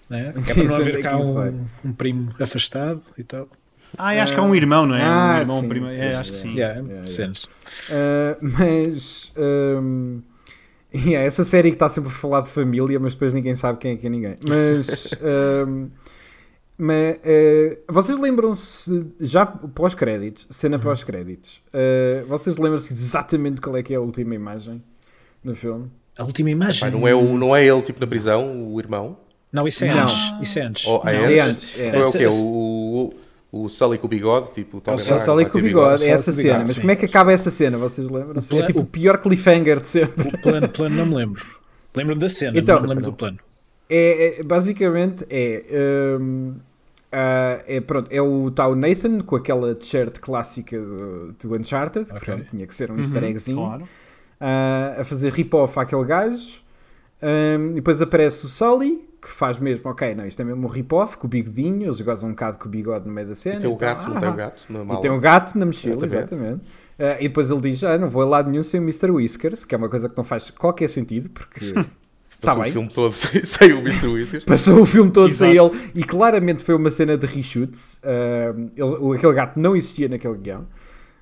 Speaker 4: né? Que é para
Speaker 1: Sim, sei
Speaker 4: não
Speaker 1: onde
Speaker 4: haver
Speaker 1: é
Speaker 4: cá
Speaker 1: que isso
Speaker 4: um,
Speaker 1: vai.
Speaker 4: um primo afastado e tal.
Speaker 3: Ah, acho que há um irmão, não é?
Speaker 1: Ah,
Speaker 3: um irmão,
Speaker 1: sim,
Speaker 3: um primo.
Speaker 1: sim,
Speaker 3: é,
Speaker 1: sim,
Speaker 3: acho que sim.
Speaker 4: Yeah,
Speaker 1: yeah.
Speaker 4: cenas.
Speaker 1: Uh, mas um, yeah, essa série que está sempre a falar de família, mas depois ninguém sabe quem é que é ninguém. Mas, um, ma- uh, vocês lembram-se já pós-créditos, cena pós-créditos, uh, vocês lembram-se exatamente qual é que é a última imagem do filme?
Speaker 4: A última imagem.
Speaker 2: Pá, não, é o, não é ele tipo na prisão, o irmão?
Speaker 4: Não, isso é
Speaker 1: Não.
Speaker 4: antes. Isso é antes.
Speaker 2: Ou
Speaker 1: Não, é antes, é
Speaker 2: Então Oh, é o
Speaker 4: antes.
Speaker 2: quê? O, o, o Sully com o bigode? Tipo, o Tommy
Speaker 4: Sim,
Speaker 1: É o
Speaker 2: Ryan
Speaker 1: Sally
Speaker 2: vai
Speaker 1: com o
Speaker 2: ter
Speaker 1: bigode,
Speaker 4: bigode,
Speaker 1: é essa
Speaker 4: Sally com
Speaker 1: cena.
Speaker 4: bigode,
Speaker 1: Mas
Speaker 4: sim.
Speaker 1: como é que acaba essa cena? Vocês lembram-se?
Speaker 4: O
Speaker 1: É
Speaker 4: pla-
Speaker 1: tipo
Speaker 4: o-
Speaker 1: o pior cliffhanger de sempre.
Speaker 4: O plano, plano, não me lembro. Lembro-me da cena,
Speaker 1: Então-
Speaker 4: não me lembro do plano.
Speaker 1: É, é- basicamente é, hum, ah, é pronto, é o tá o Nathan com aquela t-shirt clássica do, do Uncharted, que
Speaker 4: Ok.
Speaker 1: pronto, tinha que ser um easter
Speaker 3: Uhum,
Speaker 1: eggzinho,
Speaker 3: Claro.
Speaker 1: ah, a fazer rip-off àquele gajo. Hum, e depois aparece o Sully, que faz mesmo, ok, não, isto é mesmo um rip-off, com o bigodinho, eles gozam um bocado com o bigode no meio da cena.
Speaker 2: E tem o
Speaker 1: e tal.
Speaker 2: gato, não tem
Speaker 1: Ah,
Speaker 2: o gato na
Speaker 1: e
Speaker 2: mala.
Speaker 1: tem um gato na mochila,
Speaker 2: Exatamente.
Speaker 1: exatamente. Ah, e depois ele diz: Ah, não vou a lado nenhum sem o Mr. Whiskers, que é uma coisa que não faz qualquer sentido, porque está tá
Speaker 2: Passou
Speaker 1: bem.
Speaker 2: o filme todo sem, sem o Mr. Whiskers.
Speaker 1: Passou o filme todo sem ele
Speaker 3: Exato.
Speaker 1: e claramente foi uma cena de reshoot. Ahm, ele- o- aquele gato não existia naquele guião.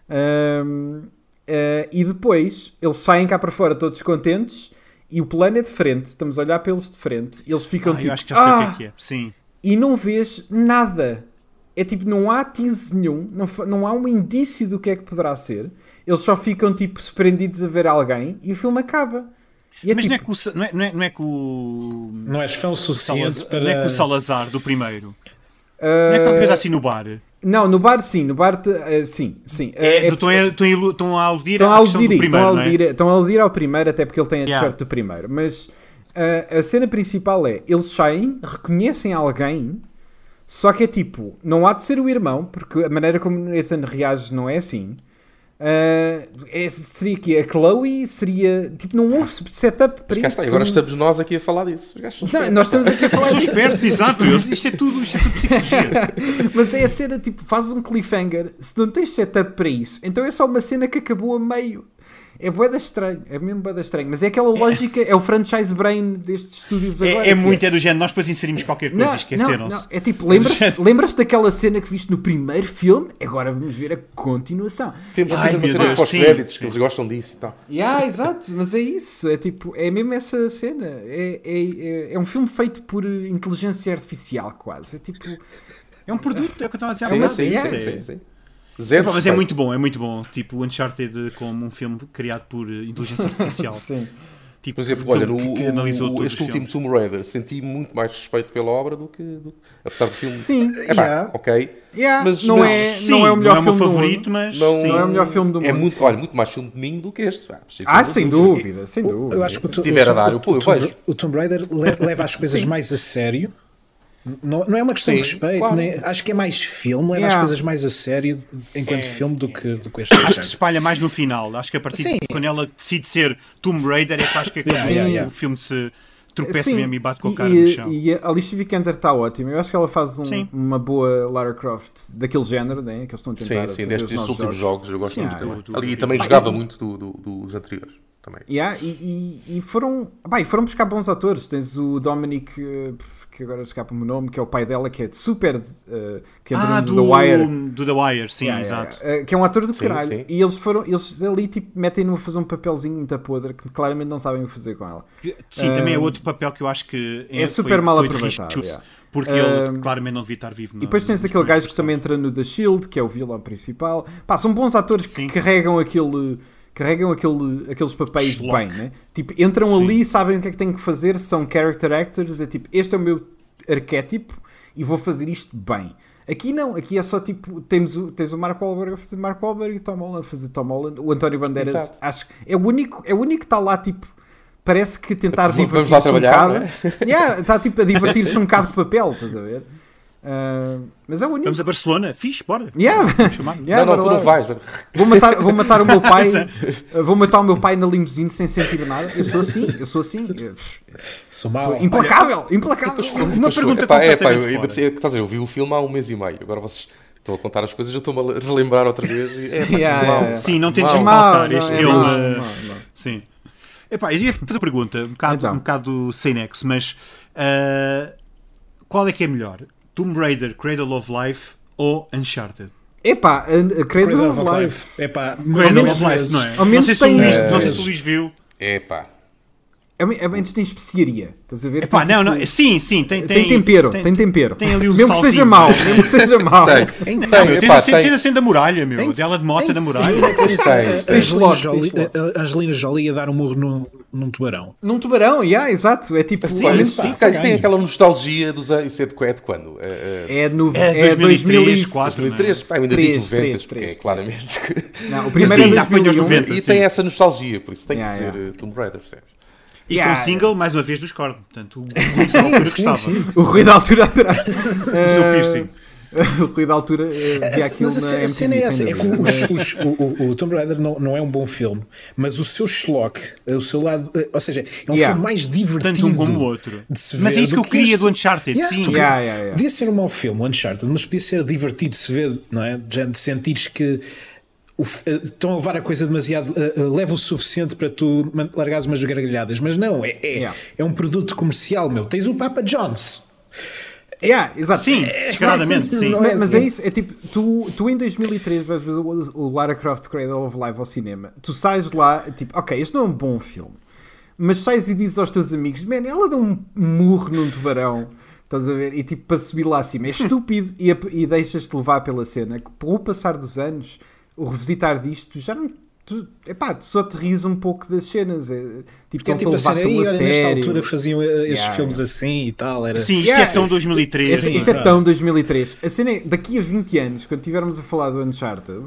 Speaker 1: Ahm, eh, e depois eles saem cá para fora todos contentes e o plano é de frente. Estamos a olhar para eles de frente. Eles ficam
Speaker 3: Ah,
Speaker 1: tipo.
Speaker 3: eu acho que já sei
Speaker 1: "Ah!"
Speaker 3: o que é que é. Sim.
Speaker 1: E não vês nada. É tipo, não há tease nenhum, não, fa- não há um indício do que é que poderá ser. Eles só ficam tipo surpreendidos a ver alguém e o filme acaba. E é
Speaker 3: Mas
Speaker 1: tipo,
Speaker 3: não, é que o, Sa- não, é, não, é, não é que o.
Speaker 4: Não és fã o suficiente
Speaker 3: Salazar-
Speaker 4: para.
Speaker 3: Não é que o Salazar do primeiro. Não é qualquer coisa assim no bar.
Speaker 1: não, no bar sim, no bar te- eh, sim, sim. Eh,
Speaker 3: É,
Speaker 1: é-
Speaker 3: estão, a, estão a ilu- estão a aludir
Speaker 1: Estão
Speaker 3: à
Speaker 1: a
Speaker 3: questão do
Speaker 1: aludir, aí, estão,
Speaker 3: primeiro,
Speaker 1: a
Speaker 3: não é?
Speaker 1: aludir, estão a aludir ao primeiro, até porque ele tem a
Speaker 3: Yeah.
Speaker 1: t-shirt do primeiro. Mas ah, a cena principal é: eles saem, reconhecem alguém, só que é tipo, não há de ser o irmão, porque a maneira como Nathan reage não é assim. Ah, é- seria que a Chloe seria. Tipo, não houve setup para
Speaker 2: Mas
Speaker 1: isso.
Speaker 2: cá está, agora
Speaker 1: Não-
Speaker 2: estamos nós aqui a falar disso. Os gajos são
Speaker 1: Não,
Speaker 2: espertos,
Speaker 1: nós estamos aqui a falar
Speaker 3: São
Speaker 1: disso.
Speaker 3: espertos, exato. eles- Isto é tudo, isto é tudo psicologia.
Speaker 1: Mas é a cena, tipo, fazes um cliffhanger, se não tens setup para isso, então é só uma cena que acabou a meio. É boeda estranho, é mesmo boeda estranho, mas é aquela lógica, é o franchise brain destes estúdios agora.
Speaker 3: É,
Speaker 1: que
Speaker 3: é muito, é do género. Nós depois inserimos qualquer
Speaker 1: Não,
Speaker 3: coisa e
Speaker 1: não, não,
Speaker 3: esqueceram-se.
Speaker 1: é tipo, lembras-te lembras daquela cena que viste no primeiro filme? Agora vamos ver a continuação.
Speaker 2: Temos que
Speaker 3: Ai,
Speaker 2: fazer uma
Speaker 3: meu
Speaker 2: cena
Speaker 3: Deus,
Speaker 2: para os
Speaker 3: sim.
Speaker 2: créditos, que eles gostam disso e tal.
Speaker 1: Yeah, exato, mas é isso, é tipo, é mesmo essa cena. É, é, é- é um filme feito por eh, inteligência artificial, quase. É tipo,
Speaker 3: É um produto, é o que eu estava a dizer. há
Speaker 2: Sim,
Speaker 3: bocado,
Speaker 2: sim,
Speaker 1: é.
Speaker 3: isso
Speaker 2: sim,
Speaker 3: é-
Speaker 2: sim, sim. Zero
Speaker 3: Pá, mas é
Speaker 2: respeito.
Speaker 3: muito bom, é muito bom. Tipo, o Uncharted como um filme criado por eh, inteligência artificial.
Speaker 1: sim.
Speaker 3: tipo,
Speaker 2: Por exemplo,
Speaker 3: que-
Speaker 2: olha,
Speaker 3: que-
Speaker 2: no,
Speaker 3: que analisou
Speaker 2: o-
Speaker 3: todos os
Speaker 2: este último
Speaker 3: filmes.
Speaker 2: Tomb Raider senti muito mais respeito pela obra do que. do- apesar do filme.
Speaker 1: Sim.
Speaker 2: É pá,
Speaker 4: Yeah.
Speaker 2: ok.
Speaker 1: Yeah,
Speaker 2: Mas-
Speaker 1: não,
Speaker 2: mas
Speaker 1: é,
Speaker 3: Sim,
Speaker 1: não é o melhor
Speaker 3: meu
Speaker 1: filme do mundo.
Speaker 3: favorito, mas sim.
Speaker 1: não é o melhor filme do
Speaker 2: É
Speaker 1: mundo,
Speaker 2: muito,
Speaker 1: sim.
Speaker 2: olha, muito mais filme de mim do é que este. pá,
Speaker 1: Ah, sem dúvida, sem dúvida.
Speaker 4: Eu acho que o,
Speaker 2: Se
Speaker 4: Tu-
Speaker 2: tiver
Speaker 4: o-
Speaker 2: a dar, eu-
Speaker 4: o,
Speaker 2: eu
Speaker 4: Tomb-
Speaker 2: vejo.
Speaker 4: o Tomb Raider le- leva as coisas mais a sério. Não, não é uma questão de
Speaker 2: Sim,
Speaker 4: respeito,
Speaker 2: claro.
Speaker 4: nem- acho que é mais filme, leva
Speaker 1: Yeah.
Speaker 4: as coisas mais a sério enquanto
Speaker 2: É,
Speaker 4: filme do que, do que este.
Speaker 3: Acho que se
Speaker 4: género.
Speaker 3: espalha mais no final. Acho que a partir
Speaker 4: Sim.
Speaker 3: de quando ela decide ser Tomb Raider é que acho que é
Speaker 4: Yeah,
Speaker 3: quando o
Speaker 4: yeah, yeah.
Speaker 3: filme se tropeça
Speaker 1: Sim,
Speaker 3: mesmo e bate com a
Speaker 1: e-
Speaker 3: cara
Speaker 1: e,
Speaker 3: no chão.
Speaker 1: E a Alicia Vikander está ótima. Eu acho que ela faz um-
Speaker 3: Sim.
Speaker 1: uma boa Lara Croft daquele género, né? Que eles estão a tentar
Speaker 2: Sim, sim,
Speaker 1: fazer
Speaker 2: destes
Speaker 1: os novos
Speaker 2: estes últimos jogos, eu gosto
Speaker 1: Sim,
Speaker 2: muito
Speaker 1: ah,
Speaker 2: também.
Speaker 3: do- do-
Speaker 2: Ali, e também jogava muito do- do- dos anteriores. Também.
Speaker 1: Yeah, e, e- e foram, pá, e foram buscar bons atores. Tens o Dominic, eh, que agora escapa-me o nome, que é o pai dela, que é super. eh, que entra
Speaker 3: Ah,
Speaker 1: no
Speaker 3: do,
Speaker 1: The Wire.
Speaker 3: do The Wire, sim,
Speaker 1: Yeah, yeah,
Speaker 3: exato.
Speaker 1: yeah. Eh, que é um ator do
Speaker 2: Sim,
Speaker 1: caralho.
Speaker 2: sim.
Speaker 1: E eles foram, eles ali tipo metem-no a fazer um papelzinho muito podre que claramente não sabem o que fazer com ela.
Speaker 3: Sim, também é outro papel que eu acho que
Speaker 1: Um, é super mal aproveitado,
Speaker 3: de rechute,
Speaker 1: yeah.
Speaker 3: Porque
Speaker 1: Um,
Speaker 3: ele claramente não devia estar vivo.
Speaker 1: E depois tens aquele gajo que também entra no The Shield, que é o vilão principal. Pá, são bons atores que
Speaker 3: Sim.
Speaker 1: carregam aquele. Carregam aquele, aqueles papéis
Speaker 3: Schlock.
Speaker 1: bem, né? Tipo, entram
Speaker 3: Sim.
Speaker 1: ali, sabem o que é que têm que fazer, são character actors, é tipo, este é o meu arquétipo e vou fazer isto bem. Aqui não, aqui é só tipo, temos o, tens o Marco Wahlberg a fazer Marco Wahlberg e o Tom Holland a fazer Tom Holland, o António Bandeiras,
Speaker 2: Exato.
Speaker 1: acho que é o único, é o único que está lá, tipo, parece que tentar
Speaker 2: Vamos lá
Speaker 1: divertir-se um
Speaker 2: trabalhar,
Speaker 1: bocado.
Speaker 2: não é?
Speaker 1: Yeah, está tipo a divertir-se um bocado de papel, estás a ver? Ah, mas é o único.
Speaker 3: Vamos a Barcelona, fixe, bora.
Speaker 1: Yeah.
Speaker 3: Vamos chamar.
Speaker 1: Yeah,
Speaker 2: não,
Speaker 1: bora
Speaker 2: não, tu
Speaker 1: lá.
Speaker 2: não vais. vai.
Speaker 1: Vou matar, vou matar o meu pai. eh, vou matar o meu pai na limusine sem sentir nada. Eu sou assim, eu sou assim. Eu sou
Speaker 4: Sou mau.
Speaker 1: implacável, implacável.
Speaker 3: Uma
Speaker 2: Mas,
Speaker 3: pergunta
Speaker 2: epá, é,
Speaker 3: completamente
Speaker 2: pá, eu, ainda,
Speaker 3: fora.
Speaker 2: por cima- estás a ver, eu vi o filme há um mês e meio. Agora vocês estão a contar as coisas, eu estou-me a le- relembrar outra vez. e, É, pá,
Speaker 1: Yeah,
Speaker 2: que mal,
Speaker 1: yeah,
Speaker 2: pá,
Speaker 3: Sim, não
Speaker 2: que
Speaker 3: tens
Speaker 2: mal.
Speaker 3: de
Speaker 1: mau,
Speaker 3: faltar
Speaker 1: não,
Speaker 3: este
Speaker 1: é
Speaker 3: filme.
Speaker 1: mau,
Speaker 3: eh,
Speaker 1: mau, mau.
Speaker 3: Sim. Epá, eu ia fazer uma pergunta, um bocado,
Speaker 1: Então.
Speaker 3: um bocado sem nexo, mas ah, qual é que é melhor? Tomb Raider, Cradle of Life ou Uncharted?
Speaker 1: Epá, eh, a Cradle of
Speaker 4: Life.
Speaker 1: Life.
Speaker 4: É pá,
Speaker 3: Cradle
Speaker 1: menos-
Speaker 3: of Life, não é?
Speaker 1: ao menos
Speaker 3: não sei,
Speaker 1: tem-
Speaker 3: se o Luís, não
Speaker 2: Eh,
Speaker 3: sei se o Luís viu.
Speaker 2: É pá.
Speaker 1: É uma- é uma- Antes tem especiaria. Estás a ver?
Speaker 3: Epá,
Speaker 1: Tem,
Speaker 3: não,
Speaker 1: tipo,
Speaker 3: não, sim, sim, tem,
Speaker 1: Tem, tempero, tem, tempero.
Speaker 3: tem ali o
Speaker 1: mesmo que seja
Speaker 3: salzinho.
Speaker 1: mau, mesmo que seja mau.
Speaker 2: Tem,
Speaker 4: Tem-
Speaker 2: tem,
Speaker 3: Não, meu, tens,
Speaker 2: epá,
Speaker 3: a cena-
Speaker 2: tem.
Speaker 1: assim,
Speaker 3: tens a cena da muralha, meu.
Speaker 4: Tem-
Speaker 3: dela de moto na
Speaker 4: tem que
Speaker 3: muralha.
Speaker 4: ser, tem que
Speaker 2: Tens-
Speaker 4: ser.
Speaker 2: tens
Speaker 4: Angelina
Speaker 1: logo,
Speaker 4: Jolie-
Speaker 1: tens
Speaker 4: a- a Angelina Jolie a dar um murro num, num tubarão.
Speaker 1: Num tubarão, yeah, exato. É tipo.
Speaker 2: Olha,
Speaker 1: é-
Speaker 2: isso,
Speaker 4: pá,
Speaker 2: isso tem
Speaker 4: ganho.
Speaker 2: aquela nostalgia dos anos. Isso é de, qu- é de quando? É, é,
Speaker 1: É, no,
Speaker 3: É 2003,
Speaker 1: 2004,
Speaker 2: 2003, pá, eu ainda digo
Speaker 1: Três,
Speaker 2: 90,
Speaker 1: três,
Speaker 2: porque é
Speaker 1: três,
Speaker 2: claramente. que-
Speaker 1: Não, o primeiro
Speaker 3: Sim,
Speaker 1: é
Speaker 3: dá para ir aos
Speaker 1: 2001.
Speaker 3: 90.
Speaker 2: E
Speaker 3: sim.
Speaker 2: tem essa nostalgia, por isso tem
Speaker 1: Yeah,
Speaker 2: que ser
Speaker 1: yeah.
Speaker 2: eh, Tomb Raider, percebes?
Speaker 3: E
Speaker 1: Yeah.
Speaker 3: com um single, mais uma vez, dos cordes. Portanto, o Luís na altura gostava. O
Speaker 1: O Rui da altura atrás. Eh,
Speaker 3: seu piercing.
Speaker 1: o Rui da altura eh, via aquilo
Speaker 4: Mas a
Speaker 1: na
Speaker 4: cena- a cena é
Speaker 1: MTV,
Speaker 4: essa:
Speaker 1: sem
Speaker 4: é que
Speaker 1: dúvida.
Speaker 4: os- os- o, o- o Tomb Raider não, não é um bom filme, mas o seu schlock, o seu lado, eh, ou seja, é um
Speaker 1: Yeah.
Speaker 4: filme mais divertido.
Speaker 3: Tanto um como o outro.
Speaker 4: de se
Speaker 3: Mas
Speaker 4: ver
Speaker 3: é isso que
Speaker 4: do
Speaker 3: eu queria
Speaker 4: este.
Speaker 3: do Uncharted,
Speaker 4: Yeah,
Speaker 3: sim.
Speaker 4: tu-
Speaker 1: Yeah, yeah, yeah.
Speaker 4: Podia ser um mau filme, o Uncharted, mas podia ser divertido de se ver, não é? De gente sentires que o f- eh, estão a levar a coisa demasiado. eh, eh, leva o suficiente para tu man- largares umas gargalhadas, mas não, é, é,
Speaker 1: Yeah.
Speaker 4: é um produto comercial, meu. Tens o Papa John's.
Speaker 1: Yeah, exato.
Speaker 3: Sim, descaradamente,
Speaker 4: É, sim,
Speaker 3: sim.
Speaker 4: não
Speaker 1: Mas, mas é
Speaker 4: é-
Speaker 1: isso, é tipo, tu, tu em 2003 vais ver o, o Lara Croft Cradle of Life ao cinema, tu sais de lá, tipo, ok, este não é um bom filme, mas sais e dizes aos teus amigos, man, ela deu um murro num tubarão, Estás a ver? E tipo, para subir lá acima é estúpido e, a- e deixas-te levar pela cena. Que com o passar dos anos, o revisitar disto, já não. Tu, epá, tu só te ris um pouco das cenas. É, tipo,
Speaker 4: Porque é
Speaker 1: estão-se
Speaker 4: tipo
Speaker 1: a
Speaker 4: a
Speaker 1: levar pelo
Speaker 4: série, "Ei,
Speaker 1: a
Speaker 4: olha, nesta
Speaker 1: sério.
Speaker 4: altura faziam eh, estes
Speaker 1: Yeah,
Speaker 4: filmes assim e tal. Era...
Speaker 3: Sim, isto
Speaker 1: Yeah.
Speaker 3: é tão 2003.
Speaker 1: Isto,
Speaker 4: Sim,
Speaker 1: isto é
Speaker 4: claro.
Speaker 1: tão 2003. A cena é, daqui a 20 anos, quando estivermos a falar do Uncharted,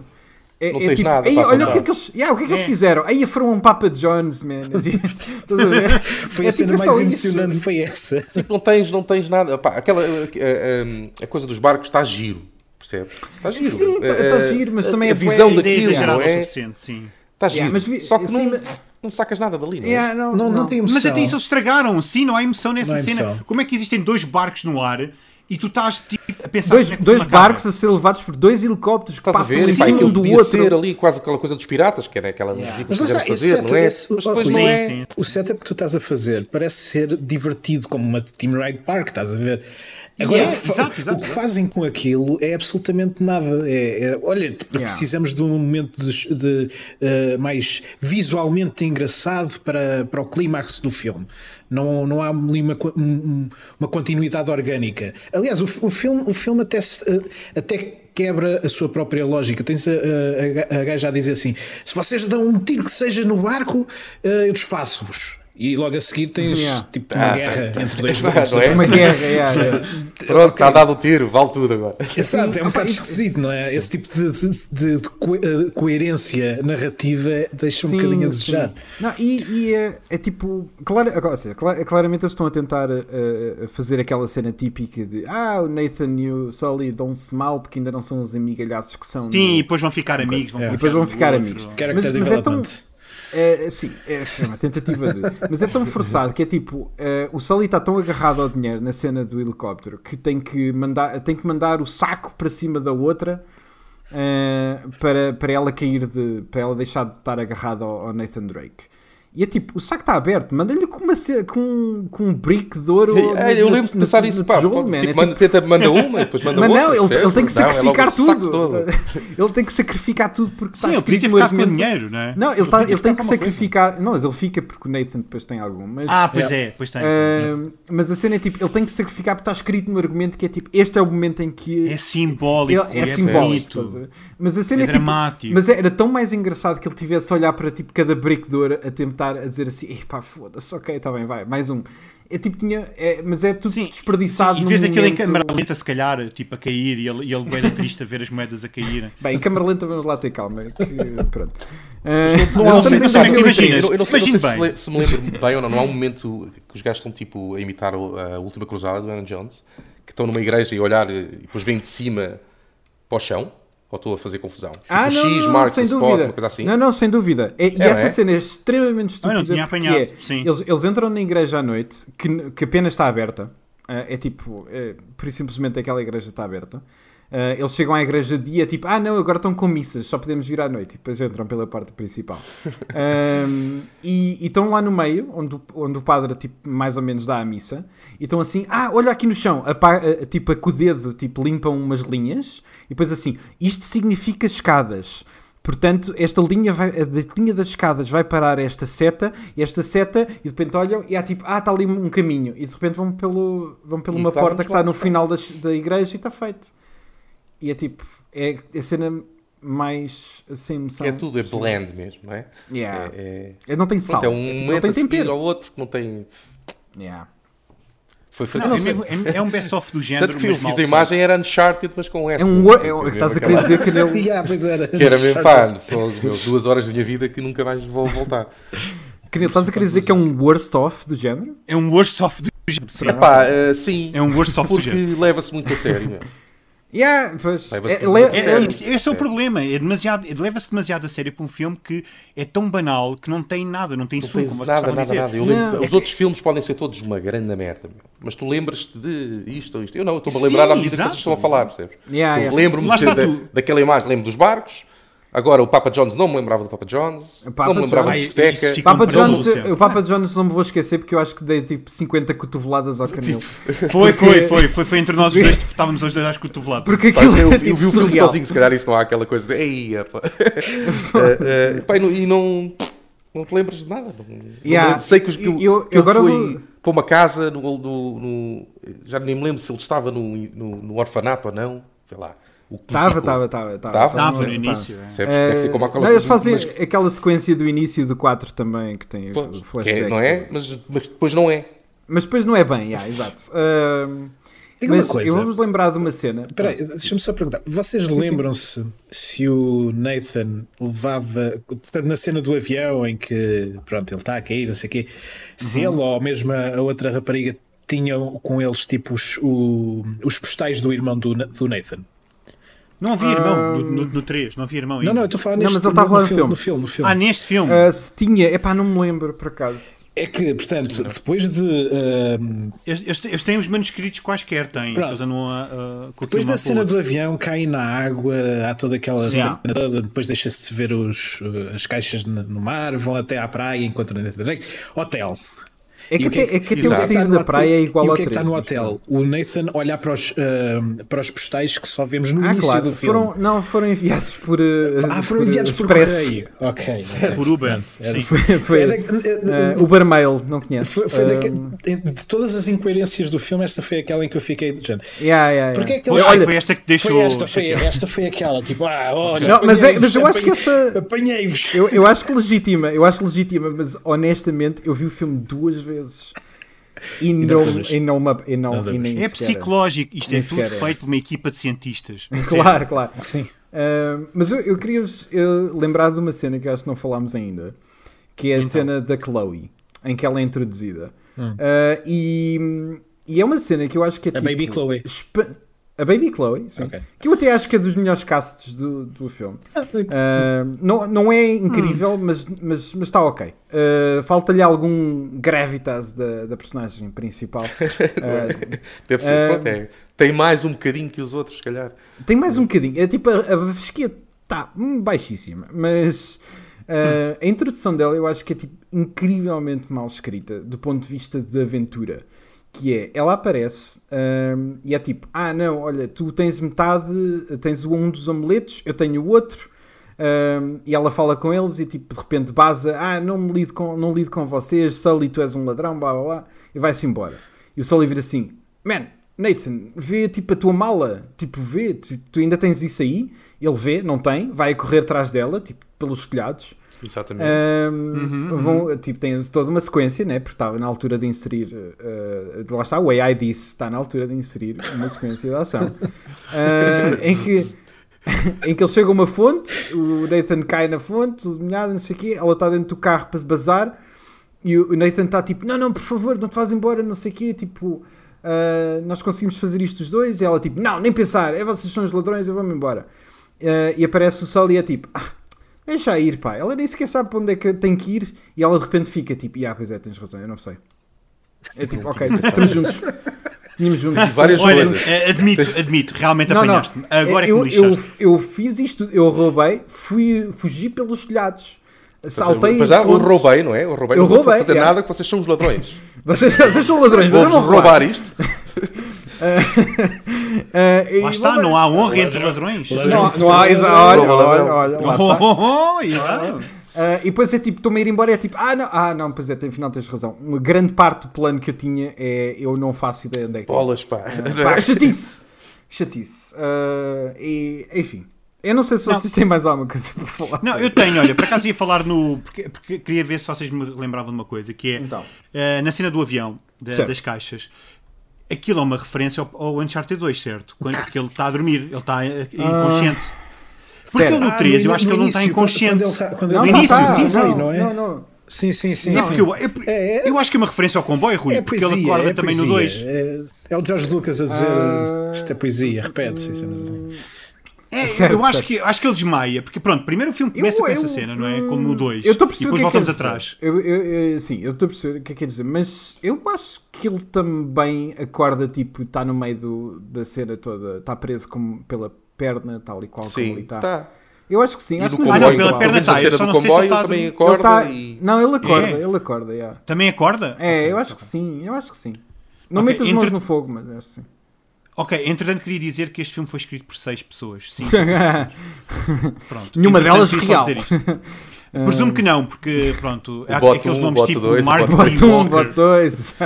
Speaker 1: é,
Speaker 2: Não
Speaker 1: é
Speaker 2: tens
Speaker 1: tipo,
Speaker 2: nada
Speaker 1: "Ei,
Speaker 2: para
Speaker 1: olha o
Speaker 2: contar."
Speaker 1: que é que eles, yeah, o que é que eles
Speaker 3: É.
Speaker 1: fizeram. Aí foram um Papa John's, man. É tipo, Estás a ver?
Speaker 4: Foi
Speaker 1: É
Speaker 4: a cena
Speaker 1: tipo, é só
Speaker 4: mais
Speaker 1: isso.
Speaker 4: emocionante, foi essa.
Speaker 2: Tipo, não tens, não tens nada. Pá, aquela, eh, a, a- a- a coisa dos barcos está giro, percebes? Está giro.
Speaker 1: Sim, tá-
Speaker 2: Eh,
Speaker 1: tá
Speaker 2: eh,
Speaker 1: giro, mas
Speaker 2: a-
Speaker 1: também
Speaker 2: a
Speaker 1: é bué
Speaker 2: visão
Speaker 1: ideia
Speaker 2: daquilo,
Speaker 3: exagerado
Speaker 2: não
Speaker 3: o
Speaker 2: é?
Speaker 3: suficiente, sim.
Speaker 2: Está
Speaker 1: Yeah,
Speaker 2: giro.
Speaker 1: mas vi-
Speaker 2: Só que
Speaker 1: sim,
Speaker 2: não,
Speaker 1: mas-
Speaker 2: não sacas nada dali, não é?
Speaker 1: Yeah, não,
Speaker 4: Não, não tem emoção.
Speaker 3: Mas até isso eles estragaram, sim, não há emoção nessa
Speaker 4: Não há
Speaker 3: cena.
Speaker 4: emoção.
Speaker 3: Como é que existem dois barcos no ar e tu estás tipo, a pensar
Speaker 1: dois,
Speaker 3: como é que
Speaker 1: dois
Speaker 3: funciona a câmara?
Speaker 1: barcos a ser levados por dois helicópteros que
Speaker 2: Estás a
Speaker 1: passam
Speaker 2: ver?
Speaker 1: em
Speaker 2: E, pá,
Speaker 1: cima um
Speaker 2: aquilo
Speaker 1: do
Speaker 2: podia ser
Speaker 1: outro.
Speaker 2: ali quase aquela coisa dos piratas, que era aquela ridícula
Speaker 4: Mas
Speaker 2: que
Speaker 4: lá está,
Speaker 2: quiseram fazer,
Speaker 4: esse setup,
Speaker 2: não é?
Speaker 4: esse-
Speaker 2: Mas depois
Speaker 4: Rui,
Speaker 2: não é.
Speaker 3: Sim,
Speaker 4: O setup que tu estás a fazer parece ser divertido, como uma Team Ride Park, estás a ver? Agora,
Speaker 3: Yeah,
Speaker 4: o, que fa-
Speaker 3: exato, exato,
Speaker 4: o que
Speaker 3: exato.
Speaker 4: fazem com aquilo é absolutamente nada. É, é- olha, tipo,
Speaker 1: Yeah.
Speaker 4: precisamos de um momento de- de, eh, mais visualmente engraçado para, para o clímax do filme. Não, não há ali uma, co- um- um- uma continuidade orgânica. Aliás, o, fi- o filme, o filme até, se- eh, até quebra a sua própria lógica. Tens a, a, a gaja a dizer assim: se vocês dão um tiro que seja no barco, eh, eu desfaço-vos. E logo a seguir tens
Speaker 1: Yeah.
Speaker 4: tipo uma
Speaker 2: Ah,
Speaker 4: guerra entre dois
Speaker 2: Não
Speaker 4: grupos.
Speaker 2: é?
Speaker 1: Uma guerra, yeah, yeah.
Speaker 2: Pronto, está dado o tiro, vale tudo agora.
Speaker 4: Exato, é um bocado esquisito, não é? Esse tipo de, de- de- de co- eh, coerência narrativa deixa um
Speaker 1: Sim,
Speaker 4: bocadinho a
Speaker 1: sim.
Speaker 4: desejar.
Speaker 1: Não, e e é, é tipo. Claro, agora, ou seja, cla- claramente eles estão a tentar eh, eh, fazer aquela cena típica de ah, o Nathan e o Sully dão-se mal porque ainda não são os amigalhaços que são.
Speaker 3: Sim,
Speaker 1: no-
Speaker 3: e depois vão ficar amigos. Vão
Speaker 4: E
Speaker 1: depois
Speaker 3: confiar
Speaker 1: vão
Speaker 3: no
Speaker 1: ficar
Speaker 3: outro.
Speaker 1: amigos.
Speaker 4: Character
Speaker 1: Mas- mas é tão-
Speaker 4: development.
Speaker 1: É, sim, é, é uma tentativa de. Mas é tão forçado que é tipo: é, o Sully está tão agarrado ao dinheiro na cena do helicóptero que tem que mandar, tem que mandar o saco para cima da outra é, para, para ela cair de. para ela deixar de estar agarrada ao, ao Nathan Drake. E é tipo: o saco está aberto, manda-lhe com, uma ce- com, com um brick de ouro.
Speaker 2: Ei, ei, É, eu
Speaker 1: no-
Speaker 2: lembro de
Speaker 1: no-
Speaker 2: pensar
Speaker 1: no
Speaker 2: isso, pá.
Speaker 1: tijolo,
Speaker 2: pode-
Speaker 1: man.
Speaker 2: tipo,
Speaker 1: É
Speaker 2: manda, tenta, manda uma e depois manda
Speaker 1: mas
Speaker 2: outra.
Speaker 1: não, ele,
Speaker 2: percebes?
Speaker 1: ele tem que
Speaker 2: Não, é logo
Speaker 1: sacrificar
Speaker 2: o saco
Speaker 1: tudo.
Speaker 2: todo.
Speaker 1: Ele tem que sacrificar tudo porque
Speaker 3: Sim,
Speaker 1: está
Speaker 3: eu podia ter
Speaker 1: escrito no
Speaker 3: ficado com o
Speaker 1: argumento-
Speaker 3: dinheiro, não é?
Speaker 1: Não, ele,
Speaker 3: Eu
Speaker 1: tá-
Speaker 3: podia ter
Speaker 1: ele tem que
Speaker 3: ficado com alguma coisa.
Speaker 1: sacrificar. Não, mas ele fica porque o Nathan depois tem algum. Mas,
Speaker 3: Ah, pois é, pois tem.
Speaker 1: Ahm, mas a cena é tipo, ele tem que sacrificar porque está escrito no argumento que é tipo, este é o momento em que.
Speaker 3: É simbólico,
Speaker 1: ele-
Speaker 3: é,
Speaker 1: simbólico.
Speaker 3: bonito.
Speaker 1: estás a ver? Mas a cena
Speaker 3: É
Speaker 1: é, tipo-
Speaker 3: dramático.
Speaker 1: Mas era tão mais engraçado que ele tivesse a olhar para tipo cada brick de ouro a tentar a dizer assim: epá, foda-se, ok, está bem, vai, mais um. É tipo, tinha. é- mas é tudo desperdiçado.
Speaker 3: sim, e
Speaker 1: num
Speaker 3: vês aquilo em
Speaker 1: momento-
Speaker 3: câmara lenta, se calhar, tipo a cair, e ele, e ele bem triste a ver as moedas a caírem.
Speaker 1: Bem, em câmara lenta, vamos lá ter calma. é que- pronto.
Speaker 2: Não,
Speaker 1: Ah,
Speaker 2: há um
Speaker 1: estamos
Speaker 3: sei,
Speaker 1: em
Speaker 2: momento-
Speaker 3: não sei,
Speaker 2: sabe,
Speaker 1: 2003.
Speaker 3: imaginas?
Speaker 2: eu não- eu não sei, não
Speaker 3: Imagine
Speaker 2: sei se,
Speaker 3: bem.
Speaker 2: le- se me lembro bem ou não, não há um momento que os gajos estão tipo a imitar o- a última cruzada do Aaron Jones, que estão numa igreja e olhar e depois vêm de cima para o chão, ou estou a fazer confusão?
Speaker 1: Ah,
Speaker 2: Tipo,
Speaker 1: não,
Speaker 2: X
Speaker 1: não, não,
Speaker 2: marks
Speaker 1: sem
Speaker 2: the spot,
Speaker 1: dúvida.
Speaker 2: uma coisa assim.
Speaker 1: Não, não, sem dúvida. É- e
Speaker 2: É,
Speaker 1: essa
Speaker 2: é?
Speaker 1: cena é extremamente
Speaker 3: Ah, eu
Speaker 1: estúpida.
Speaker 3: não tinha
Speaker 1: porque
Speaker 3: apanhado,
Speaker 1: é,
Speaker 3: sim.
Speaker 1: Eles, eles entram na igreja à noite, que, n- que apenas está aberta. Ah, é tipo, é, por isso simplesmente aquela igreja está aberta. Ah, eles chegam à igreja de dia, tipo, ah não, agora estão com missas, só podemos vir à noite. E depois entram pela parte principal. Ahm, e e estão lá no meio, onde, o- onde o padre, tipo, mais ou menos dá a missa. E estão assim, ah, olha aqui no chão, apa- ah, tipo, com o dedo, tipo, limpam umas linhas. E depois assim, isto significa escadas. Portanto, esta linha, vai, a da- linha das escadas vai parar a esta seta, e esta seta, e de repente olham e há tipo, ah, está ali um caminho. E de repente vão pelo, vão pela
Speaker 2: E
Speaker 1: uma
Speaker 2: tá,
Speaker 1: porta
Speaker 2: vamos
Speaker 1: que está
Speaker 2: lá,
Speaker 1: no
Speaker 2: tá.
Speaker 1: final das- da igreja e está feito. E é tipo, é a cena mais sem emoção.
Speaker 2: É tudo, é bland mesmo, não é?
Speaker 1: Yeah.
Speaker 2: É, é-
Speaker 1: É, Não tem
Speaker 2: pronto,
Speaker 1: sal.
Speaker 2: é um
Speaker 1: É tipo, não
Speaker 2: momento
Speaker 1: tem
Speaker 2: a seguir
Speaker 1: tempero.
Speaker 2: ao outro que não tem.
Speaker 1: Yeah.
Speaker 2: Foi feito.
Speaker 3: Não, é,
Speaker 2: assim.
Speaker 3: mesmo- é- é um best-of do género.
Speaker 2: Tanto que eu
Speaker 3: mas
Speaker 2: fiz
Speaker 3: mal
Speaker 2: a
Speaker 3: feito.
Speaker 2: imagem era Uncharted, mas com S.
Speaker 1: É um.
Speaker 2: não
Speaker 1: wor- É, o que
Speaker 2: Mesmo
Speaker 1: estás a querer
Speaker 2: aquela-
Speaker 1: dizer que ele é um-
Speaker 4: Yeah, ah, pois era.
Speaker 2: Que era mesmo, pá, fogo, meu, duas horas da minha vida que nunca mais vou voltar.
Speaker 1: que ele- Estás a querer dizer que é um worst-off do género?
Speaker 3: É um worst-of do género. sim.
Speaker 2: Epá, eh, sim,
Speaker 3: É um worst-of do
Speaker 2: porque
Speaker 3: género.
Speaker 2: leva-se muito a sério, meu.
Speaker 1: Yeah, pois.
Speaker 2: Vai, você-
Speaker 1: é- ele é-
Speaker 3: É,
Speaker 1: é-
Speaker 3: é, esse- esse é o problema, é demasiado, é- leva-se demasiado a sério para um filme que é tão banal que não tem nada, não tem
Speaker 2: Não
Speaker 3: suco,
Speaker 2: tens
Speaker 3: como vocês
Speaker 2: nada,
Speaker 3: estavam a
Speaker 2: nada,
Speaker 3: dizer. é
Speaker 2: nada. Eu lembro-
Speaker 1: Não.
Speaker 2: os outros filmes podem ser todos uma grande merda, meu. mas tu lembras-te de isto ou isto? Eu não, eu estou-me a lembrar
Speaker 3: Sim,
Speaker 2: à medida que
Speaker 3: exato.
Speaker 2: vocês estão a falar, percebes?
Speaker 1: Yeah,
Speaker 2: Eu
Speaker 1: yeah.
Speaker 2: Lembro-me
Speaker 3: Lá
Speaker 2: de-
Speaker 3: está
Speaker 2: da-
Speaker 3: tu.
Speaker 2: daquela imagem, lembro dos barcos. Agora, o Papa Jones não me lembrava do Papa Jones,
Speaker 1: O Papa
Speaker 2: não me lembrava
Speaker 1: Jones-
Speaker 2: de Teca.
Speaker 3: Ai, isso
Speaker 1: Papa
Speaker 3: Comprou,
Speaker 1: Jones,
Speaker 3: Lúcia.
Speaker 1: o Papa Jones não me vou esquecer porque eu acho que dei tipo 50 cotoveladas ao canil.
Speaker 2: Tipo,
Speaker 3: Foi,
Speaker 1: Porque-
Speaker 3: foi, foi, foi, foi entre nós os dois, estávamos os dois às cotoveladas.
Speaker 1: Porque
Speaker 2: Pá,
Speaker 1: aquilo
Speaker 2: eu,
Speaker 1: é
Speaker 2: eu
Speaker 1: tipo
Speaker 2: vi o filme
Speaker 1: surreal.
Speaker 2: sozinho, se calhar isso não há aquela coisa de. Ei, é, pá. Eh, eh, pá, e não, e não, não te lembras de nada. Não, não
Speaker 1: Yeah.
Speaker 2: lembro. sei que, os, que
Speaker 1: Eu- eu
Speaker 2: que eu
Speaker 1: agora
Speaker 2: fui
Speaker 1: vou-
Speaker 2: para uma casa, no, no- no- já nem me lembro se ele estava no, no- no orfanato ou não, sei lá. O que
Speaker 1: Estava,
Speaker 2: ficou.
Speaker 1: estava, estava. Estava
Speaker 2: Tava?
Speaker 3: Estava no início. é.
Speaker 2: Percebes? Deve ser como aquela
Speaker 1: Eh, não, eles fazem
Speaker 2: mas-
Speaker 1: aquela sequência do início do 4 também, que tem
Speaker 2: pois,
Speaker 1: o
Speaker 2: que
Speaker 1: um flashback.
Speaker 2: é, não é? Mas, mas depois não é.
Speaker 1: Mas depois não é bem, ah, exato. Ahm,
Speaker 4: Diga uma
Speaker 1: mas
Speaker 4: coisa.
Speaker 1: eu vou-vos lembrar de uma cena.
Speaker 4: Espera aí, deixa-me só perguntar. Vocês lembram-se se o Nathan levava. Portanto, na cena do avião em que pronto, ele está a cair, não sei o quê, se ele ou mesmo a a outra rapariga tinham com eles tipo os, o- os postais do irmão do, Na- do Nathan?
Speaker 3: Não havia irmão no, no, 3, não havia irmão ainda.
Speaker 4: Ah. Não, não, eu estou a falar
Speaker 1: Não,
Speaker 4: neste
Speaker 1: mas ele estava lá no filme.
Speaker 4: No filme, no filme.
Speaker 3: Ah, neste filme.
Speaker 1: Ah, se tinha, epá, não me lembro por acaso.
Speaker 4: É que, portanto, depois de. ah,
Speaker 3: Eles, eles têm- eles têm os manuscritos quaisquer, têm.
Speaker 4: Pronto.
Speaker 3: Eles andam a, a- com
Speaker 4: Depois
Speaker 3: aquilo
Speaker 4: da
Speaker 3: um
Speaker 4: cena
Speaker 3: para
Speaker 4: do
Speaker 3: o outro.
Speaker 4: avião, cai na água, há toda aquela
Speaker 1: Sim.
Speaker 4: cena toda, depois deixa-se ver os, uh, as caixas na- no mar, vão até à praia, encontram dentro da Hotel.
Speaker 1: É que,
Speaker 4: E o
Speaker 1: até- é que até o
Speaker 2: Exato.
Speaker 4: está
Speaker 1: sair
Speaker 4: no
Speaker 1: da
Speaker 4: hotel-
Speaker 1: praia é igual
Speaker 4: e
Speaker 1: ao
Speaker 4: o que é que está
Speaker 1: três,
Speaker 4: no
Speaker 1: mas
Speaker 4: hotel? O Nathan olhar para os, uh, para os postais que só vemos no
Speaker 1: pronto. Ah,
Speaker 4: início
Speaker 1: claro,
Speaker 4: do filme.
Speaker 1: foram, não, foram enviados por. ah,
Speaker 4: Ah, foram
Speaker 1: por, ah,
Speaker 4: enviados por
Speaker 1: Express.
Speaker 4: correio. Ok.
Speaker 3: Por Uber.
Speaker 4: Era-
Speaker 3: Sim.
Speaker 1: Foi,
Speaker 4: Foi da- eh,
Speaker 1: ah, Uber Mail, não conheço.
Speaker 4: Foi, foi
Speaker 1: Ah,
Speaker 4: daque- de todas as incoerências do filme, esta foi aquela em que eu fiquei do género.
Speaker 1: yeah, yeah,
Speaker 4: Porque é
Speaker 1: yeah.
Speaker 4: que eles-
Speaker 3: Foi-
Speaker 4: olha,
Speaker 3: foi esta que deixou-
Speaker 4: Foi esta, foi,
Speaker 3: chateado.
Speaker 4: esta foi aquela, tipo, ah, olha.
Speaker 1: Não, mas é-
Speaker 4: apanhei-vos,
Speaker 1: mas eu acho que essa-
Speaker 4: Apanhei-vos.
Speaker 1: Eu, eu acho que legitima, eu acho legitima, mas honestamente eu vi o filme duas vezes e não,
Speaker 4: lembras?
Speaker 1: e não, me- e não,
Speaker 4: Não
Speaker 1: e nem
Speaker 3: É
Speaker 1: sequer-
Speaker 3: psicológico. Isto é
Speaker 1: Nem
Speaker 3: tudo
Speaker 1: sequer é.
Speaker 3: feito por uma equipa de cientistas.
Speaker 1: Claro, claro.
Speaker 4: Sim.
Speaker 1: Ah, mas eu, eu queria-vos eu lembrar de uma cena que eu acho que não falámos ainda, que é
Speaker 4: Então.
Speaker 1: a cena da Chloe, em que ela é introduzida. Ah, e, e é uma cena que eu acho que é
Speaker 4: Hum. A
Speaker 1: tipo,
Speaker 4: Baby Chloe.
Speaker 1: espa- A Baby Chloe, sim.
Speaker 4: Ok.
Speaker 1: Que eu até acho que é dos melhores casts do, do filme. Ah, não, não é incrível, mas está mas, mas está ok. Ah, Falta-lhe algum gravitas da, da personagem principal. Ah,
Speaker 2: Deve ser,
Speaker 1: Ah.
Speaker 2: pronto, é. Tem mais um bocadinho que os outros, se calhar.
Speaker 1: Tem mais um bocadinho. É tipo, a, a vasquia está hum, baixíssima, mas ah, a introdução dela eu acho que é tipo incrivelmente mal escrita do ponto de vista de aventura. Que é, ela aparece ahm, e é tipo, ah não, olha, tu tens metade, tens um dos amuletos, eu tenho o outro. ahm, e ela fala com eles e tipo, de repente baza, ah não me lido com, não lido com vocês, Sully tu és um ladrão, blá blá blá, e vai-se embora. E o Sully vira assim, man, Nathan, vê tipo a tua mala, tipo, vê, tu, tu ainda tens isso aí? Ele vê, não tem, vai a correr atrás dela, tipo, pelos telhados.
Speaker 2: Exatamente.
Speaker 1: Eh, Ahm, Vão, tipo, tem toda uma sequência, né? Porque estava na altura de inserir, eh, eh, lá está, o AI disse, está na altura de inserir uma sequência de ação. Ah, em que em que ele chega a uma fonte, o Nathan cai na fonte, tudo molhado, não sei o quê, ela está dentro do carro para se bazar, e o o Nathan está tipo, não, não, por favor, não te vás embora, não sei o quê, tipo, "Ah, nós conseguimos fazer isto os dois, e ela tipo, não, nem pensar, é vocês são os ladrões, eu vou-me embora. Ah, e aparece o Sully e é tipo, ah, deixa ir, pá, ela nem sequer sabe para onde é que tem que ir, e ela de repente fica tipo, ah, pois é, tens razão, eu não sei. É tipo, ok, estamos juntos. Tínhamos juntos.
Speaker 2: várias
Speaker 3: Olha,
Speaker 2: coisas.
Speaker 3: eh, admito, admito, realmente
Speaker 1: Não, não.
Speaker 3: apanhaste-me. Agora é que
Speaker 1: eu,
Speaker 3: me lixaste.
Speaker 1: eu, eu fiz isto, eu roubei, fui, fugi pelos telhados. Saltei.
Speaker 2: Mas já
Speaker 1: fontes.
Speaker 2: eu roubei, não é? Eu roubei.
Speaker 1: Eu
Speaker 2: não vou
Speaker 1: roubei,
Speaker 2: fazer
Speaker 1: é.
Speaker 2: nada que vocês são os ladrões.
Speaker 1: Vocês, vocês são ladrões, mas eu
Speaker 2: Vou-vos
Speaker 1: não roubei.
Speaker 2: roubar isto.
Speaker 1: Ah, e
Speaker 3: Lá está,
Speaker 1: roubei.
Speaker 3: não há honra entre ladrões.
Speaker 1: Não, não há, exa- olha,
Speaker 2: Rouba
Speaker 1: olha,
Speaker 2: ladrão.
Speaker 1: olha, lá
Speaker 3: Oh,
Speaker 1: está.
Speaker 3: oh, oh, exato.
Speaker 1: Ah, e depois é tipo, estou-me a ir embora e é tipo, ah não, ah, não, pois é, tem- afinal tens razão. Uma grande parte do plano que eu tinha é eu não faço ideia onde é que
Speaker 2: Bolas, pá.
Speaker 1: Pá, chatice. Chatice. Ah, e, enfim. Eu não sei se vocês têm mais alguma coisa para falar.
Speaker 3: Não,
Speaker 1: sobre.
Speaker 3: eu tenho, olha, por acaso ia falar no. Porque, porque queria ver se vocês me lembravam de uma coisa, que é
Speaker 1: Então.
Speaker 3: eh, na cena do avião, da-
Speaker 1: Certo.
Speaker 3: das caixas, aquilo é uma referência ao, ao Uncharted 2, certo? Quando, porque ele está a dormir, ele está eh, inconsciente. Porque
Speaker 1: Ah. Espera.
Speaker 3: ele no
Speaker 4: Ah,
Speaker 3: 3,
Speaker 4: no-
Speaker 3: eu acho
Speaker 4: no
Speaker 3: que ele não está
Speaker 4: início, quando-
Speaker 3: inconsciente.
Speaker 4: quando ele está- quando
Speaker 1: Não,
Speaker 3: No
Speaker 1: tá,
Speaker 3: início,
Speaker 1: tá,
Speaker 3: sim,
Speaker 4: sim,
Speaker 1: não,
Speaker 4: não é?
Speaker 1: não, não.
Speaker 4: Sim, sim, sim.
Speaker 3: Não,
Speaker 4: sim.
Speaker 3: porque eu, eu-
Speaker 4: É, é-
Speaker 3: eu acho que é uma referência ao comboio, Rui,
Speaker 4: É
Speaker 3: porque ele
Speaker 4: poesia,
Speaker 3: acorda
Speaker 4: é
Speaker 3: também no
Speaker 4: poesia.
Speaker 3: 2.
Speaker 4: É, é o Jorge Lucas a dizer
Speaker 1: Ah.
Speaker 4: isto é poesia, repete-se. cenas assim.
Speaker 3: É,
Speaker 1: Certo,
Speaker 3: eu acho
Speaker 1: certo.
Speaker 3: que, acho que ele desmaia, porque pronto, primeiro o filme começa com essa cena, não é? Como o 2.
Speaker 1: Eu estou a
Speaker 3: E
Speaker 1: perceber o
Speaker 3: depois
Speaker 1: que é que
Speaker 3: voltamos
Speaker 1: quer dizer.
Speaker 3: atrás.
Speaker 1: Eu- eu- eu- sim, eu estou a perceber o que é que quer dizer, mas eu acho que ele também acorda, tipo, está no meio do- da cena toda, está preso como pela perna, tal e qual como
Speaker 2: Sim,
Speaker 1: ele está.
Speaker 2: tá.
Speaker 1: Eu acho que sim,
Speaker 2: E
Speaker 1: acho que
Speaker 2: do comboio,
Speaker 3: Ah, não, pela
Speaker 2: também,
Speaker 3: perna
Speaker 2: na
Speaker 3: tá, eu
Speaker 2: cena
Speaker 3: só
Speaker 2: do
Speaker 3: não sei se
Speaker 2: comboio,
Speaker 3: ele tá a
Speaker 2: também
Speaker 3: dormir.
Speaker 1: Ele
Speaker 2: acorda
Speaker 1: tá-
Speaker 2: e...
Speaker 1: Não, ele acorda,
Speaker 3: É.
Speaker 1: ele acorda, yeah.
Speaker 3: Também acorda?
Speaker 1: É, eu acho que sim, eu acho que sim. Não
Speaker 3: Ok,
Speaker 1: meto as mãos
Speaker 3: entre-
Speaker 1: no fogo, mas é assim. eu acho que sim.
Speaker 3: Ok, entretanto queria dizer que este filme foi escrito por seis pessoas. Sim, pronto.
Speaker 1: Nenhuma
Speaker 3: Entretanto,
Speaker 1: delas
Speaker 3: queria
Speaker 1: real.
Speaker 3: só dizer isto. Presumo que não, porque pronto, há
Speaker 2: Bot
Speaker 3: aqueles
Speaker 2: um,
Speaker 3: nomes
Speaker 2: Bot
Speaker 3: tipo
Speaker 2: dois, um.
Speaker 3: Mark
Speaker 2: Bot
Speaker 1: Bot
Speaker 3: D.
Speaker 1: 1,
Speaker 3: Walker.
Speaker 1: bot 2.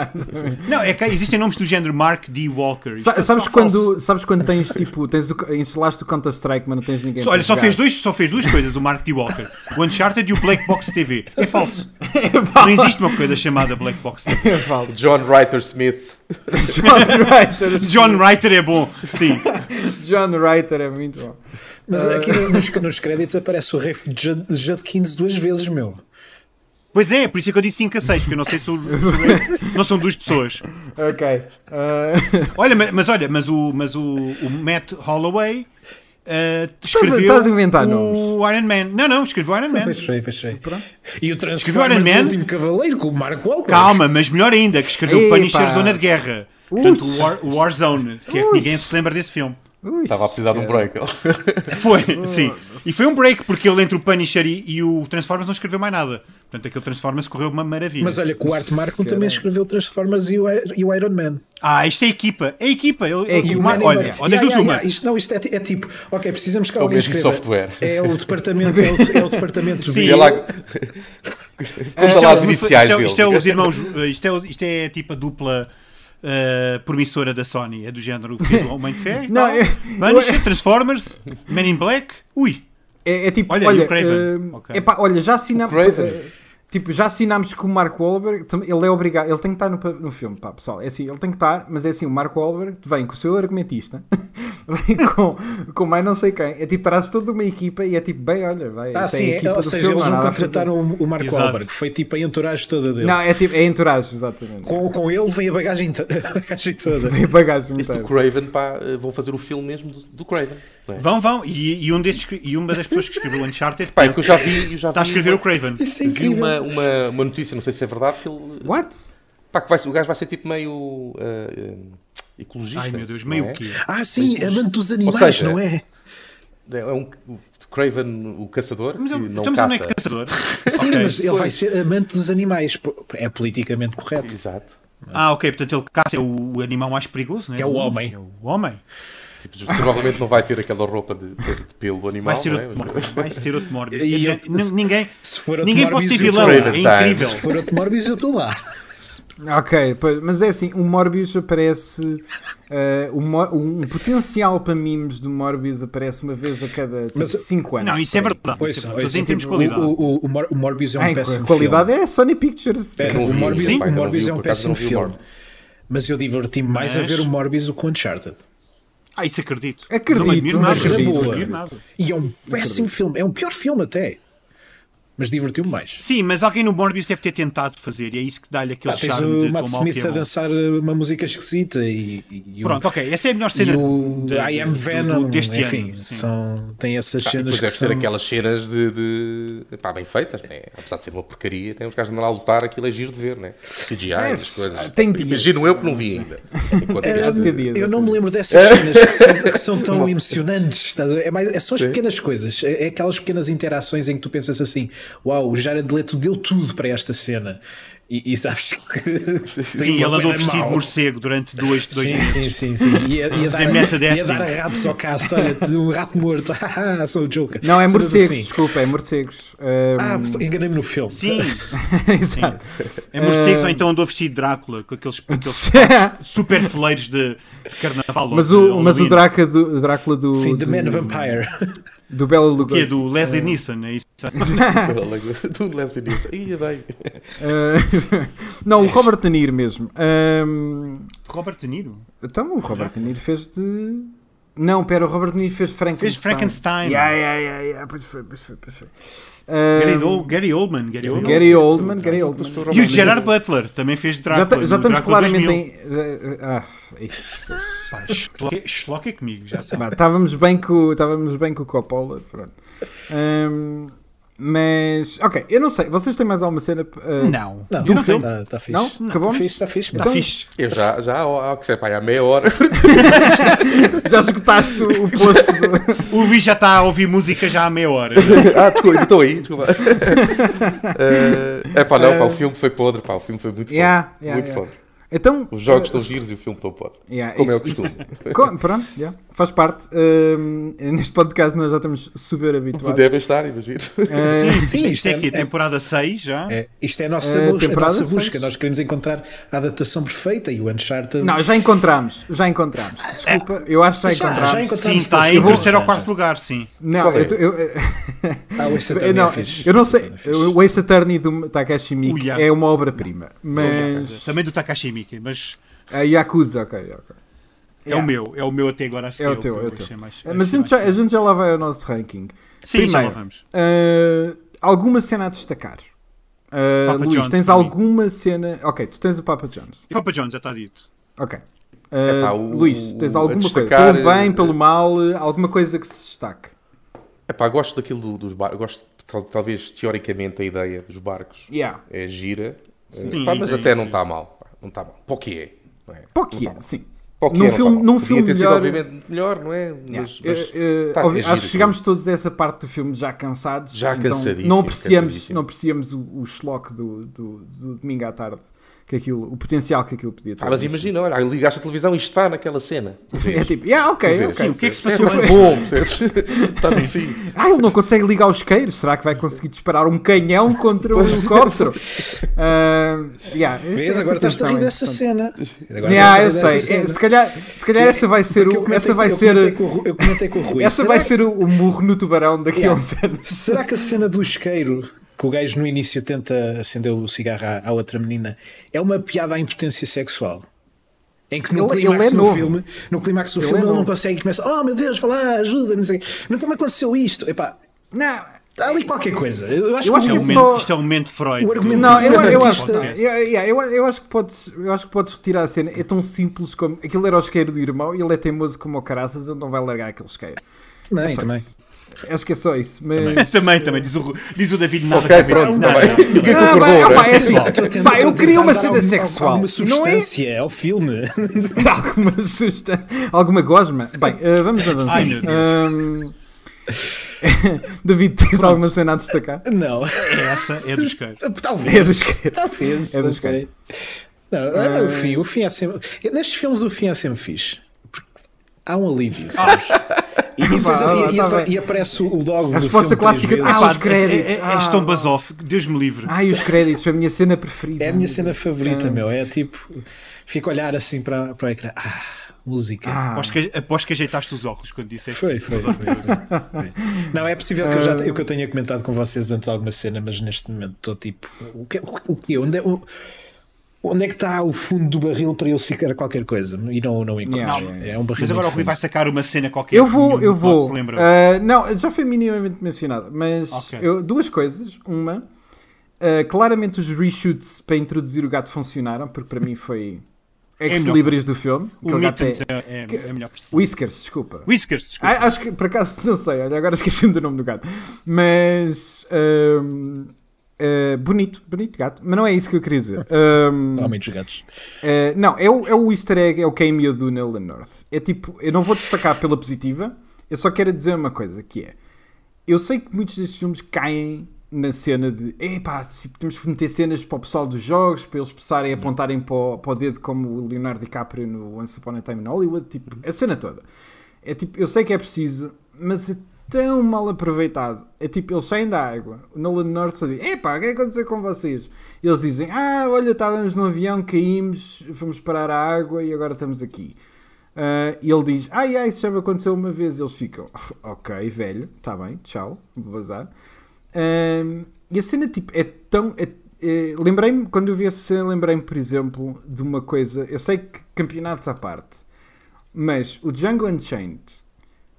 Speaker 3: Não, é que existem nomes do género Mark D. Walker. Isso é
Speaker 1: Sabes
Speaker 3: só falso.
Speaker 1: quando, sabes quando tens tipo, tens o, instalaste o Counter-Strike, mas não tens ninguém.
Speaker 3: Só-
Speaker 1: para
Speaker 3: olha, só
Speaker 1: jogar.
Speaker 3: fez, dois, só fez duas coisas o Mark D. Walker: o Uncharted e o Black Box TV. É falso. Não existe uma coisa chamada Black Box TV.
Speaker 1: É falso.
Speaker 2: John Writer Smith.
Speaker 1: John Writer.
Speaker 3: John Writer é bom, sim.
Speaker 1: John Writer é muito bom.
Speaker 4: Mas
Speaker 3: Ah.
Speaker 4: aqui nos, nos créditos aparece o Rafe Jud- Judkins duas vezes, meu.
Speaker 3: Pois é, por isso é que eu disse 5 a 6, porque eu não sei se o, se o- não são duas pessoas.
Speaker 1: Ok. Uh,
Speaker 3: Olha, ma- mas olha, mas o, mas o, o Matt Holloway eh, escreveu
Speaker 1: estás a inventar
Speaker 3: o
Speaker 1: nomes.
Speaker 3: Iron Man. Não, não, escreveu Iron Man.
Speaker 4: Fechei, fechei. E o
Speaker 3: Escreveu
Speaker 4: Transformers
Speaker 3: Iron Man?
Speaker 4: o último cavaleiro com o Mark Wahlberg.
Speaker 3: Calma, mas melhor ainda, que escreveu
Speaker 1: Epa.
Speaker 3: Punisher Zona de Guerra. Portanto,
Speaker 1: Ui.
Speaker 3: o War, o Warzone, que é que
Speaker 1: Ui.
Speaker 3: ninguém se lembra desse filme.
Speaker 1: ui,
Speaker 2: Estava a precisar de um break.
Speaker 3: Foi, sim. E foi um break, porque ele entre o Punisher e, e o Transformers não escreveu mais nada. Portanto, aquele Transformers correu uma maravilha.
Speaker 4: Mas eh, olha que o Art Markle também escreveu Transformers e o, I- e o Iron Man.
Speaker 3: Ah, isto é equipa. É equipa. Ele,
Speaker 1: equipa.
Speaker 3: ele-
Speaker 4: E o
Speaker 3: ma-
Speaker 4: Man in
Speaker 3: olha,
Speaker 4: Black.
Speaker 3: olha das
Speaker 4: Ya,
Speaker 3: duas
Speaker 4: ya,
Speaker 3: uma.
Speaker 4: ya, Isto, não, isto é, ti- é tipo, ok, precisamos que
Speaker 2: o
Speaker 4: alguém
Speaker 2: mesmo
Speaker 4: escreva.
Speaker 2: software.
Speaker 4: É o departamento, é o, é o departamento
Speaker 3: Sim.
Speaker 4: B.
Speaker 2: Vê lá. Conta
Speaker 3: Isto
Speaker 2: lá
Speaker 3: é
Speaker 2: as
Speaker 3: o-
Speaker 2: iniciais
Speaker 3: isto é-
Speaker 2: dele.
Speaker 3: Isto é os irmãos. eh, Isto é, o- isto é tipo a dupla eh, promissora da Sony. É do género fez o Homem de Fé.
Speaker 1: Não,
Speaker 3: Não,
Speaker 1: eu-
Speaker 3: Punisher, Transformers, Men in Black. Ui!
Speaker 1: É, é tipo,
Speaker 3: Olha,
Speaker 1: olha,
Speaker 3: e o Craven?
Speaker 1: eh,
Speaker 3: Ok.
Speaker 1: epá, olha, já assinámos.
Speaker 2: O Craven?
Speaker 1: eh, Tipo, já assinámos com o Mark Wahlberg, tam- ele é obrigado, ele tem que estar no, pa- no filme, pá, pessoal. É assim, ele tem que estar, mas é assim, o Mark Wahlberg vem com o seu argumentista, vem com, com mais não sei quem. É tipo, traz toda uma equipa e é tipo, bem, olha, vai.
Speaker 4: Ah,
Speaker 1: tem
Speaker 4: sim,
Speaker 1: a
Speaker 4: é,
Speaker 1: equipa
Speaker 4: ou
Speaker 1: do
Speaker 4: seja,
Speaker 1: filme,
Speaker 4: eles
Speaker 1: não
Speaker 4: não
Speaker 1: há nada a fazer.
Speaker 4: contrataram o, o Mark
Speaker 3: Exato.
Speaker 4: Wahlberg, foi tipo a entourage toda dele.
Speaker 1: Não, é tipo, é entourage, exatamente. É
Speaker 4: Com, com ele vem a bagagem, to- a bagagem toda.
Speaker 1: Vem bagagem
Speaker 2: Esse do
Speaker 1: inteira.
Speaker 2: Craven, pá, eh, vão fazer o filme mesmo do, do Craven. não é?
Speaker 3: Vão, vão. E, e um destes, que- e uma das pessoas que escreveu o Uncharted
Speaker 2: Pá, é
Speaker 3: pensa-
Speaker 2: que eu já vi. Eu já
Speaker 3: está Tá a
Speaker 2: vi
Speaker 3: escrever
Speaker 2: uma-
Speaker 3: o Craven.
Speaker 4: Isso é
Speaker 2: Vi
Speaker 4: incrível.
Speaker 2: uma, uma, uma notícia, não sei se é verdade, que ele.
Speaker 1: What?
Speaker 2: Pá, que vai, ser- o gajo vai ser tipo meio. eh, eh, ecologista.
Speaker 3: Ai meu Deus,
Speaker 2: não
Speaker 3: meio
Speaker 2: é?
Speaker 3: o quê?
Speaker 4: Ah, sim, amante dos animais,
Speaker 2: seja,
Speaker 4: não é?
Speaker 2: É um o Craven, o caçador,
Speaker 3: Mas
Speaker 2: que
Speaker 3: eu,
Speaker 2: não
Speaker 3: estamos a
Speaker 2: caça.
Speaker 3: é que caçador.
Speaker 4: Sim,
Speaker 3: Ok.
Speaker 4: mas ele
Speaker 2: foi.
Speaker 4: vai ser amante dos animais. po- É politicamente correto.
Speaker 2: Exato.
Speaker 3: Ah, ok, portanto ele caça é o, o animal mais perigoso, né?
Speaker 4: Que é o homem.
Speaker 3: É o homem.
Speaker 2: Tipo, provavelmente não vai ter aquela roupa de, de- de pelo do animal.
Speaker 3: Vai ser
Speaker 2: não
Speaker 3: outro
Speaker 2: é?
Speaker 3: Morbius. Vai ser outro Morbius.
Speaker 4: E
Speaker 3: É,
Speaker 4: eu-
Speaker 3: n- ninguém
Speaker 4: Se for outro
Speaker 3: ninguém pode
Speaker 4: Morbius,
Speaker 3: ser
Speaker 4: eu
Speaker 3: vilão.
Speaker 4: tô
Speaker 3: É
Speaker 2: lá. Craven
Speaker 3: incrível.
Speaker 2: Times.
Speaker 4: Se for outro Morbius, eu estou lá.
Speaker 1: Ok, pois, mas é assim, o Morbius aparece. eh, o Mor- um potencial para memes do Morbius aparece uma vez a cada
Speaker 4: Mas-
Speaker 1: 5 anos.
Speaker 3: Não, isso é
Speaker 1: por aí.
Speaker 3: verdade. isso é
Speaker 4: Ouça,
Speaker 3: verdade. Mas
Speaker 4: ouça,
Speaker 3: em termos de
Speaker 4: o-
Speaker 3: qualidade.
Speaker 4: O, o- o Mor- o Morbius é um
Speaker 1: Ai,
Speaker 4: péssimo
Speaker 1: a qualidade é Sony Pictures.
Speaker 4: filme.
Speaker 1: Quer
Speaker 4: É,
Speaker 1: dizer,
Speaker 4: o
Speaker 2: vi
Speaker 4: Morbius,
Speaker 2: esse, pá,
Speaker 4: o
Speaker 2: ainda não
Speaker 4: Morbius
Speaker 2: vi,
Speaker 4: é um
Speaker 2: por acaso
Speaker 4: péssimo
Speaker 2: não vi o
Speaker 4: filme.
Speaker 2: Morbius.
Speaker 4: Mas eu diverti-me mais a
Speaker 3: Mas-
Speaker 4: ver o Morbius do que o Uncharted.
Speaker 3: Ah, isso acredito.
Speaker 1: Acredito,
Speaker 3: Não admiro nada.
Speaker 1: acredito,
Speaker 3: não admiro
Speaker 4: acredito.
Speaker 3: nada.
Speaker 4: é E é um péssimo filme. É um pior filme até. Mas divertiu-me mais.
Speaker 3: Sim, mas alguém no Morbius deve ter tentado fazer e é isso que dá-lhe aquele
Speaker 4: Pá, Ah, tens
Speaker 3: charme
Speaker 4: o
Speaker 3: de
Speaker 4: Matt
Speaker 3: tomar o
Speaker 4: Smith
Speaker 3: que é
Speaker 4: a
Speaker 3: bom.
Speaker 4: dançar eh, uma música esquisita e, e- e o-
Speaker 3: Pronto, ok, essa é a melhor cena
Speaker 4: e o
Speaker 3: de-
Speaker 4: I Am
Speaker 3: do- do-
Speaker 4: Venom,
Speaker 3: deste
Speaker 4: enfim,
Speaker 3: ano. sim.
Speaker 4: são, tem essas
Speaker 2: Ah, e
Speaker 4: cenas
Speaker 2: depois
Speaker 4: que
Speaker 2: deve ser
Speaker 4: são-
Speaker 2: aquelas cenas de, de- pá, bem feitas, né? apesar de ser uma porcaria, tem os gajos andando lá a lutar, aquilo é giro de ver, né? CGI, essas coisas.
Speaker 1: tem dias.
Speaker 2: Imagino eu que não vi ainda. Enquanto este-
Speaker 1: tem dias,
Speaker 4: Eu não
Speaker 1: ok.
Speaker 4: me lembro dessas cenas que são, que são tão emocionantes. estás a ver? É, mais, é só as pequenas coisas, é, é aquelas pequenas interações em que tu pensas assim: Uau, o Jared Leto deu tudo para esta cena. E, e sabes que.
Speaker 3: Sim, ele andou
Speaker 4: era
Speaker 3: vestido de
Speaker 4: é mau.
Speaker 3: morcego durante dois, dois
Speaker 4: Sim,
Speaker 3: meses.
Speaker 4: sim, sim, sim. Ia, ia,
Speaker 3: Fazer meta de
Speaker 4: dar, ia
Speaker 3: acting.
Speaker 4: dar a ratos ao caso, olha, um rato morto, Ah, sou o Joker.
Speaker 1: Não, é
Speaker 4: Cenas
Speaker 1: morcegos,
Speaker 4: assim.
Speaker 1: desculpa, é morcegos.
Speaker 4: Ah,
Speaker 1: Um,
Speaker 4: enganei-me no filme.
Speaker 3: Sim,
Speaker 1: exato.
Speaker 3: é
Speaker 4: Ah.
Speaker 3: morcego, ou então andou vestido de Drácula, com aqueles, aqueles super fileiros de, de carnaval. ou
Speaker 1: mas
Speaker 3: de
Speaker 1: o, mas o
Speaker 3: Halloween.
Speaker 1: Drácula do, o Drácula do,
Speaker 4: Sim, The
Speaker 1: do,
Speaker 4: Man Vampire.
Speaker 1: do Bela
Speaker 3: Que é
Speaker 1: Lugosi.
Speaker 3: do Leslie Nielsen, é isso?
Speaker 2: do Leslie Nielsen. Ia bem.
Speaker 1: Ah, não, o Robert De Niro mesmo. Um,
Speaker 3: Robert De Niro?
Speaker 1: então, o Robert De Niro fez de... Não, pera, o Robert De Niro fez de Frankenstein.
Speaker 3: Fez Frankenstein.
Speaker 1: Yeah, yeah, yeah, yeah, Ah, pois foi, pois foi, pois foi.
Speaker 3: Gary,
Speaker 1: Um,
Speaker 3: Ol- Gary Oldman. Gary Oldman.
Speaker 1: Gary Oldman, Gary Oldman.
Speaker 2: Mas foi o
Speaker 3: E o
Speaker 2: Robert
Speaker 3: Gerard
Speaker 2: Pattinson.
Speaker 3: Butler também fez
Speaker 1: Já,
Speaker 3: Drácula.
Speaker 1: ta- já
Speaker 3: no
Speaker 1: estamos
Speaker 3: Drácula
Speaker 1: claramente
Speaker 3: 2000.
Speaker 1: em... ah, ah, isso.
Speaker 3: Pá, Schlock é- Schlock é comigo, já sabe.
Speaker 1: Pá, Estávamos bem com, estávamos bem com o Coppola, pronto. Ahm, mas, ok, eu não sei, vocês têm mais alguma cena? ah,
Speaker 3: Não.
Speaker 4: Não,
Speaker 1: Do filme?
Speaker 4: está tá fixe.
Speaker 1: Não? Então-
Speaker 4: Está
Speaker 1: Acabamos?
Speaker 4: fixe, está fixe.
Speaker 3: Está
Speaker 4: mano.
Speaker 3: fixe.
Speaker 2: Eu já, já há, há, que sei, pá, há meia hora.
Speaker 1: Já esgotaste o poço do...
Speaker 3: O Luís já está a ouvir música já há meia hora.
Speaker 2: ah, desculpa, ainda estou aí, desculpa. Eh, é pá, não, pá, o filme foi podre, pá, o filme foi muito podre.
Speaker 1: Yeah, yeah,
Speaker 2: muito
Speaker 1: yeah.
Speaker 2: podre.
Speaker 1: Então,
Speaker 2: Os jogos
Speaker 1: eh,
Speaker 2: estão giros e o filme tão podre.
Speaker 1: Yeah,
Speaker 2: Como é o
Speaker 1: isso-
Speaker 2: costume.
Speaker 1: isso- co- pronto, yeah, faz parte. Hum, neste podcast nós já estamos super habituados.
Speaker 2: Devem estar, imagino.
Speaker 1: Eh,
Speaker 4: Sim,
Speaker 3: Isto,
Speaker 4: isto
Speaker 3: é
Speaker 4: é-
Speaker 3: aqui,
Speaker 4: é-
Speaker 3: temporada 6 já.
Speaker 4: É, isto é a nossa,
Speaker 1: É,
Speaker 4: busca, a
Speaker 1: temporada
Speaker 4: nossa busca.
Speaker 1: seis.
Speaker 4: Nós queremos encontrar a adaptação perfeita e o Uncharted.
Speaker 1: não, já encontramos, já encontramos. Desculpa, eu acho que já
Speaker 4: Já- já
Speaker 1: encontramos.
Speaker 4: encontramos.
Speaker 3: Sim, está
Speaker 4: Eu
Speaker 3: em
Speaker 4: vou-
Speaker 3: terceiro ou
Speaker 4: já,
Speaker 3: quarto lugar, sim.
Speaker 1: Não,
Speaker 2: Qual é?
Speaker 1: eu, tô- eu-
Speaker 4: Ah, o Ace
Speaker 1: eu
Speaker 4: Attorney é
Speaker 1: não,
Speaker 4: fixe.
Speaker 1: eu não
Speaker 4: Ace
Speaker 1: sei.
Speaker 4: Attorney é fixe.
Speaker 1: O Ace Attorney do Takashi Miike
Speaker 3: Uia.
Speaker 1: é uma obra-prima, mas
Speaker 3: Também do Takashi Miike, mas
Speaker 1: a Yakuza, ok, ok.
Speaker 3: é
Speaker 1: Yeah.
Speaker 3: o meu, é o meu até agora. Acho que
Speaker 1: É o
Speaker 3: que
Speaker 1: teu, é o
Speaker 3: eu
Speaker 1: teu.
Speaker 3: achei mais-
Speaker 1: Mas a
Speaker 3: achei
Speaker 1: gente,
Speaker 3: mais-
Speaker 1: já, a gente já lá vai ao nosso ranking.
Speaker 3: Sim, já lá
Speaker 1: Primeiro.
Speaker 3: vamos.
Speaker 1: Ah, alguma cena a destacar? Ah,
Speaker 3: Papa
Speaker 1: Luís,
Speaker 3: John's
Speaker 1: tens
Speaker 3: para mim.
Speaker 1: alguma cena. Ok, tu tens o Papa Jones.
Speaker 3: Papa Jones, já está dito.
Speaker 1: Ok. Uh,
Speaker 2: Epá, o-
Speaker 1: Luís, tens
Speaker 2: o- a
Speaker 1: alguma
Speaker 2: destacar,
Speaker 1: coisa? Pelo bem,
Speaker 2: eh,
Speaker 1: pelo mal, eh, alguma coisa que se destaque?
Speaker 2: Epá, gosto daquilo do- dos barcos. Gosto, tal- talvez, teoricamente, a ideia dos barcos
Speaker 1: Yeah.
Speaker 2: é gira.
Speaker 3: Sim,
Speaker 2: Eh, pá, mas
Speaker 3: é
Speaker 2: até não
Speaker 3: isso.
Speaker 2: está mal. pá, Não está mal. Para o que é? não é?
Speaker 1: Pá, que
Speaker 2: Não
Speaker 1: é,
Speaker 2: tá mal.
Speaker 1: sim.
Speaker 2: Para o que
Speaker 1: Num
Speaker 2: é, não tá
Speaker 1: filme-
Speaker 2: mal.
Speaker 1: num
Speaker 2: Podia ter
Speaker 1: filme
Speaker 2: sido,
Speaker 1: melhor-
Speaker 2: obviamente, melhor, não é? Mas, mas-
Speaker 1: Eh, eh,
Speaker 2: pá,
Speaker 1: óbvio,
Speaker 2: é
Speaker 1: acho
Speaker 2: giro
Speaker 1: que
Speaker 2: aquilo.
Speaker 1: chegámos todos a essa parte do filme já cansados.
Speaker 2: Já
Speaker 1: então
Speaker 2: cansadíssimo,
Speaker 1: Não apreciamos,
Speaker 2: cansadíssimo.
Speaker 1: não apreciamos o, o schlock do, do- do domingo à tarde, que aquilo, o potencial que aquilo podia ter.
Speaker 2: Ah, mas imagina, olha, ligaste a televisão e está naquela cena.
Speaker 1: É tipo, yeah, ok,
Speaker 2: Vês.
Speaker 1: ok.
Speaker 3: Sim, o que é que se passou
Speaker 2: É bom, percebes? Está no fim.
Speaker 1: Ah, ele não consegue ligar os isqueiro. Será que vai conseguir disparar um canhão contra um helicóptero? Ah, yeah,
Speaker 4: Vês?
Speaker 1: essa
Speaker 4: Agora estás a rir
Speaker 1: tensão é
Speaker 4: dessa
Speaker 1: importante.
Speaker 4: cena. Agora
Speaker 1: Yeah, eu
Speaker 4: estás-te a
Speaker 1: sei.
Speaker 4: rir dessa
Speaker 1: É,
Speaker 4: cena.
Speaker 1: se calhar, se calhar essa vai ser
Speaker 4: Porque eu
Speaker 1: o,
Speaker 4: comentei
Speaker 1: essa vai
Speaker 4: com- eu
Speaker 1: ser,
Speaker 4: comentei com o Ru- Eu comentei com o Rui. é
Speaker 1: essa
Speaker 4: Será
Speaker 1: vai
Speaker 4: que-
Speaker 1: ser o, o murro no tubarão daqui a
Speaker 4: Yeah.
Speaker 1: uns anos.
Speaker 4: Será que a cena do isqueiro, que o gajo no início tenta acender o cigarro à, à outra menina, é uma piada à impotência sexual? Em que no
Speaker 1: Ele-
Speaker 4: clímax
Speaker 1: ele é
Speaker 4: do
Speaker 1: novo.
Speaker 4: filme, no clímax do
Speaker 1: Ele
Speaker 4: filme,
Speaker 1: é
Speaker 4: ele não
Speaker 1: novo.
Speaker 4: consegue e começa, oh meu Deus, vá lá, ajuda-me, não sei o quê. Nunca me aconteceu isto. Epá,
Speaker 1: Não,
Speaker 4: há ali qualquer coisa. Eu acho
Speaker 1: Eu acho que
Speaker 3: Isto é,
Speaker 4: que o
Speaker 1: só-
Speaker 3: um
Speaker 4: momento-
Speaker 3: momento, isto é um momento Freud.
Speaker 4: O argumento-
Speaker 1: não, eu, eu acho,
Speaker 4: Batista.
Speaker 1: eu, yeah, eu, eu acho que podes, eu acho que podes retirar a cena. É tão simples como aquilo era o isqueiro do irmão e ele é teimoso como o caraças. Ele não vai largar aquele isqueiro. É
Speaker 4: Também,
Speaker 1: só
Speaker 4: também.
Speaker 1: isso. Acho que é só isso. Mas
Speaker 3: também, também, diz o, diz o David nada
Speaker 2: Ok,
Speaker 3: que cabeça.
Speaker 2: pronto,
Speaker 3: Não,
Speaker 2: tá bem.
Speaker 3: não, não.
Speaker 2: Ninguém
Speaker 1: Ah,
Speaker 2: concordou,
Speaker 1: vai,
Speaker 2: não é?
Speaker 1: opa, é assim.
Speaker 4: Estou a tentar-
Speaker 1: Vai, eu
Speaker 4: estou a
Speaker 1: queria uma
Speaker 4: tentar dar
Speaker 1: cena
Speaker 4: algum-
Speaker 1: sexual.
Speaker 4: Alguma
Speaker 1: não é?
Speaker 4: substância ao filme.
Speaker 1: alguma susta, alguma gosma. Bem, eh, vamos avançar.
Speaker 3: Ai, meu
Speaker 1: Ahm, David, tens alguma cena a destacar?
Speaker 4: Não.
Speaker 3: É essa, é dos queiros.
Speaker 4: Talvez.
Speaker 1: É dos que-
Speaker 4: Talvez,
Speaker 1: É
Speaker 4: não
Speaker 1: dos Ah.
Speaker 4: sei. Não, é o fim, o fim é sempre. Nestes filmes o fim é sempre fixe. Porque há um
Speaker 1: Ah.
Speaker 4: alívio, sabes? E, depois-
Speaker 1: Vá,
Speaker 4: e- e-
Speaker 1: tá
Speaker 4: apa-
Speaker 1: bem.
Speaker 4: e aparece o logo.
Speaker 1: A
Speaker 4: do
Speaker 1: resposta
Speaker 4: filme três
Speaker 1: clássica-
Speaker 4: vezes.
Speaker 1: Ah,
Speaker 3: Pá,
Speaker 1: os créditos.
Speaker 3: É, é, é,
Speaker 1: Ah.
Speaker 3: és tão basófico, Deus me livre.
Speaker 1: Ai, os créditos, a minha cena preferida.
Speaker 4: É a minha cena favorita,
Speaker 1: Ah.
Speaker 4: meu. É tipo. Fico a olhar assim para, para o ecrã. Ah, música.
Speaker 1: Ah,
Speaker 3: Aposto que, aposto que ajeitaste os óculos quando disseste
Speaker 4: Foi,
Speaker 3: isso.
Speaker 4: foi, foi, foi. Não, é possível que eu já eu que eu tenha comentado com vocês antes alguma cena, mas neste momento estou tipo. O que, o, o que Onde é, o- onde é que está o fundo do barril para eu sequer qualquer coisa? E não, não encontro.
Speaker 1: Yeah,
Speaker 3: yeah,
Speaker 4: É um barril.
Speaker 3: Mas agora o
Speaker 4: muito
Speaker 3: Rui vai sacar uma cena qualquer.
Speaker 1: Eu
Speaker 3: que
Speaker 1: vou,
Speaker 3: nenhum
Speaker 1: eu
Speaker 3: de nós
Speaker 1: vou.
Speaker 3: se lembra.
Speaker 1: Ah, não, já foi minimamente mencionado, mas
Speaker 3: Ok.
Speaker 1: eu- duas coisas. Uma, ah, claramente os reshoots para introduzir o gato funcionaram, porque para mim foi ex-libris do filme.
Speaker 3: É o
Speaker 1: Aquele gato é-
Speaker 3: Mittens é, é, é melhor personagem.
Speaker 1: Whiskers, desculpa.
Speaker 3: Whiskers, desculpa.
Speaker 1: Ah, acho que por acaso não sei, olha, agora esqueci-me do nome do gato. Mas hum, eh, bonito, bonito gato, mas não é isso que eu queria dizer. Hum,
Speaker 4: Há muitos gatos.
Speaker 1: eh, não, é o, é o Easter egg, é o cameo do Nolan North. É tipo, eu não vou destacar pela positiva, eu só quero dizer uma coisa que é. Eu sei que muitos destes filmes caem na cena de epá, se temos que meter cenas para o pessoal dos jogos, para eles passarem a apontarem para o, para o dedo como o Leonardo DiCaprio no Once Upon a Time in Hollywood, tipo, a cena toda. É tipo, eu sei que é preciso, mas é tão mal aproveitado. É tipo, eles saem da água, o Nolan North só diz, epá, o que é que aconteceu com vocês? E eles dizem, ah, olha, estávamos no avião, caímos, fomos parar a água e agora estamos aqui. Ah, e ele diz, ai, ai, isso já me aconteceu uma vez. E eles ficam, ok, velho, está bem, tchau, vou bazar. Ahm, e a cena, tipo, é tão. é- é- lembrei-me, quando eu vi essa cena, lembrei-me, por exemplo, de uma coisa. Eu sei que campeonatos à parte, mas o Django Unchained,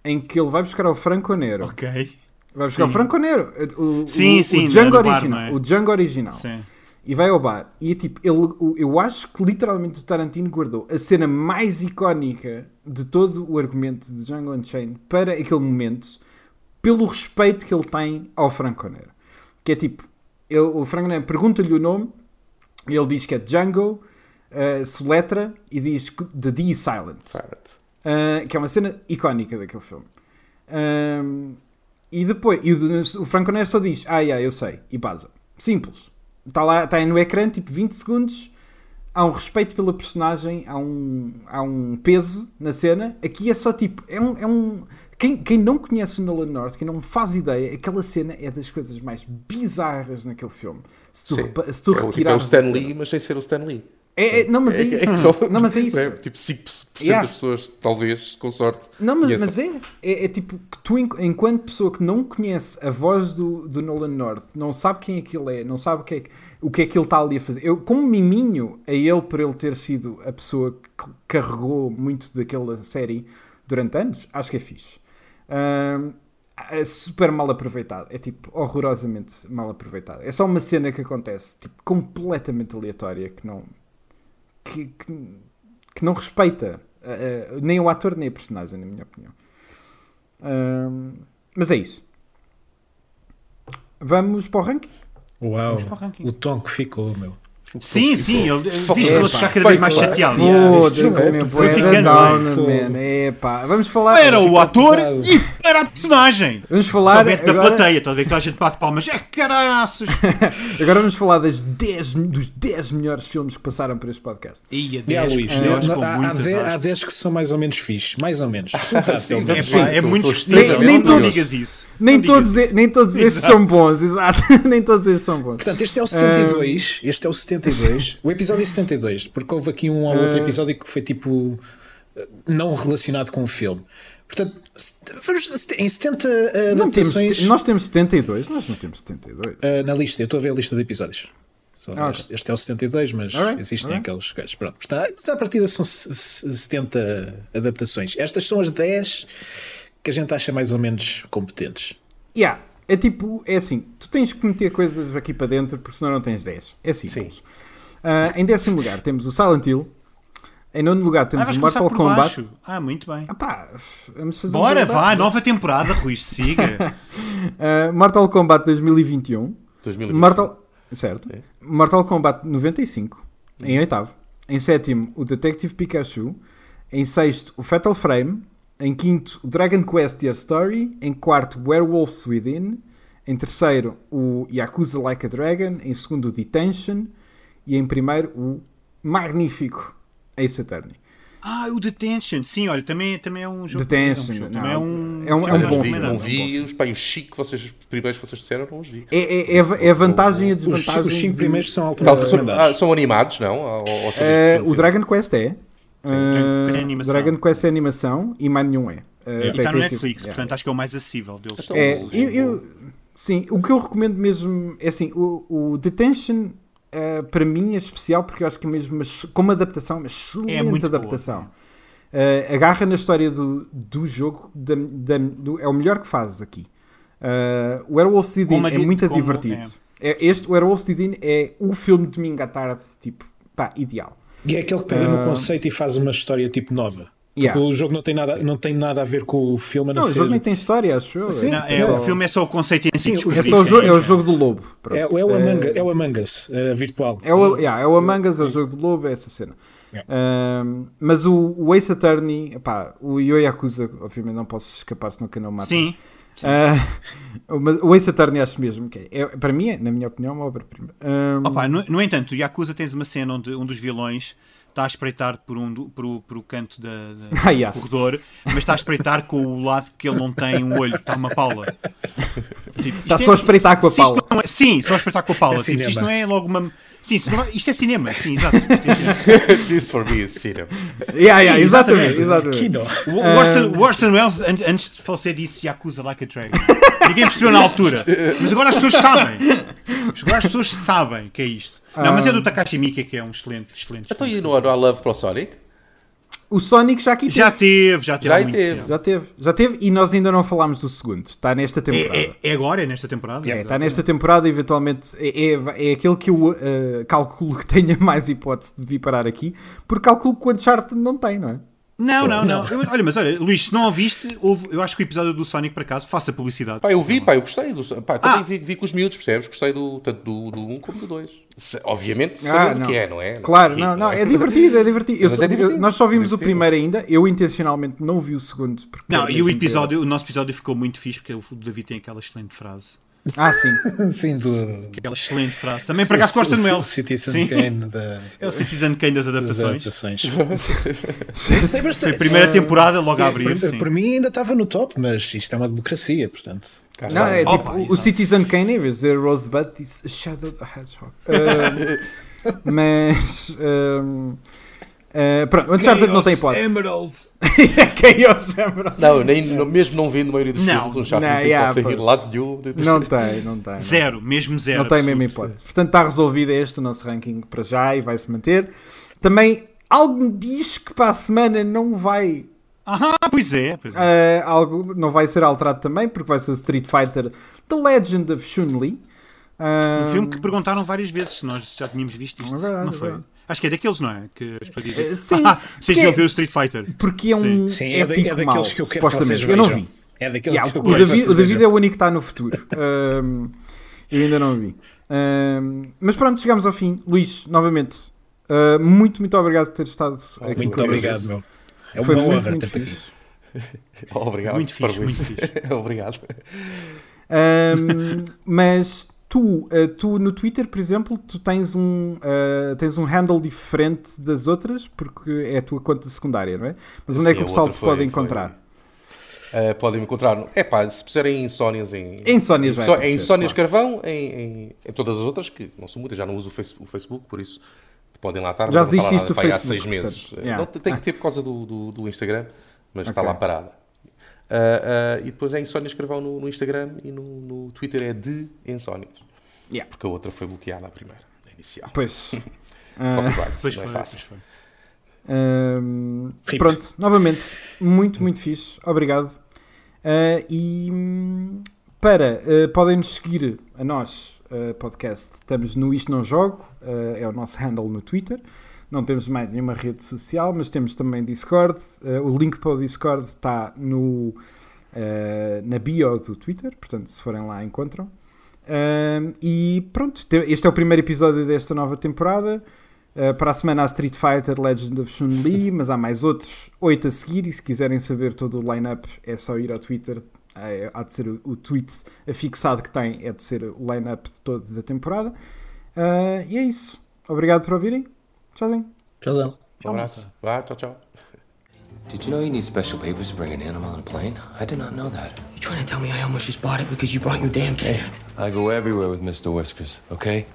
Speaker 1: em que ele vai buscar ao Franco Nero.
Speaker 3: Ok.
Speaker 1: Vai buscar ao
Speaker 3: sim.
Speaker 1: Franco Nero. O, o-
Speaker 3: Sim,
Speaker 1: o,
Speaker 3: sim,
Speaker 1: o Django
Speaker 3: no bar,
Speaker 1: original.
Speaker 3: não é?
Speaker 1: O Django original
Speaker 3: Sim.
Speaker 1: e vai ao bar. E é tipo, ele, o- eu acho que literalmente o Tarantino guardou a cena mais icónica de todo o argumento de Django Unchained para aquele momento, pelo respeito que ele tem ao Franco Nero. Que é tipo, ele- o Franco Nero pergunta-lhe o nome e ele diz que é Django, eh, soletra e diz que The D is Silent.
Speaker 2: Silent.
Speaker 1: Uh, que é uma cena icónica daquele filme. Um, e depois, e o, o Franco Nero só Tá diz: Ah, yeah, eu sei, e baza. Simples. Está lá, está no ecrã, tipo 20 segundos. há um respeito pela personagem, há um, há um peso na cena. Aqui é só tipo, é um. É um quem, quem não conhece o Nolan North, quem não faz ideia, aquela cena é das coisas mais bizarras naquele filme. Se tu,
Speaker 2: Sim.
Speaker 1: repa- se tu
Speaker 2: é, o, tipo, é o
Speaker 1: retirares. da
Speaker 2: Stan
Speaker 1: cena-
Speaker 2: Lee, mas sem ser o Stan Lee.
Speaker 1: É, é- não, mas é
Speaker 2: que
Speaker 1: isso.
Speaker 2: só-
Speaker 1: Não, mas é isso.
Speaker 2: tipo 5%
Speaker 1: Yeah.
Speaker 2: das pessoas, talvez, com sorte.
Speaker 1: Não, mas,
Speaker 2: conheçam.
Speaker 1: mas é, é. é tipo que tu, enqu- enquanto pessoa que não conhece a voz do, do Nolan North, não sabe quem é que ele é, não sabe o que é que, o que, é que ele está ali a fazer. Eu, como miminho a ele por ele ter sido a pessoa que carregou muito daquela série durante anos, acho que é fixe. Ahm, é super mal aproveitado. É tipo horrorosamente mal aproveitado. É só uma cena que acontece, tipo, completamente aleatória que não. que- que que não respeita uh, uh, nem o ator nem a personagem, na minha opinião. Ahm, mas é isso. Vamos para o ranking?
Speaker 4: Uau,
Speaker 3: para o ranking.
Speaker 4: o tom que ficou, meu.
Speaker 3: Sim, sim,
Speaker 2: Se
Speaker 3: ele visto
Speaker 2: for-
Speaker 3: que
Speaker 2: Epá,
Speaker 3: ele está cada vez mais
Speaker 2: vai,
Speaker 3: chateado.
Speaker 2: vai.
Speaker 3: yeah.
Speaker 1: Foda-se,
Speaker 4: isto é
Speaker 1: meu,
Speaker 4: pessoa
Speaker 1: bué da
Speaker 3: ficando
Speaker 1: downer,
Speaker 4: bem.
Speaker 1: man. Epá, vamos falar.
Speaker 3: Para o ator
Speaker 4: pesado.
Speaker 3: e para a personagem.
Speaker 1: Vamos falar.
Speaker 3: Claro, da
Speaker 1: Agora,
Speaker 3: plateia, estás a ver que a gente bate palmas. É caraças!
Speaker 1: agora vamos falar das 10, dos 10 melhores filmes que passaram por este podcast.
Speaker 3: Ia,
Speaker 4: E há,
Speaker 3: 10
Speaker 4: Luís,
Speaker 3: pessoas
Speaker 4: né?
Speaker 3: é com
Speaker 4: há, há,
Speaker 3: muitas
Speaker 4: dez- há
Speaker 3: aspas.
Speaker 4: 10 que são mais ou menos fixe, mais ou menos.
Speaker 2: Sim,
Speaker 3: É,
Speaker 2: vamos
Speaker 3: pá,
Speaker 2: ver.
Speaker 3: é
Speaker 2: Tô-
Speaker 3: muito
Speaker 2: tô
Speaker 3: discutível.
Speaker 1: nem
Speaker 3: não
Speaker 1: todos-
Speaker 3: digas isso.
Speaker 1: Nem,
Speaker 3: Não
Speaker 1: todos, é-
Speaker 3: digas
Speaker 1: e- nem todos estes
Speaker 3: Exato.
Speaker 1: são bons, exato. nem todos estes são bons.
Speaker 4: Portanto, este é o 72. Este é o 72. o episódio 72, porque houve aqui um ou outro
Speaker 1: Ah.
Speaker 4: episódio que foi tipo. não relacionado com o filme. Portanto, se- vamos- se- em 70
Speaker 1: Não temos,
Speaker 4: adaptações
Speaker 1: nós temos 72, nós não temos 72.
Speaker 4: ah, na lista. Eu estou a ver a lista de episódios. Só
Speaker 1: Ah,
Speaker 4: este, este é o 72, mas
Speaker 1: Alright,
Speaker 4: existem
Speaker 1: alright.
Speaker 4: aqueles gajos. Pronto. Portanto, ah, mas à partida são se- se- 70 adaptações. Estas são as 10 que a gente acha mais ou menos competentes.
Speaker 1: Yeah. É tipo, é assim, tu tens que meter coisas aqui para dentro porque senão não tens 10. É simples. Ah, em décimo lugar temos o Silent Hill. Em nono lugar
Speaker 3: Ah,
Speaker 1: temos
Speaker 3: vais
Speaker 1: o
Speaker 3: começar
Speaker 1: Mortal
Speaker 3: por
Speaker 1: Kombat.
Speaker 3: baixo. Ah, muito bem.
Speaker 1: Ah pá, vamos fazer um
Speaker 3: Bora,
Speaker 1: build-up.
Speaker 3: vá, nova temporada, Ruiz, siga.
Speaker 1: Ah, Mortal Kombat 2021.
Speaker 2: 2020.
Speaker 1: Mortal... Certo.
Speaker 2: É.
Speaker 1: Mortal Kombat 95. Em oitavo. Em sétimo, o Detective Pikachu. Em sexto, o Fatal Frame. Em quinto, o Dragon Quest Your Story. Em quarto, Werewolves Within. Em terceiro, o Yakuza Like a Dragon. Em segundo, o Detention. E em primeiro, o magnífico Ace Attorney.
Speaker 3: Ah, o Detention. Sim, olha, também, também é um jogo.
Speaker 1: Detention,
Speaker 3: não,
Speaker 1: não.
Speaker 3: também é um,
Speaker 1: É um- é um
Speaker 2: Eu
Speaker 3: filme
Speaker 2: não
Speaker 1: bom
Speaker 2: vi,
Speaker 1: filme,
Speaker 2: não
Speaker 1: é um
Speaker 2: vi os, pá, os chique, vocês, primeiros que vocês disseram, não os vi.
Speaker 1: É, é, é, é vantagem e a
Speaker 4: Os
Speaker 1: desvantagem.
Speaker 4: 5
Speaker 1: de-
Speaker 4: primeiros são
Speaker 2: Tal- são,
Speaker 4: altamente
Speaker 2: ah,
Speaker 4: recomendados.
Speaker 2: são animados, não? Ou- ou- ou são-
Speaker 1: Eh,
Speaker 2: são
Speaker 1: o
Speaker 2: filmes?
Speaker 1: Dragon Quest é.
Speaker 3: Dragon Quest é
Speaker 1: Eh,
Speaker 3: animação.
Speaker 1: Dragon Quest é animação e mais nenhum é. Eh,
Speaker 3: E está no
Speaker 1: Detective-
Speaker 3: Netflix,
Speaker 1: yeah.
Speaker 3: portanto acho que é o mais acessível deles.
Speaker 2: Então,
Speaker 1: É,
Speaker 2: os-
Speaker 1: eu, eu- sim, o que eu recomendo mesmo é assim: o, o Detention eh, para mim é especial porque eu acho que é mesmo uma ex- como adaptação, uma excelente
Speaker 3: É muito boa.
Speaker 1: adaptação. Eh, agarra na história do, do jogo, da- da- do- é o melhor que fazes aqui. Eh, o Werewolf CD
Speaker 3: Como a
Speaker 1: é
Speaker 3: di-
Speaker 1: muito
Speaker 3: como-
Speaker 1: divertido. É, este, o Werewolf CD é o filme de domingo à tarde, tipo, pá, ideal.
Speaker 4: E é aquele que pega no
Speaker 1: Ah.
Speaker 4: conceito e faz uma história tipo nova. Porque
Speaker 1: Yeah.
Speaker 4: o jogo não tem, nada, não tem nada a ver com o filme, a não,
Speaker 1: Não, o
Speaker 4: ser.
Speaker 1: jogo nem tem história, acho eu.
Speaker 4: Sim,
Speaker 3: Não,
Speaker 1: é,
Speaker 3: é,
Speaker 1: só-
Speaker 3: o filme é só o conceito em si.
Speaker 4: Sim,
Speaker 1: é
Speaker 3: descobrir.
Speaker 1: só o jogo, é o jogo do lobo. pronto.
Speaker 4: É, é o Among, é o Among Us eh, virtual.
Speaker 1: É o, yeah, é o Among Us, é o jogo do lobo, é essa cena.
Speaker 4: Yeah.
Speaker 1: Ahm, mas o, o Ace Attorney, pá, o Yoyakuza, obviamente não posso escapar senão que eu não mato.
Speaker 3: Sim,
Speaker 1: Ah, mas o Ace Attorney acho mesmo que é, é- para mim, é, na minha opinião, uma obra-prima. Ahm,
Speaker 3: Opa, no, no entanto, o Yakuza tens uma cena onde um dos vilões está a espreitar por um do, por, o- por o canto da, da-
Speaker 1: Ah, yeah.
Speaker 3: do corredor, mas está a espreitar com o lado que ele não tem um olho, está uma pala. Tipo,
Speaker 1: Está
Speaker 3: isto
Speaker 1: só a espreitar com a
Speaker 3: se isto
Speaker 1: pala.
Speaker 3: não é- sim, só a espreitar com a pala.
Speaker 4: É
Speaker 3: tipo, isto
Speaker 4: cinema.
Speaker 3: não é logo uma. Sim, isto, não é- isto é cinema, sim, exato.
Speaker 2: This for me is cinema.
Speaker 1: Yeah, yeah,
Speaker 3: Sim,
Speaker 1: exatamente, exatamente.
Speaker 4: Aqui não.
Speaker 3: O,
Speaker 1: Ah.
Speaker 3: o Orson, o Orson Welles, an- antes de você disse Yakuza Like a Dragon, ninguém percebeu na altura. Mas agora as pessoas sabem. Agora as pessoas sabem que é isto. Não, mas é
Speaker 1: Ah.
Speaker 3: do Takashi Miike que é um excelente, excelente.
Speaker 2: Então e no, no I Love Pro Sonic?
Speaker 1: O Sonic já aqui teve.
Speaker 3: Já teve, já teve. há
Speaker 2: Já
Speaker 3: muito
Speaker 2: teve.
Speaker 3: tempo.
Speaker 1: Já teve, já teve, e nós ainda não falámos do segundo. Está nesta temporada.
Speaker 3: É, é- é agora, é nesta temporada?
Speaker 1: É, está
Speaker 3: Exato.
Speaker 1: nesta temporada, eventualmente é, é, é aquele que eu eh, calculo que tenha mais hipótese de vir parar aqui, porque calculo que o Uncharted não tem, não é?
Speaker 3: Não, não, não. Eu- olha, mas olha, Luís, se não ouviste, houve, eu acho que o episódio do Sonic, por acaso, faça publicidade.
Speaker 2: Pá, eu vi, pá, eu gostei. Do, pá, também
Speaker 3: Ah.
Speaker 2: vi, vi com os miúdos, percebes? Gostei do, tanto do, do 1 como do 2. Se- obviamente,
Speaker 1: Ah,
Speaker 2: sabendo o
Speaker 1: não.
Speaker 2: que é, não é?
Speaker 1: Claro,
Speaker 2: Sim,
Speaker 1: não, não,
Speaker 2: é?
Speaker 1: é divertido, é divertido. Eu
Speaker 2: Mas
Speaker 1: só-
Speaker 2: é divertido.
Speaker 1: eu- nós só vimos o
Speaker 2: Divertido.
Speaker 1: primeiro ainda, eu intencionalmente não vi o segundo. porque
Speaker 3: Não,
Speaker 1: quero
Speaker 3: e o
Speaker 1: mesmo ver.
Speaker 3: episódio, o nosso episódio ficou muito fixe porque o David tem aquela excelente frase
Speaker 1: Ah, sim.
Speaker 4: Sim, do.
Speaker 3: Aquela excelente frase. Também para cá Corsa Noel. Sim.
Speaker 4: Citizen Kane da-
Speaker 3: É o Citizen Kane das
Speaker 4: das
Speaker 3: adaptações.
Speaker 4: adaptações.
Speaker 1: Certo.
Speaker 4: Mas
Speaker 3: Foi
Speaker 4: tem-
Speaker 3: a primeira
Speaker 4: eh,
Speaker 3: temporada logo a
Speaker 4: eh,
Speaker 3: abrir.
Speaker 4: por-
Speaker 3: sim.
Speaker 4: Por mim ainda estava no top, mas isto é uma democracia, portanto.
Speaker 2: Cá
Speaker 1: Não,
Speaker 2: está.
Speaker 1: é tipo,
Speaker 3: Opa,
Speaker 1: o
Speaker 3: exato.
Speaker 1: Citizen Kane, em vez de dizer Rosebud, diz Shadow the Hedgehog. Ah, mas. ahm, ah, pronto, o Uncharted não tem hipótese.
Speaker 3: Emerald.
Speaker 1: Chaos Emerald.
Speaker 2: Não, nem, não- mesmo não vendo a maioria dos
Speaker 3: Não.
Speaker 2: filmes, um chato
Speaker 1: Não,
Speaker 2: não, tem
Speaker 1: yeah,
Speaker 2: pode sair
Speaker 1: pois.
Speaker 2: de lado nenhum.
Speaker 1: Não tem, não tem.
Speaker 3: Zero, mesmo zero.
Speaker 1: não tem
Speaker 3: absoluto.
Speaker 1: mesmo hipótese. Portanto, está resolvido este o nosso ranking para já e vai se manter. Também, algo me diz que para a semana não vai
Speaker 3: Ah, pois é. Pois é.
Speaker 1: Uh, algo não vai ser alterado também, porque vai ser o Street Fighter The Legend of Chun-Li.
Speaker 3: Um filme que perguntaram várias vezes se nós já tínhamos visto isto.
Speaker 1: É verdade,
Speaker 3: não
Speaker 1: é
Speaker 3: foi?
Speaker 1: verdade.
Speaker 3: Acho que é daqueles, não é? Que as pessoas dizem.
Speaker 1: Eh, sim,
Speaker 3: "Ah, vocês
Speaker 1: porque-
Speaker 3: iam ver o Street Fighter.
Speaker 1: Porque é um
Speaker 4: Sim, é, da-
Speaker 1: épico
Speaker 4: é
Speaker 1: mau,
Speaker 4: daqueles que eu quero que vocês
Speaker 1: supostamente. Eu não
Speaker 4: vejam.
Speaker 1: vi.
Speaker 4: É daqueles
Speaker 1: Yeah,
Speaker 4: que eu
Speaker 1: o,
Speaker 4: quero que
Speaker 1: David,
Speaker 4: vocês
Speaker 1: o David é
Speaker 4: vejam.
Speaker 1: o único que está no futuro. Um, eu ainda não vi. Um, mas pronto, chegamos ao fim. Luís, novamente, uh, muito, muito obrigado por ter estado aqui.
Speaker 2: Muito
Speaker 1: connosco.
Speaker 4: Muito obrigado, meu. É
Speaker 1: Foi
Speaker 4: uma
Speaker 1: muito,
Speaker 4: honra
Speaker 1: muito
Speaker 4: ter-te aqui.
Speaker 1: fixe.
Speaker 2: Obrigado.
Speaker 3: Muito fixe,
Speaker 2: parabéns.
Speaker 3: muito
Speaker 2: Obrigado.
Speaker 1: Um, mas tu, uh, tu no Twitter, por exemplo, tu tens um, uh, tens um handle diferente das outras, porque é a tua conta secundária, não é? Mas onde é
Speaker 2: Sim,
Speaker 1: que o
Speaker 2: a
Speaker 1: pessoal
Speaker 2: outra
Speaker 1: te
Speaker 2: foi-
Speaker 1: pode
Speaker 2: foi-
Speaker 1: encontrar?
Speaker 2: Eh, podem me encontrar. no- É pá, se puserem insónias em.
Speaker 1: Insónias vai
Speaker 2: Insó-
Speaker 1: aparecer,
Speaker 2: Em Insónias Carvão, em, em, em todas as outras, que não são muitas, já não uso o Face- o Facebook, por isso podem lá estar. mas
Speaker 1: Já
Speaker 2: não está lá
Speaker 1: desiste
Speaker 2: nada
Speaker 1: do
Speaker 2: para aí há
Speaker 1: Facebook,
Speaker 2: seis meses.
Speaker 1: portanto,
Speaker 2: Eh,
Speaker 1: yeah.
Speaker 2: Não, tem- tem que ter por causa do, do, do Instagram, mas está
Speaker 1: Ok.
Speaker 2: lá parada. Ah, ah, e depois é Insónias Carvão no, no Instagram e no, no Twitter é de Insónias.
Speaker 1: Yeah.
Speaker 2: Porque a outra foi bloqueada, a primeira, a inicial.
Speaker 1: Pois. Ah.
Speaker 2: Copyright,
Speaker 3: Pois
Speaker 2: não
Speaker 3: foi,
Speaker 2: é fácil.
Speaker 3: pois foi.
Speaker 1: Um,
Speaker 4: Rip.
Speaker 1: pronto, novamente, muito, muito fixe, obrigado. Uh, e hum, para, uh, podem-nos seguir a nós, uh, podcast, estamos no Isto Não Jogo, uh, é o nosso handle no Twitter. Não temos mais nenhuma rede social, mas temos também Discord. Uh, o link para o Discord está no, uh, na bio do Twitter, portanto, se forem lá, encontram. Um, e pronto, te- este é o primeiro episódio desta nova temporada. Uh, para a semana há Street Fighter Legend of Chun-Li, mas há mais outros, oito a seguir. E se quiserem saber todo o line-up, é só ir ao Twitter. É, há de ser o, o tweet afixado que tem, é de ser o line-up de todo da temporada. Uh, e é isso. Obrigado por ouvirem. Tchauzinho.
Speaker 4: Tchauzão.
Speaker 2: Um abraço. Vá, tchau, tchau.
Speaker 5: Did you know you need special papers to bring an animal on a plane? I did not know that.
Speaker 6: You trying to tell me I almost just bought it because you brought your damn cat?
Speaker 5: I go everywhere with Mr. Whiskers, okay?